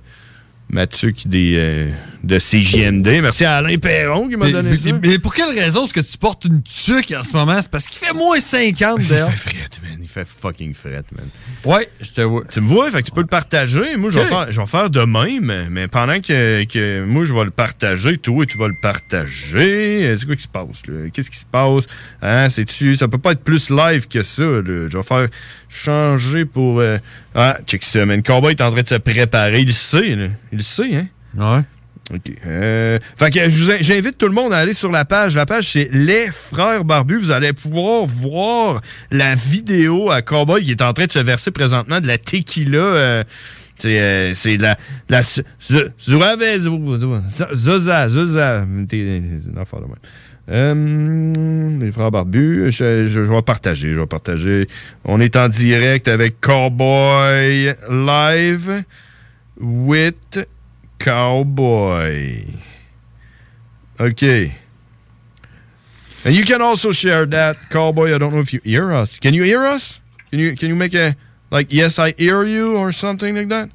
Mathieu qui des, euh, de CJMD. Ah. Merci à Alain Perron qui m'a
Mais-
donné
mais-
ça.
Mais pour quelle raison est-ce que tu portes une tuque en ce moment? C'est parce qu'il fait moins 50 dehors.
Il fait frette, man. Il fait fucking frette, man. Ouais, je te vois. Tu me vois, fait que tu peux le partager. Moi, je vais
Ok.
faire, je vais faire de même, mais pendant que, que moi, je vais le partager, toi, tu vas le partager. Euh, C'est quoi qui se passe, là? Qu'est-ce qui se passe? Hein, c'est-tu... Ça peut pas être plus live que ça, là. Je vais faire changer pour... euh, Ah, check ça, man. Cowboy est en train de se préparer. Il le sait, là. Il le sait, hein? Ouais. OK. Euh, fait que je vous in- j'invite tout le monde à aller sur la page. La page, c'est Les Frères Barbus. Vous allez pouvoir voir la vidéo à Cowboy qui est en train de se verser présentement de la tequila. euh, c'est euh, c'est de la... de la su- zu- Zuave- zu- zu- Zuza, Zuza. T'es- c'est une affaire de même. Euh, les frères barbus, je, je- je vais partager, je vais partager. On est en direct avec Cowboy Live with Cowboy. Okay. And you can also share that, Cowboy. I don't know if you hear us. Can you hear us? Can you can you make a like yes I hear you or something like that?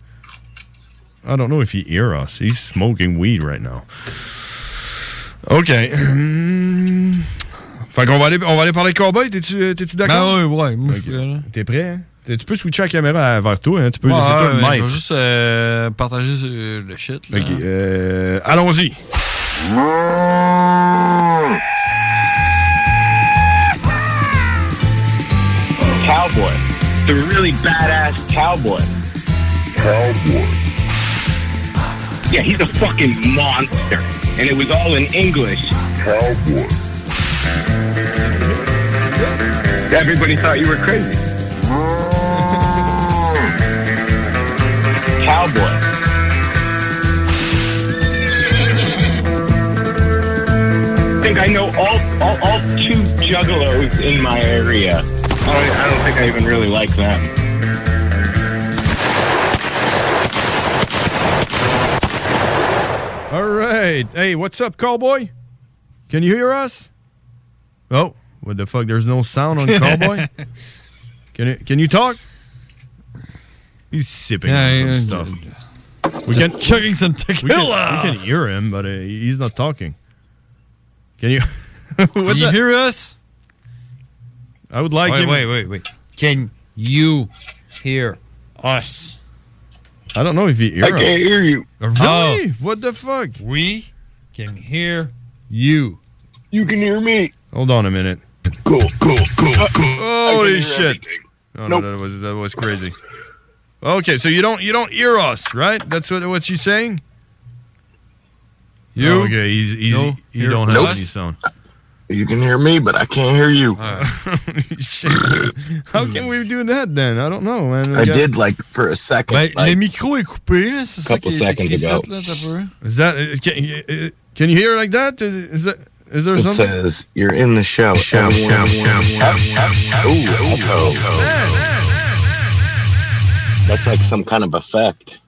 I don't know if you hear us. He's smoking weed right now. Okay. Hmm. Fait qu'on va aller on va aller parler de Cowboy. T'es-tu euh, t'es-tu d'accord?
Ben ouais, ouais, moi, je suis
Ok. T'es prêt? hein? T'es- Tu peux switcher la caméra vers toi. hein? Tu peux.
Ouais,
c'est toi le
ouais,
maître.
je vais juste euh, partager euh, le shit. Là.
Ok, euh, allons-y.
Cowboy. The really badass cowboy. Cowboy. Yeah, he's a fucking monster. And it was all in English. Cowboy. Everybody thought you were crazy. Cowboy. I think I know all, all, all two juggalos in my area. I don't, I don't think I even really like them.
All right. Hey, what's up, cowboy? Can you hear us? Oh, what the fuck? There's no sound on cowboy. can you can you talk? He's sipping on
Yeah,
some
yeah,
stuff. We can chugging some tequila. We can, we can hear him, but uh, he's not talking. Can you?
Can you hear us?
I would like
wait,
him-
Wait, wait, wait. Can you hear us?
I don't know if you hear.
I can't
him.
hear you.
Really?
Oh.
What the fuck?
We can hear you. You can hear me.
Hold on a minute. Uh,
Cool, cool, cool, cool.
Holy
I can hear
shit! Oh, No, no, that was that was crazy. Okay, so you don't you don't hear us, right? That's what what she's saying.
You?
Oh, okay? He's, he's,
No,
you
hear
don't have
us?
any sound.
You can hear me, but I can't hear you.
Shit. How can we do that then? I don't know, man.
I did like for a second.
Ben,
like,
le micro est coupé, là, c'est ça
Couple
qui est
seconds
écrit
ago.
ça, là, t'as pas vu?
Is that uh, can, uh, can you hear it like that? Is, is that is there
it
something?
says you're in the show. Show, show, show, show, show. Ooh, echo. That's like some kind of effect.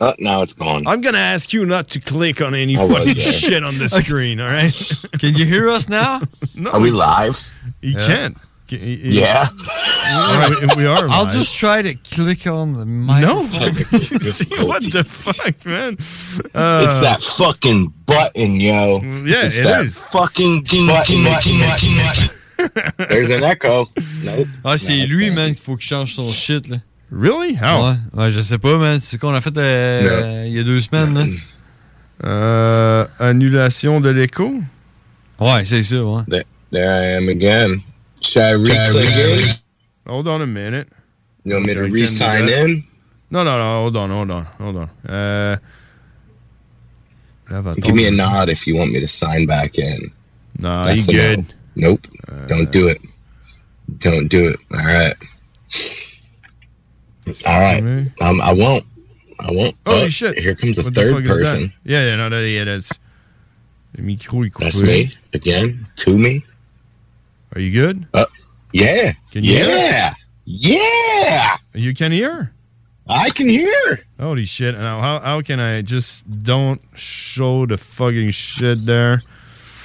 Oh, now it's gone.
I'm gonna ask you not to click on any
I was
fucking
there.
shit on the
Okay.
screen. All right?
Can you hear us now?
no.
Are we live?
You
Yeah.
can't. Can- you- you-
Yeah.
Yeah, we, we are.
I'll
live.
just try to click on the microphone.
what the fuck, man?
it's that fucking button, yo.
yeah,
it's
it
that
is.
fucking button. There's an echo. Nope.
Ah, c'est lui, man, qu'il faut qu'il change son shit, là.
Really? How?
Ouais, ouais je sais pas, man. C'est ce qu'on a fait euh,
Yeah.
il y a deux semaines, là.
Euh, annulation de l'écho.
Ouais, c'est ça, ouais.
There, there I am again. Should I re-click in?
Hold on a minute.
You want me
I
to
can do
re-sign
that.
in?
No, no, no. Hold on, hold on, hold on. Uh,
Give me a nod if you want me to sign back in.
Nah,
That's
you
a no.
good. Uh,
Nope. Don't do it. Don't do it. All right. All right. Um, I won't. I won't.
Holy
But
shit.
Here comes a
What the fuck
third
is that?
person.
Yeah, yeah, no, that, yeah, that's. Le micro est coupé.
That's me again. To me.
Are you good?
Uh, yeah.
Can you hear?
yeah. Yeah.
You can hear?
I can hear.
Holy shit. Now, how, how can I just don't show the fucking shit there?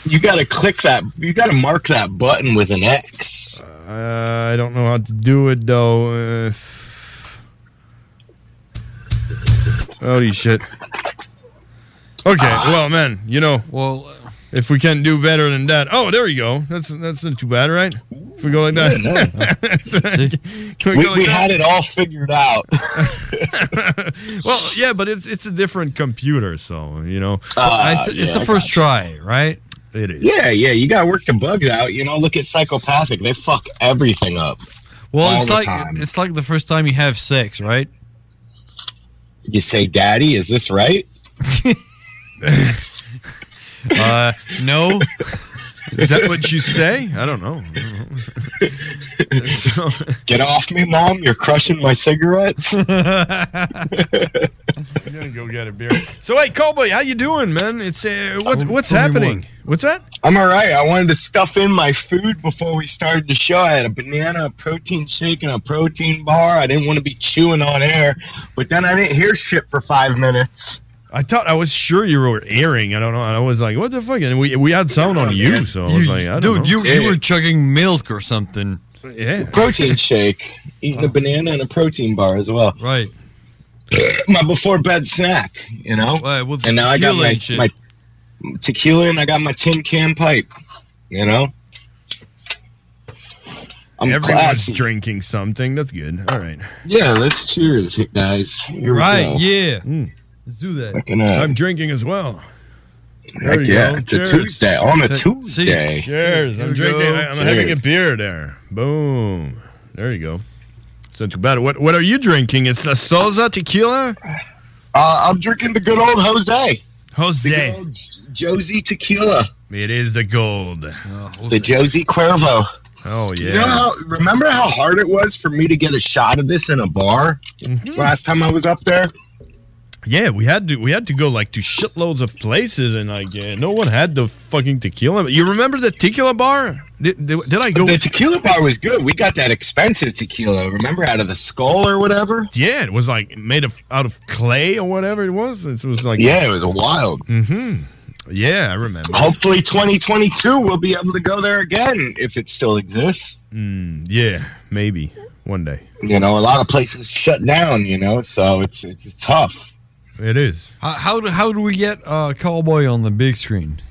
You got to click that. You got to mark that button with an X.
Uh, I don't know how to do it though. Uh, holy shit. Okay,
Ah.
well, man, you know, well, if we can do better than that, oh, there you go. That's that's not too bad, right? If we go like that,
We, we had it all figured out.
well, yeah, but it's it's a different computer, so you know,
Ah,
it's, it's
yeah, I
the first
gotcha.
try, right? It is.
Yeah, yeah, you gotta work the bugs out. You know, look at psychopathic; they fuck everything up.
Well,
all
it's
the
like
time.
it's like the first time you have sex, right?
You say, "Daddy, is this right?"
uh, no.
Is that what you say? I don't know.
Get off me, mom! You're crushing my cigarettes.
I'm gonna go get a beer. So, hey, Cowboy, how you doing, man? It's uh, what, what's
only
happening?
one.
What's that?
I'm all right. I wanted to stuff in my food before we started the show. I had a banana, a protein shake, and a protein bar. I didn't want to be chewing on air, but then I didn't hear shit for five minutes.
I thought I was sure you were airing. I don't know. And I was like, what the fuck? And we we had sound on you, so I was like, I don't
dude, you
know.
you were chugging milk or something.
Yeah. Oh.
Protein shake, eating a banana and a protein bar as well.
Right.
my before bed snack, you know. and now I got
tequila
my,
and shit.
my tequila and I got my tin can pipe, you know. I'm
Everyone's
classy.
drinking something. That's good. All right.
Yeah, let's cheers, guys. Here we
right.
go. Mm.
Yeah.
Let's do that.
Fucking, uh,
I'm drinking as well. There
Heck
you
yeah,
go.
it's a Tuesday, on a See- Tuesday.
Cheers.
Here
I'm
we
drinking.
go.
I'm having a
Cheers.
beer there. Boom. There you go. It's not too bad. What What are you drinking? It's La Salsa Tequila.
Uh, I'm drinking the good old Jose.
Jose.
Josie Tequila.
It is the gold.
The Josie Cuervo.
Oh yeah.
Oh, You know how, remember how hard it was for me to get a shot of this in a bar
Mm-hmm.
last time I was up there?
Yeah, we had to we had to go like to shitloads of places and like yeah, no one had the fucking tequila. You remember the tequila bar? Did, did, did I go?
The tequila bar was good. We got that expensive tequila. Remember, out of the skull or whatever.
Yeah, it was like made of out of clay or whatever it was. It was like
Yeah, it was wild. Oh.
hmm Yeah, I remember.
Hopefully, 2022 we'll be able to go there again if it still exists.
Mm, yeah, maybe one day.
You know, a lot of places shut down. You know, so it's it's tough.
It is.
How how do, how do we get uh, Cowboy on the big screen?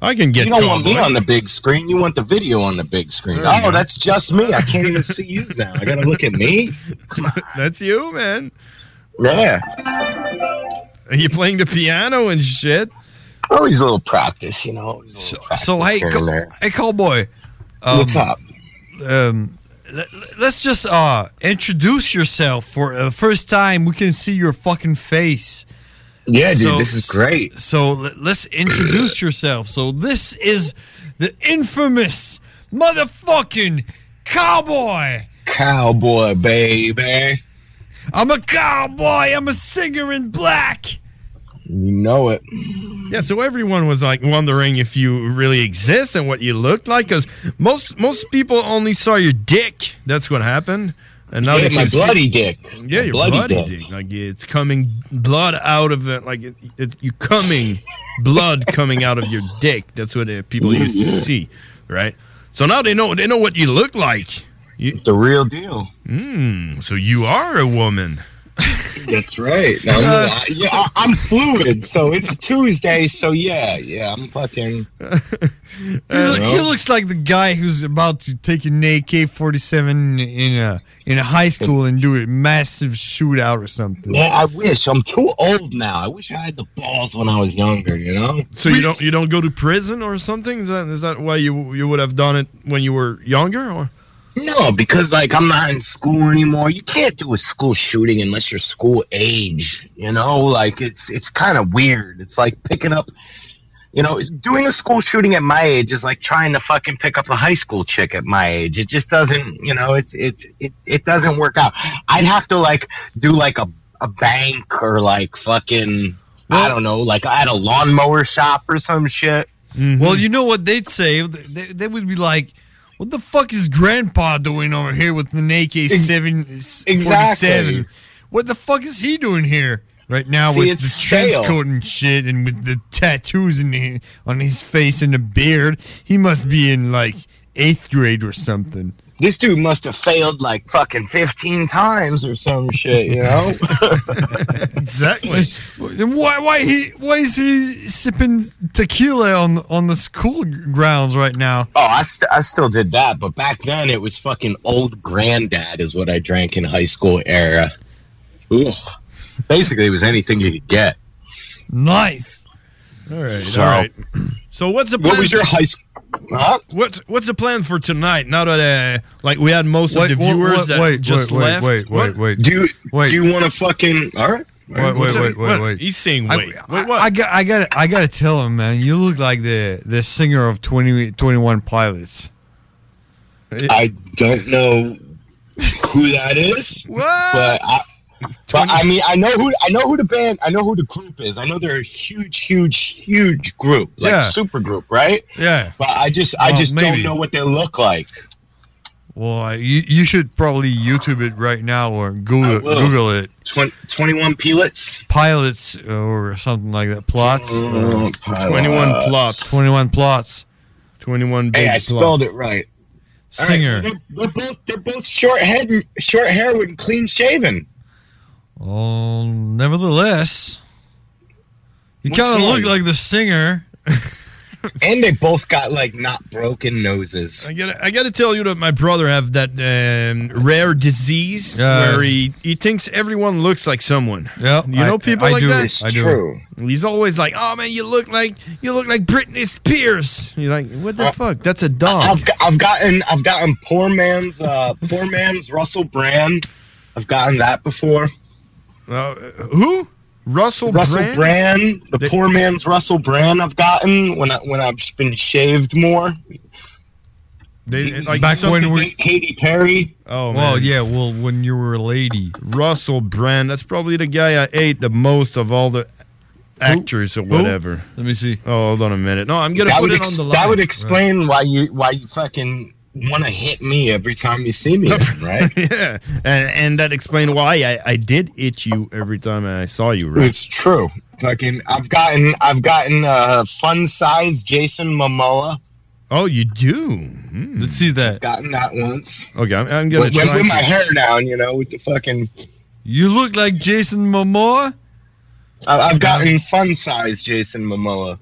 I can
you don't want me on the big screen. You want the video on the big screen.
There you
Oh,
go.
that's just me. I can't even see you now. I gotta look at me.
That's you, man.
Yeah.
Are you playing the piano and shit?
Always a little practice, you know. So,
so hey,
here and
co-
there.
hey, Cowboy.
What's up?
Um, let, let's just uh introduce yourself for uh, the first time. We can see your fucking face.
Yeah, dude, this is great.
So let, let's introduce yourself. So this is the infamous motherfucking cowboy.
Cowboy, baby.
I'm a cowboy. I'm a singer in black.
You know it.
Yeah, so everyone was like wondering if you really exist and what you looked like, because most most people only saw your dick. That's what happened. And now
Yeah,
they can
my
see-
bloody dick.
Yeah,
My
your bloody,
bloody
dick.
dick.
Like it's coming blood out of it. Like it, it, you coming blood coming out of your dick. That's what uh, people
Yeah,
used to
yeah.
see, right? So now they know they know what you look like. You,
the real deal.
Mm, so you are a woman.
That's right. No, I'm,
Uh,
I- yeah, I, I'm fluid, so it's Tuesday, so yeah, yeah, I'm fucking.
Uh,
He, look- he looks like the guy who's about to take an AK forty seven in a in a high school and do a massive shootout or something.
Yeah, I wish. I'm too old now. I wish I had the balls when I was younger, you know?
So you don't you don't go to prison or something? Is that is that why you you would have done it when you were younger? Or
No, because, like, I'm not in school anymore. You can't do a school shooting unless you're school age, you know? Like, it's, it's kind of weird. It's like picking up. You know, it's- doing a school shooting at my age is like trying to fucking pick up a high school chick at my age. It just doesn't, you know, it's it's it, it doesn't work out. I'd have to like do like a a bank or like fucking I don't know, like at a lawnmower shop or some shit.
Well, you know what they'd say? They, they would be like, "What the fuck is Grandpa doing over here with an AK seven forty
exactly.
seven? What the fuck is he doing here right now
See,
with
it's
the trench
stale.
coat and shit, and with the tattoos in his, on his face and the beard? He must be in like eighth grade or something."
this dude must have failed like fucking 15 times or some shit, you know?
exactly. Then Why, why he? Why is he sipping tequila on on the school grounds right now?
Oh, I, st- I still did that, but back then it was fucking old granddad is what I drank in high school era. Ugh. Basically, it was anything you could get.
Nice.
All right.
So-
all right. So what's the
What
plan
was your high school?
What's what's the plan for tonight? Now that uh, like we had most
Wait,
of the
wait,
viewers
wait,
that
wait,
just
wait,
left.
wait, wait,
What?
wait. Do you- Wait. do you want to fucking? All right.
Wait, wait, What's wait, that- wait, what? wait. He's saying
I-
wait.
I, I got, I got, I got to tell him, man. You look like the the singer of 20, 21 Pilots.
I don't know who that is. But I, but I mean, I know who I know who the band, I know who the group is. I know they're a huge, huge, huge group, like
Yeah.
super group, right?
Yeah.
But I just, I
Well,
just
maybe.
don't know what they look like.
Well, I- you you should probably YouTube it right now or Google
will.
Google it.
21 pilots?
Pilots uh, or something like that. Plots.
Oh,
21 plots.
21 plots.
21
Hey, I spelled it right. All right,
Singer.
they're, they're both, they're both short head, short hair with clean shaven.
Oh, nevertheless, you
What's
kind of
wrong?
look like the singer.
and they both got like not broken noses.
I gotta, I gotta tell you that my brother have that um, rare disease
Yeah.
where he, he thinks everyone looks like someone.
Yeah,
you know
I-
people
I
like
do.
that.
It's I do. true.
He's always like, "Oh man, you look like you look like Britney Spears." You're like, "What the
Uh,
fuck? That's a dog."
I've, got- I've gotten I've gotten poor man's uh, poor man's Russell Brand. I've gotten that before.
Uh, who? Russell
Russell
Brand?
Brand, the, poor man's Russell Brand. I've gotten when I when I've been shaved more.
They,
Used
Back
to
when we-
date Katy Perry.
Oh
well,
man.
yeah. Well, when you were a lady,
Russell Brand. That's probably the guy I ate the most of all the actors or whatever.
Let me see.
Oh, hold on a minute. No, I'm gonna
that
put
would
it
ex-
on the line.
that would explain why you why you fucking want to hit me every time you see me, right?
yeah, and, and that explained why I, I did itch you every time I saw you. Right?
It's true. Fucking, I've gotten I've gotten uh, fun size Jason Momoa.
Oh, you do. Hmm.
Let's see that.
Gotten that once.
Okay, I'm, I'm gonna
With, with,
try.
with
to-
my hair down, you know, with the fucking.
You look like Jason Momoa.
I, I've gotten fun size Jason Momoa.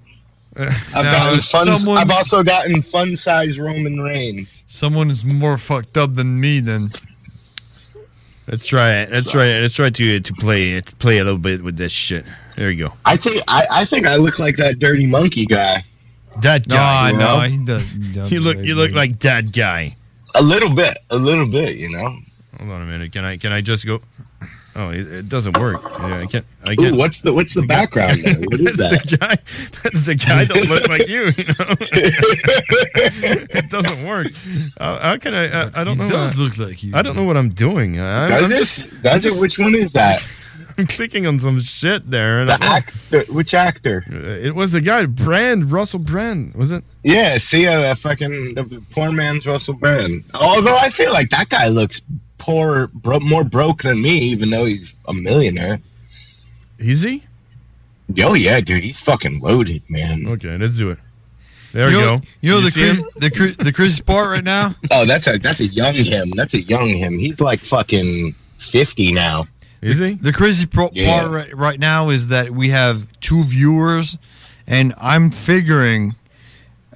I've
Now,
gotten fun.
someone-
I've also gotten fun size Roman Reigns.
Someone is more fucked up than me. Then
Let's try it. Let's try it. Let's try to uh, to play it. Play a little bit with this shit. There you go.
I think I, I think I look like that dirty monkey guy.
That guy.
No,
you know?
no, he
doesn't.
you look. You look like that guy.
A little bit, a little bit, you know.
Hold on a minute. Can I? Can I just go? Oh, it, it doesn't work. Yeah, I can't. I
Ooh,
can't.
what's the what's the background there? What is
That's
that?
The guy, that's the guy that looks like you. you know? it doesn't work. How, how can I? I, I don't know.
does
I-
look like you.
I don't know what I'm doing. I,
Does
I'm
it? Does
I'm
it? Which one is that?
I'm clicking on some shit there. and
The
I-
actor, which actor?
it was the guy Brand Russell Brand, was it?
Yeah, see, uh, uh, fucking the poor man's Russell Brand. Although I feel like that guy looks poor, bro- more broke than me, even though he's a millionaire.
Is he?
Oh yeah, dude, he's fucking loaded, man.
Okay, let's do it. There
you
we
know,
go.
You know the
see
crazy,
him?
the cra- the crazy part right now.
Oh, that's a that's a young him. That's a young him. He's like fucking fifty now.
Is he?
The crazy pro-
Yeah.
part right, right now is that we have two viewers, and I'm figuring,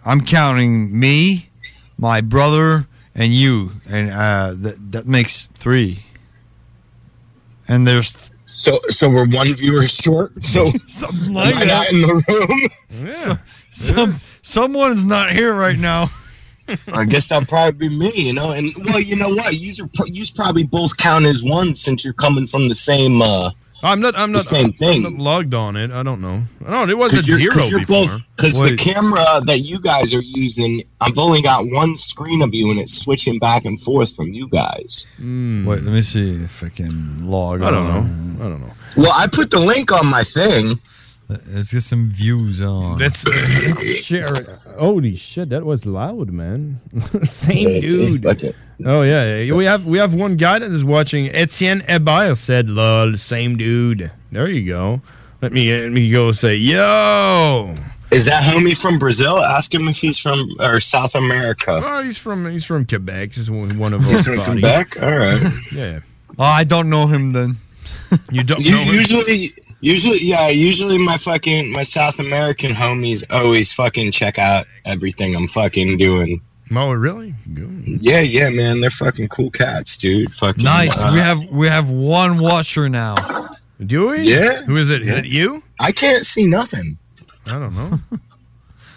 I'm counting me, my brother, and you, and uh, that that makes three. And there's
So so we're one viewer short. So
something
like
that.
not in the room.
So- some someone's not here right now.
I guess that'd probably be me, you know. And well, you know what? You's are pro- you's probably both count as one since you're coming from the same. uh
I'm not. I'm
The
not.
same
I'm
thing.
not logged on it. I don't know. No, it was a
Cause you're-
zero
cause you're
before.
both- Cause the camera that you guys are using, I've only got one screen of you, and it's switching back and forth from you guys.
Wait, let me see if I can log.
Hmm. I don't
hein.
on.
know. I don't know.
Well, I put the link on my thing.
Let's get some views on.
That's shit. Holy shit, that was loud, man. Same dude. Oh yeah, yeah. we have we have one guy that is watching. Etienne Hébert said, "Lol, same dude." There you go. Let me let me go say, "Yo,
Is that homie from Brazil? Ask him if he's from or South America.
Oh, he's from he's from Quebec. He's one one of
He's
our
from
buddies.
Quebec? All right.
Yeah.
Uh,
Oh, I don't know him then.
You don't
U- usually, usually, yeah, usually my fucking my South American homies always fucking check out everything I'm fucking doing.
Oh, really?
Yeah, yeah, man, they're fucking cool cats, dude. Fucking
Nice.
uh,
We have we have one watcher now.
Do we?
Yeah.
Who is it? Is
Yeah.
it you?
I can't see nothing.
I don't know.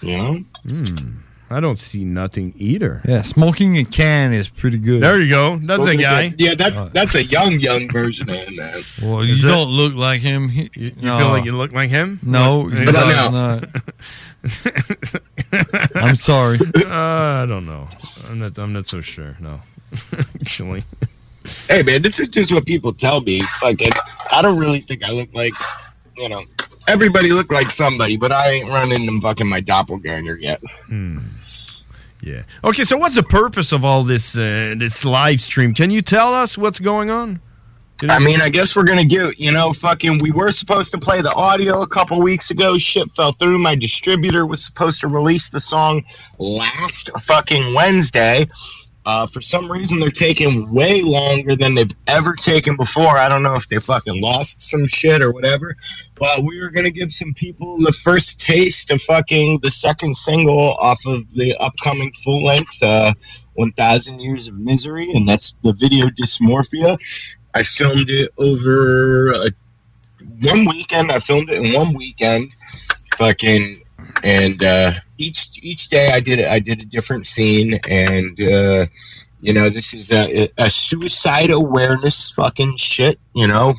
you know?
Hmm. I don't see nothing either.
Yeah, smoking a can is pretty good.
There you go. That's a guy.
Yeah, that that's a young young version of him, man.
Well, you
Is it-
don't look like him. He-
You
no.
feel like you look like him?
No,
What?
you
But
does
no.
not. I'm sorry.
Uh, I don't know. I'm not. I'm not so sure. No. Actually.
Hey, man, this is just what people tell me. Fucking, I don't really think I look like, you know, everybody look like somebody, but I ain't running them fucking my doppelganger yet.
Hmm. Yeah. Okay. So, what's the purpose of all this uh, this live stream? Can you tell us what's going on?
I mean, I guess we're gonna get you know, fucking. We were supposed to play the audio a couple weeks ago. Shit fell through. My distributor was supposed to release the song last fucking Wednesday. Uh, for some reason, they're taking way longer than they've ever taken before. I don't know if they fucking lost some shit or whatever. But we were gonna give some people the first taste of fucking the second single off of the upcoming full length. Uh, 1000 Years of Misery, and that's the video Dysmorphia. I filmed it over a, one weekend. I filmed it in one weekend. Fucking and uh, each each day I did it. I did a different scene, and uh, you know this is a, a suicide awareness fucking shit. You know,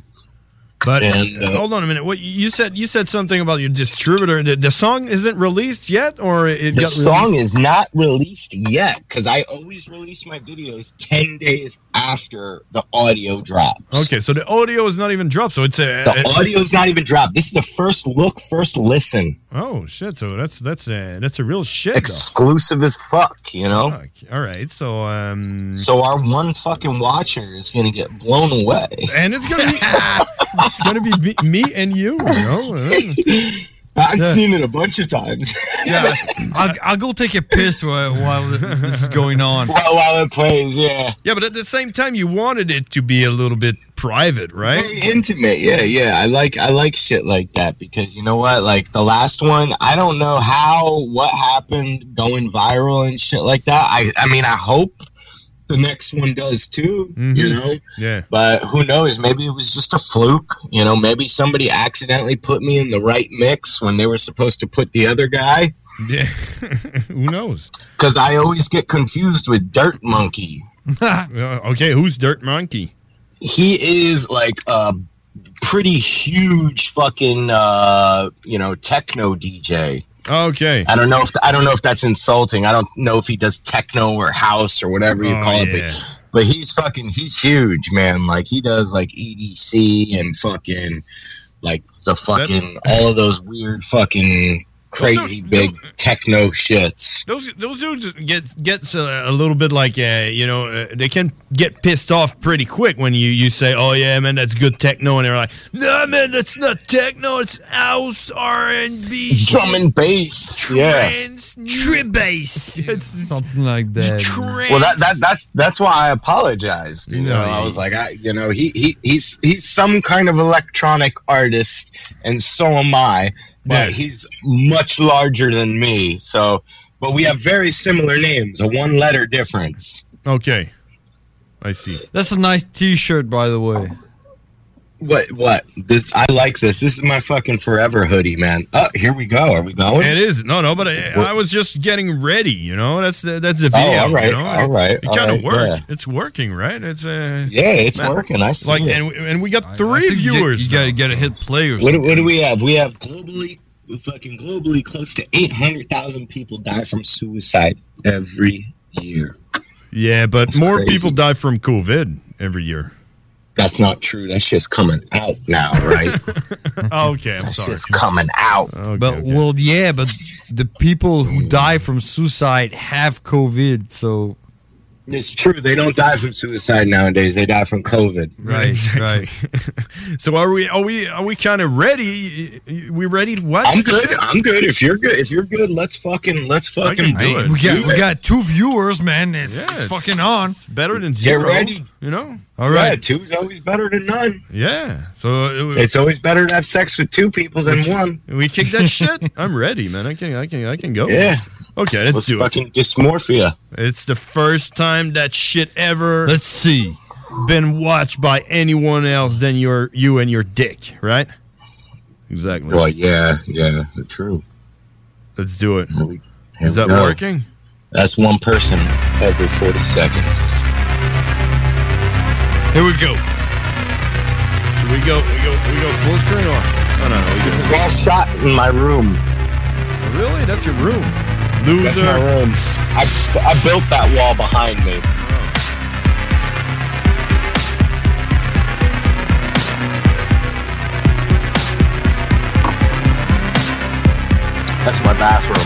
but
and, uh,
Hold on a minute. What you said? You said something about your distributor. The, the song isn't released yet, or it
the
got
song
released?
is not released yet because I always release my videos ten days after the audio drop.
Okay, so the audio is not even dropped. So it's a
The audio's not even dropped. This is the first look, first listen.
Oh shit! So that's that's a that's a real shit.
Exclusive as fuck, you know.
Though. All right, so um,
So our one fucking watcher is gonna get blown away.
and it's gonna be it's gonna be me- me and you. you know?
I've
Yeah.
seen it a bunch of times.
Yeah, I'll, I'll go take a piss while, while this is going on.
While, while it plays, yeah.
Yeah, but at the same time, you wanted it to be a little bit private, right?
Very intimate, yeah, yeah. I like I like shit like that because you know what? Like the last one, I don't know how what happened going viral and shit like that. I I mean I hope the next one does too,
Mm-hmm.
you know.
Yeah.
But who knows? Maybe it was just a fluke. You know, maybe somebody accidentally put me in the right mix when they were supposed to put the other guy.
Yeah. Who knows?
Because I always get confused with Dirt Monkey.
Uh, okay, who's Dirt Monkey?
He is like a pretty huge fucking uh, you know techno DJ.
Okay.
I don't know if I don't know if that's insulting. I don't know if he does techno or house or whatever you
Oh,
call it.
yeah.
But, but he's fucking he's huge, man. Like he does like EDC and fucking like the fucking all of those weird fucking crazy big techno shits.
Those those dudes get gets a, a little bit like uh, you know uh, they can get pissed off pretty quick when you you say oh yeah man that's good techno and they're like no man that's not techno it's house R and B
Drum and bass. Yeah.
trip bass
something like that.
Well, that, that that's that's why I apologized. You
No,
know,
yeah.
I was like, I, you know, he, he he's he's some kind of electronic artist, and so am I. But he's much larger than me. So, but we have very similar names, a one letter difference.
okay I see
That's a nice T-shirt, by the way.
What what? This I like this. This is my fucking forever hoodie, man. Oh, here we go. Are we going?
It is no, no, but I, I was just getting ready. You know, that's the, that's the
Oh,
video.
all right,
you know?
all right,
It
all
kind
right,
of worked.
yeah.
It's working, right? It's uh,
Yeah, it's working. I see
like,
it.
and and we got three
think you get-
viewers.
you gotta get a hit play or
What, do-
something.
what do we have? We have globally, fucking globally, close to 800,000 people die from suicide every year.
yeah, but
That's
more
crazy.
people die from COVID every year.
That's not true. That shit's coming out now, right?
okay, I'm
that
sorry.
shit's coming out.
but well, yeah, but the people who die from suicide have COVID, so
It's true. They don't die from suicide nowadays. They die from COVID.
Right, right. so are we? Are we? Are we kind of ready? We ready? to What?
I'm good. I'm good. If you're good, if you're good, let's fucking let's fucking do it.
we got
Do
we
it.
got two viewers, man. It's fucking on.
better than
Get zero, ready.
You know.
All right.
Two's always better than none.
Yeah. So it-
It's always better to have sex with two people than one.
We kick that shit. I'm ready, man. I can, I can, I can go.
Yeah.
Okay, let's, do
fucking it. Dysmorphia.
It's the first time that shit ever.
Let's see.
Been watched by anyone else than your you and your dick, right? Exactly.
Well, yeah, yeah, true.
Let's do it.
Here
Is that
we go.
working?
That's one person every 40 seconds.
Here we go. Should we go? We go? We go full screen or? No, no, no. We
This
go-
is all shot in my room.
Really? That's your room.
That's
Loser.
my room. I, I built that wall behind me. That's my bathroom.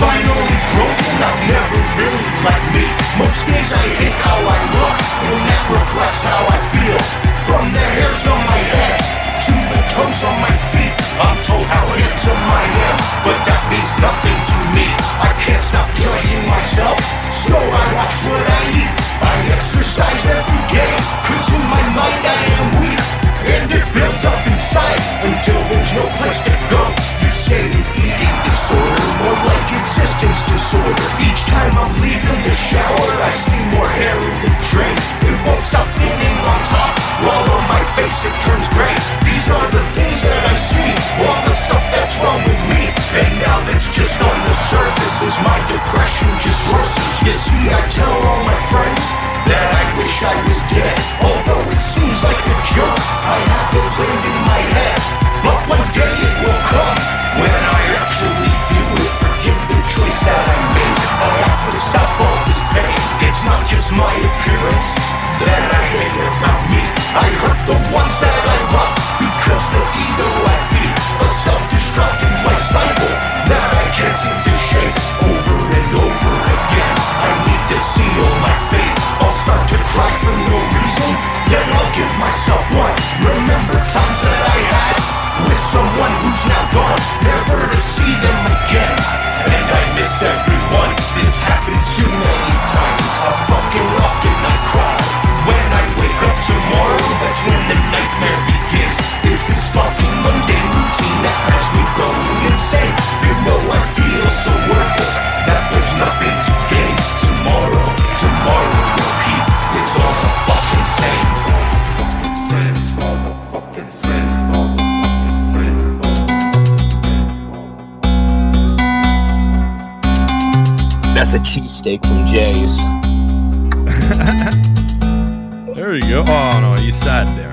Finally broken, I've never really liked me. Most days I hate how I look, and that reflects how I feel. From the hairs on my head to the toes on my feet, I'm told how handsome I am, but that means nothing to me. I can't stop judging myself, so I watch what I eat. I exercise every day, cause in my mind I am weak. And it builds up inside until there's no place to go. You say an eating disorder, more like existence disorder. Each time I'm leaving the shower, I see more hair in the drain. It won't stop thinning on top, while on my face it turns gray. These are the things that I see, all the stuff that's wrong with me. And now it's just on the surface as my depression just worsens. You see, I tell all my friends that I wish I was dead, although it seems like a joke. I have it planned in my head, but one day it will come when I actually do it. Forgive the choice that I made. I have to stop all this pain. It's not just my appearance that I hate about me. I hurt the ones that I love because the ego I feed, a self-destructive life cycle that I can't seem to shake over and over again. I need to see all my fate. I'll start to cry for no reason, then I'll give myself one. Remember times that I had with someone who's now gone, never to see them again. And I miss everyone. This happens too many times. How fucking often I cry. When I wake up tomorrow, that's when the nightmare begins. This is fucking mundane routine that has me going insane. You know I feel so worthless that there's nothing to gain. Tomorrow, tomorrow will keep. It's all the fucking same.
That's a cheesesteak from Jay's.
There you go. Oh no, you sat there.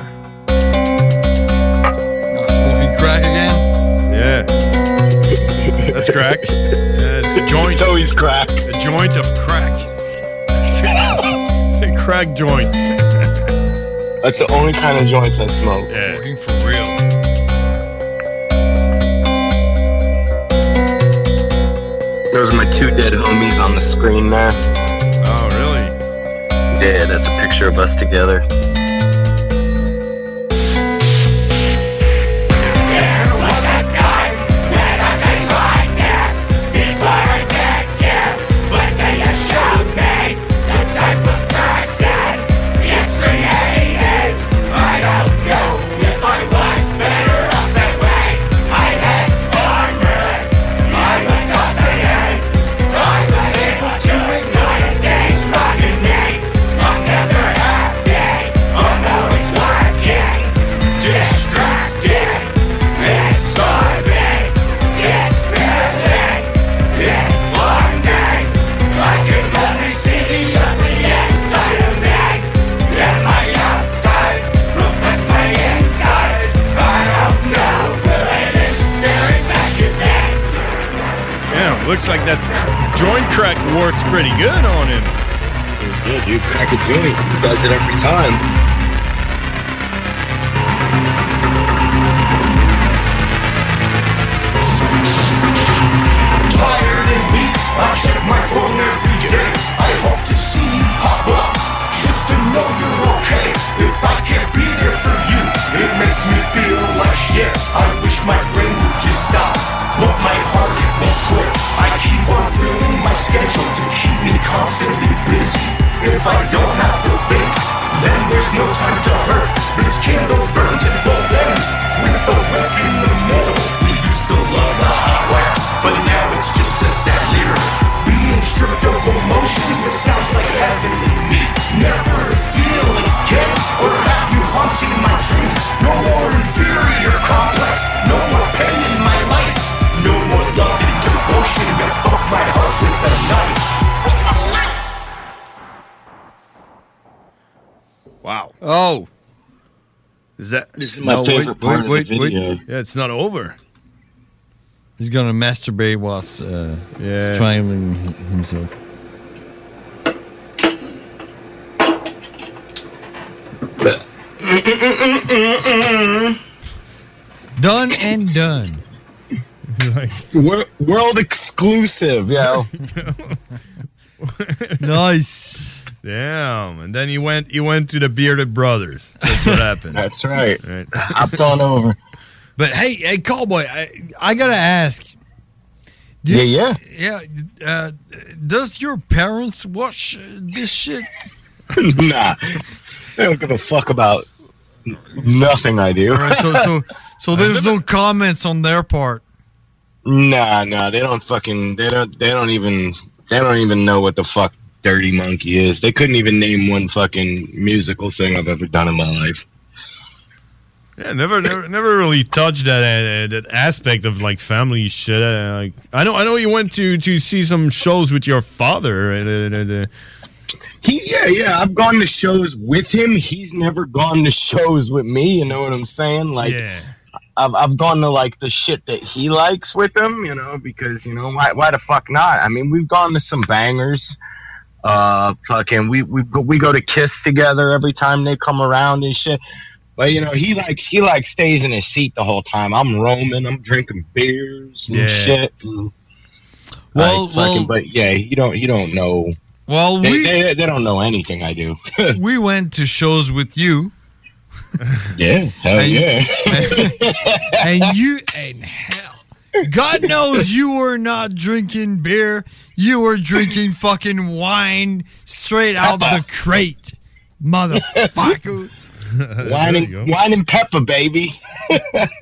Smoking crack again.
Yeah. That's crack. Yeah, it's a joint. It's
always crack.
A joint of crack. it's a crack joint.
That's the only kind of joints I smoke.
Yeah.
For real.
Those are my two dead homies on the screen there.
Oh, really?
Yeah, that's a picture of us together.
Distracted, starving, this feeling, this blinding. I can only see the ugly inside of me. And my outside reflects my inside. I don't know, but it is staring back at me.
Yeah, looks like that joint crack works pretty good on him.
Yeah, dude, crack a joint. He does it every time.
Tired constantly busy. If I don't have to think, then there's no time to hurt. This candle burns at both ends with a wick in the middle. We used to love the hot wax, but now it's just a sad lyric. Being stripped of emotions that sounds like heaven to me. Never feel again, or have you haunted my dreams? No more inferior complex, no more pain in my life, no more love and devotion that fucked my heart with a knife.
Wow.
Oh.
Is that
This is my favorite part of the video.
Yeah, it's not over.
He's gonna masturbate whilst uh,
Yeah.
strangling himself. Done and done.
Wor- world exclusive, yo.
nice.
Damn. And then he went he went to the Bearded Brothers. That's what happened. That's
right.
Hopped
on over.
But hey, hey, cowboy, I, I gotta ask. Do-
Yeah,
yeah. Uh, does your parents watch uh, this shit?
nah, they don't give a fuck about nothing I do.
Alright, so, so, so there's no comments on their part.
Nah, nah, they don't fucking they don't they don't even they don't even know what the fuck Dirty Monkey is. They couldn't even name one fucking musical thing I've ever done in my life.
Yeah, never, never, never really touched that uh, that aspect of like family shit. Uh, like, I know, I know, you went to to see some shows with your father. uh, uh, uh,
He yeah, yeah, I've gone to shows with him. He's never gone to shows with me, you know what I'm saying? Like I've I've gone to like the shit that he likes with him, you know, because you know, why why the fuck not? I mean, we've gone to some bangers. uh fucking we we go, we go to kiss together every time they come around and shit but you know he likes he like stays in his seat the whole time i'm roaming i'm drinking beers and
Yeah.
shit and,
Well,
like, fucking, but yeah he don't he don't know
well
they,
we-
they, they don't know anything i do
we went to shows with you.
yeah hell
And-
yeah
and you and hell, God knows you were not drinking beer. You were drinking fucking wine straight out of the crate, motherfucker.
wine, and, wine and pepper baby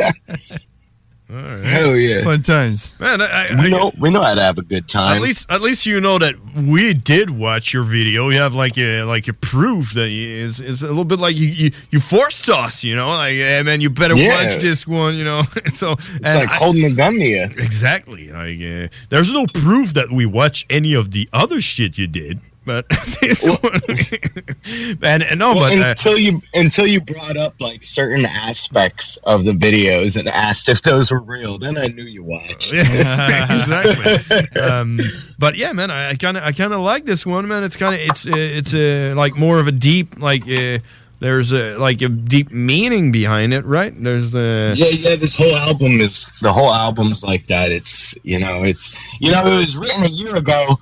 all right.
hell yeah
fun times
man I, I,
we know we know how to have a good time
At least, at least you know that we did watch your video. You have like a like a proof that you, it's, it's a little bit like you, you you forced us, you know. Like, hey man, you better
Yeah.
watch this one, you know. so
it's like holding a gun to you
exactly. Like, uh, there's no proof that we watch any of the other shit you did, but this one. and, and no,
Well,
but uh,
until you until you brought up like certain aspects of the videos and asked if those were real, then I knew you watched.
Yeah, exactly. um, but yeah, man, I kind of I kind of like this one, man. It's kind of it's uh, it's uh, like more of a deep like uh, there's a like a deep meaning behind it, right? There's uh,
yeah, yeah. This whole album is the whole album's like that. It's you know, it's you know, it was written a year ago,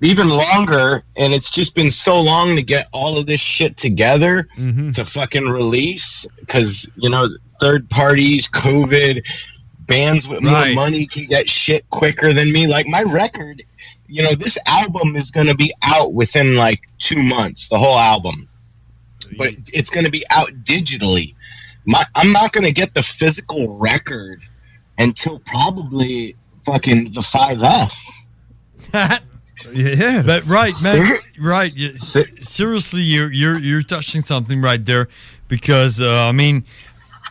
even longer, and it's just been so long to get all of this shit together to fucking release because you know, third parties, COVID, bands with
Right.
more money can get shit quicker than me. Like my record, you know, this album is going to be out within like two months. The whole album but it's going to be out digitally. My, I'm not going to get the physical record until probably fucking the 5S.
yeah,
but right, man,
Ser-
right. yeah, se- Seriously, you're you're you're touching something right there, because uh, I mean,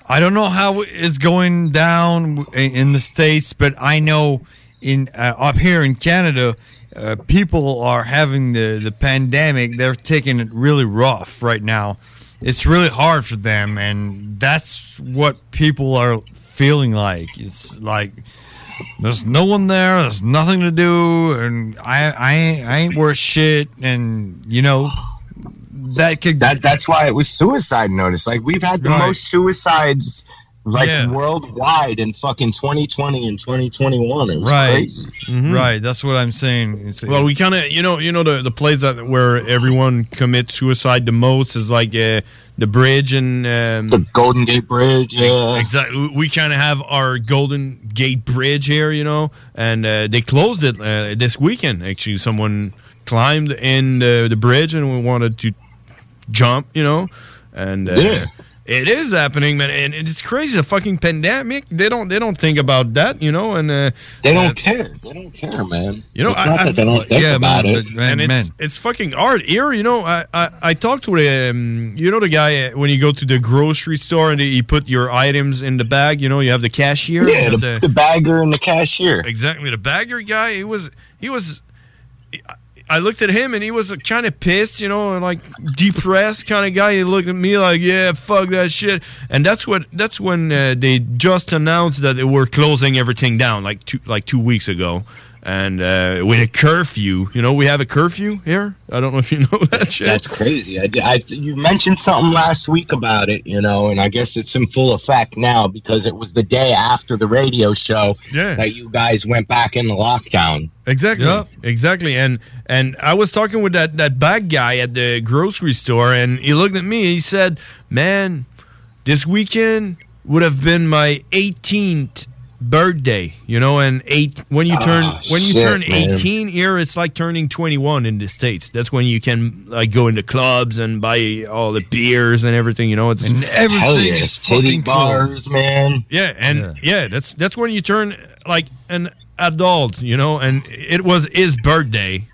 I don't know how it's going down w- in in the states, but I know in uh, up here in Canada, uh, people are having the the pandemic. They're taking it really rough right now. It's really hard for them, and that's what people are feeling like. It's like there's no one there. There's nothing to do, and I I ain't, I ain't worth shit. And you know that could
that that's why it was suicide notice. Like we've had the
Right.
most suicides like
Yeah.
worldwide in fucking 2020 and 2021. It was
right,
crazy.
right. That's what I'm saying. It's,
Well, we kind of, you know, you know the the place that where everyone commits suicide the most is like uh, the bridge and um, the
Golden Gate Bridge. Yeah,
exactly. We kind of have our Golden Gate Bridge here, you know, and uh, they closed it uh, this weekend. Actually, someone climbed in the, the bridge and we wanted to jump, you know, and uh,
Yeah.
it is happening, man, and it's crazy. The fucking pandemic, they don't they don't think about that, you know, and uh,
They don't
uh,
care. They don't care, man.
you know,
it's not that they don't think about
man,
it.
but- and it's it's fucking art. Here, you know, I I, I talked with um, you know the guy uh, when you go to the grocery store and you put your items in the bag. You know, you have the cashier.
Yeah,
you have
the, the bagger and the cashier.
Exactly. The bagger guy, he was, he was, I looked at him and he was kind of pissed, you know, and like depressed kind of guy. He looked at me like, yeah, fuck that shit. And that's what, that's when uh, they just announced that they were closing everything down like two, like two weeks ago. And uh, with a curfew, you know, we have a curfew here. I don't know if you know that shit.
That's crazy. I, I, you mentioned something last week about it, you know, and I guess it's in full effect now because it was the day after the radio show
Yeah.
that you guys went back into lockdown.
Exactly. Exactly. And and I was talking with that that bag guy at the grocery store, and he looked at me. He said, "Man, this weekend would have been my 18th birthday. You know, and eight when you turn
Ah,
when you
shit,
turn
man.
18 here, it's like turning 21 in the states. That's when you can like go into clubs and buy all the beers and everything. You know, it's and
everything Hell yeah, is titty fucking bars, closed. man.
Yeah, and yeah. that's that's when you turn like an adult, you know. And it was his birthday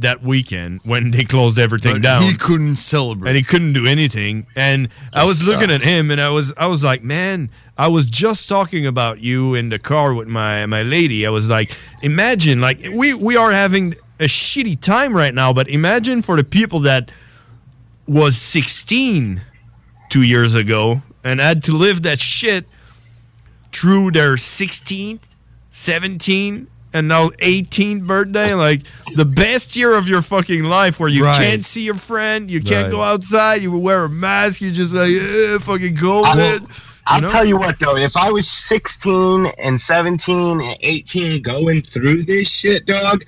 that weekend when they closed everything
But
down.
he couldn't celebrate.
and he couldn't do anything. And I
That
was looking at
sucks.
him, and I was I was like, man, I was just talking about you in the car with my my lady. I was like, imagine like we we are having a shitty time right now, but imagine for the people that was 16 two years ago and had to live that shit through their 16th, 17th, and now 18th birthday. Like the best year of your fucking life where you
Right.
can't see your friend, you can't
Right.
go outside, you wear a mask, you just like, eh, fucking COVID.
I'll, I'll
know?
tell you what though, if I was 16 and 17 and 18 going through this shit, dog,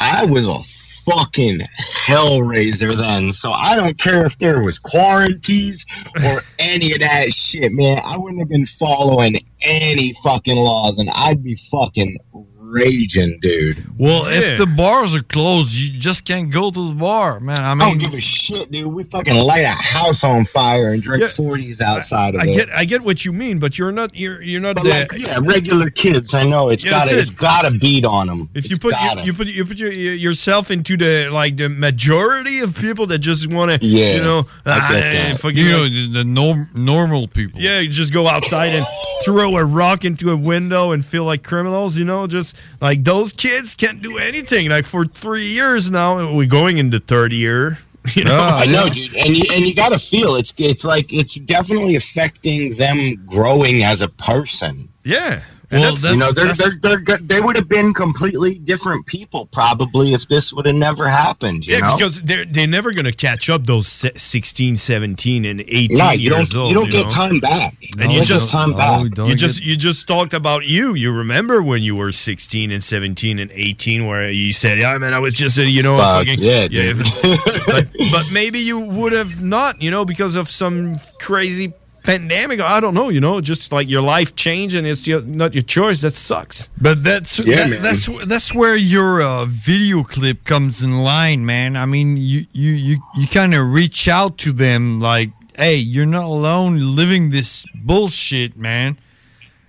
I was a fucking hellraiser then. So I don't care if there was quarantines or any of that shit, man. I wouldn't have been following any fucking laws and I'd be fucking raging, dude.
Well, if the bars are closed, you just can't go to the bar, man. I mean,
don't give a shit, dude. We fucking light a house on fire and drink
Yeah.
40s outside of
I
it.
get, I get what you mean, but you're not, you're, you're not.
But
the-
like, yeah, regular kids. I know it's
Yeah,
got
that's
to it's
it.
got to beat on them.
If you put you, you put you put your, your- yourself into the like the majority of people that just want to,
Yeah,
you know,
I
ah,
get
eh,
uh,
that.
fucking,
You know, the, the norm, normal people.
Yeah, you just go outside and throw a rock into a window and feel like criminals, you know, just like those kids can't do anything. Like for three years now, we're going into third year. You know,
Ah, I know, dude, and you, and you got to feel it's it's like it's definitely affecting them growing as a person.
Yeah.
Well, you know, they're, they're, they're, go- they would have been completely different people probably if this would have never happened. You
yeah,
know?
because they're they're never gonna catch up those se- 16, 17, and eighteen
No, you
years
don't-
old.
you don't get
know?
time back.
And
No,
you
you
just Oh,
don't- no, you
you
don't get-
just you just talked about you. You remember when you were sixteen and seventeen and eighteen, where you said, "Yeah, man, I was just a, you know, a
Fuck,
fucking
yeah, dude.
if- but, but maybe you would have not, you know, because of some crazy pandemic. I don't know, you know, just like your life changed and it's your, not your choice. That sucks.
But that's
Yeah,
that-
man.
that's wh- that's where your uh, video clip comes in line, man. I mean, you you you, you kind of reach out to them like, "Hey, you're not alone living this bullshit, man."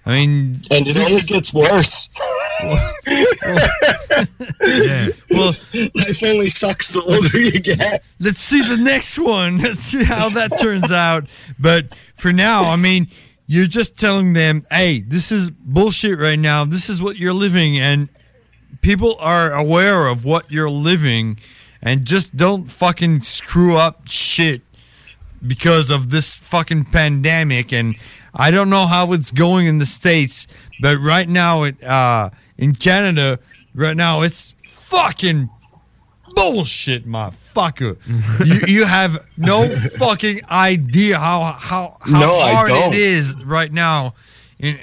I mean,
and it only gets worse.
yeah. Well,
life only sucks the older you get.
Let's see the next one. Let's see how that turns out. But for now, I mean, you're just telling them, "Hey, this is bullshit right now. This is what you're living," and people are aware of what you're living, and just don't fucking screw up shit because of this fucking pandemic and I don't know how it's going in the states, but right now it uh in Canada right now it's fucking bullshit motherfucker. you you have no fucking idea how how how
No, I
hard
don't.
it is right now. In,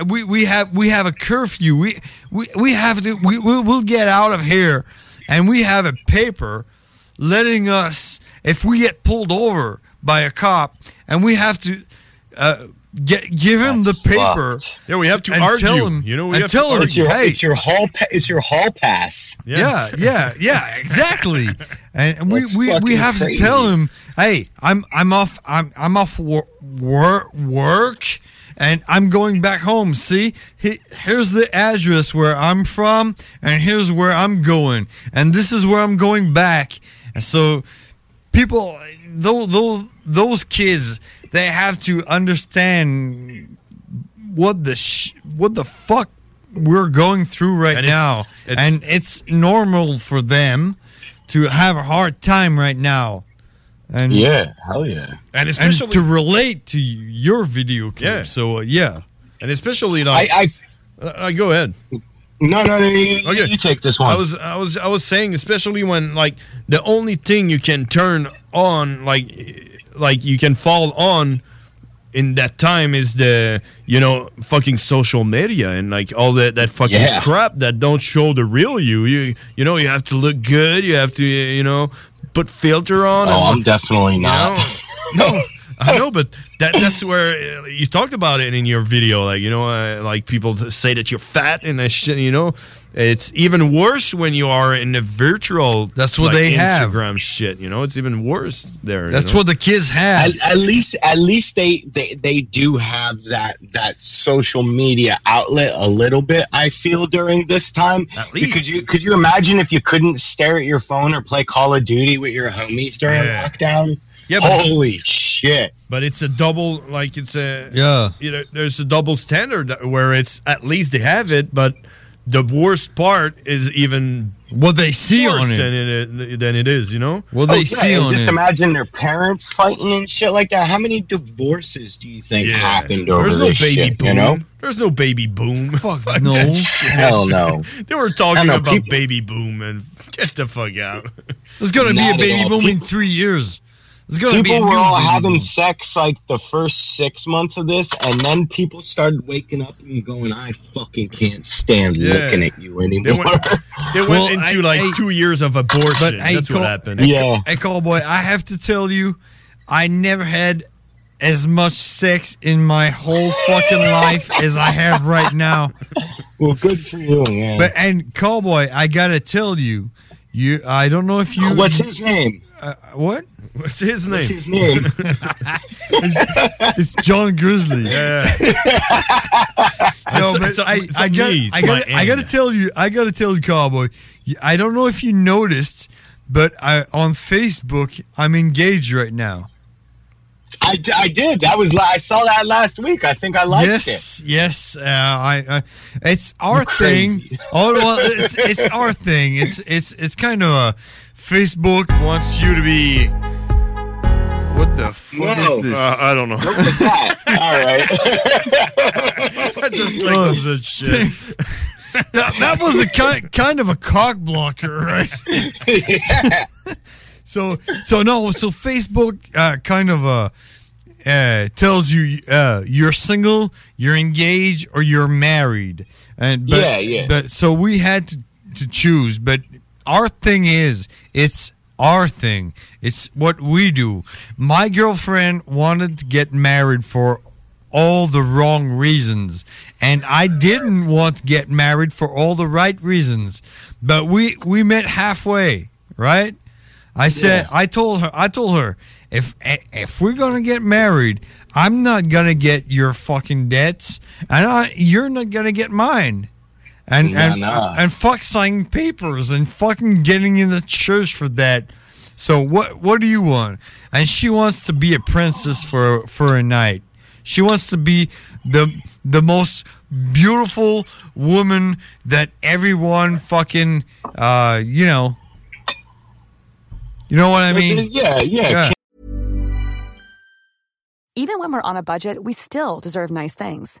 uh, we we have we have a curfew. We we, we have to we we'll, we'll get out of here and we have a paper letting us if we get pulled over by a cop and we have to uh, Gi- give him the paper.
Yeah, we have to argue. You know, we have to argue.
it's your, it's your hall. Pa- it's your hall pass.
Yeah, yeah, yeah, exactly. And we,
That's
we, we
fucking
have
crazy.
to tell him, hey, I'm I'm off I'm I'm off wor- wor- work and I'm going back home. See, He- here's the address where I'm from and here's where I'm going and this is where I'm going back. And so people those those, those kids they have to understand what the sh- what the fuck we're going through right
And it's-
now
it's-
and it's normal for them to have a hard time right now and
Yeah, hell yeah.
and,
especially-
to relate to your video clip
Yeah.
so uh, yeah
and especially you know,
I,
I, uh, go ahead.
No, no, no. You, you take this one.
I was, I was, I was saying, especially when like the only thing you can turn on, like, eh, like you can fall on in that time is the you know fucking social media and like all that that fucking
Yeah.
crap that don't show the real you. You, you know, you have to look good. You have to, eh, you know, put filter on.
Oh,
and-
I'm definitely
you
not.
know? no, I know, but that that's where uh, you talked about it in your video. Like you know, uh, like people t- say that you're fat and that shit. You know, it's even worse when you are in the virtual. That's
what they have.
Instagram shit. You know, it's even worse there. you know?
the kids have.
At, at least, at least they, they they do have that that social media outlet a little bit. I feel during this time. At
least.
Could you could you imagine if you couldn't stare at your phone or play Call of Duty with your homies during
Yeah.
lockdown?
Yeah, but-
Holy shit!
But it's a double, like it's a
Yeah.
You know, there's a double standard where it's at least they have it, but the worst part is even
what they see
on it.
than it than it is. You know,
well
Oh, yeah, and Just imagine their parents fighting and shit like that. How many divorces do you think happened over
There's no
this
baby
shit?
boom.
You know?
There's no baby boom. Fuck,
no.
that shit.
Hell no.
they were talking
know,
about
people-
baby boom and get the fuck out.
there's gonna be a
Not at
baby
all.
boom in
People-
three years there's gonna be a
People were
new
all
baby
having
boom.
sex like the first six months of this, and then people started waking up and going, "I fucking can't stand
Yeah.
looking at you
They
anymore."
went, they went
Well, I-
into like
I-
two years of abortion. That's what
Col-
happened.
Hey, yeah. Hey, Cowboy, I have to tell you, I never had as much sex in my whole fucking life as I have right now.
Well, good for you, man.
But and Cowboy, I gotta tell you, you I don't know if you.
What's his name?
Uh, what?
What's his name?
What's his name?
It's John Grizzly.
Yeah.
no,
It's-
but
it's a-
I,
it's a
I, got,
me, it's
I,
my
got, I got to
end.
tell you, I got to tell you, Cowboy. you- I don't know if you noticed, but I, on Facebook, I'm engaged right now.
I, d- I did. That was la- I saw that last week. I think I liked
yes, yes. Uh, I, I, it's our
You're crazy.
thing. Oh well, it's, it's our thing. It's it's it's kind of a Facebook wants you to be. What the fuck
Whoa.
is this?
Uh, I don't know.
it. What's that? All right.
I just like that shit.
that, that was a kind, kind of a cock blocker, right?
Yeah.
So so no, so Facebook uh, kind of uh, uh, tells you uh, you're single, you're engaged, or you're married. And but,
Yeah, yeah.
But so we had to, to choose. But our thing is, it's our thing. It's what we do. My girlfriend wanted to get married for all the wrong reasons and I didn't want to get married for all the right reasons but we we met halfway right I said I told her I told her if if we're gonna get married, I'm not gonna get your fucking debts, and I, you're not gonna get mine. And
Nah,
and
nah.
and fuck signing papers and fucking getting in the church for that. So what what do you want? And she wants to be a princess for for a night. She wants to be the the most beautiful woman that everyone fucking uh you know you know what I mean?
yeah, yeah.
Even when we're on a budget, we still deserve nice things.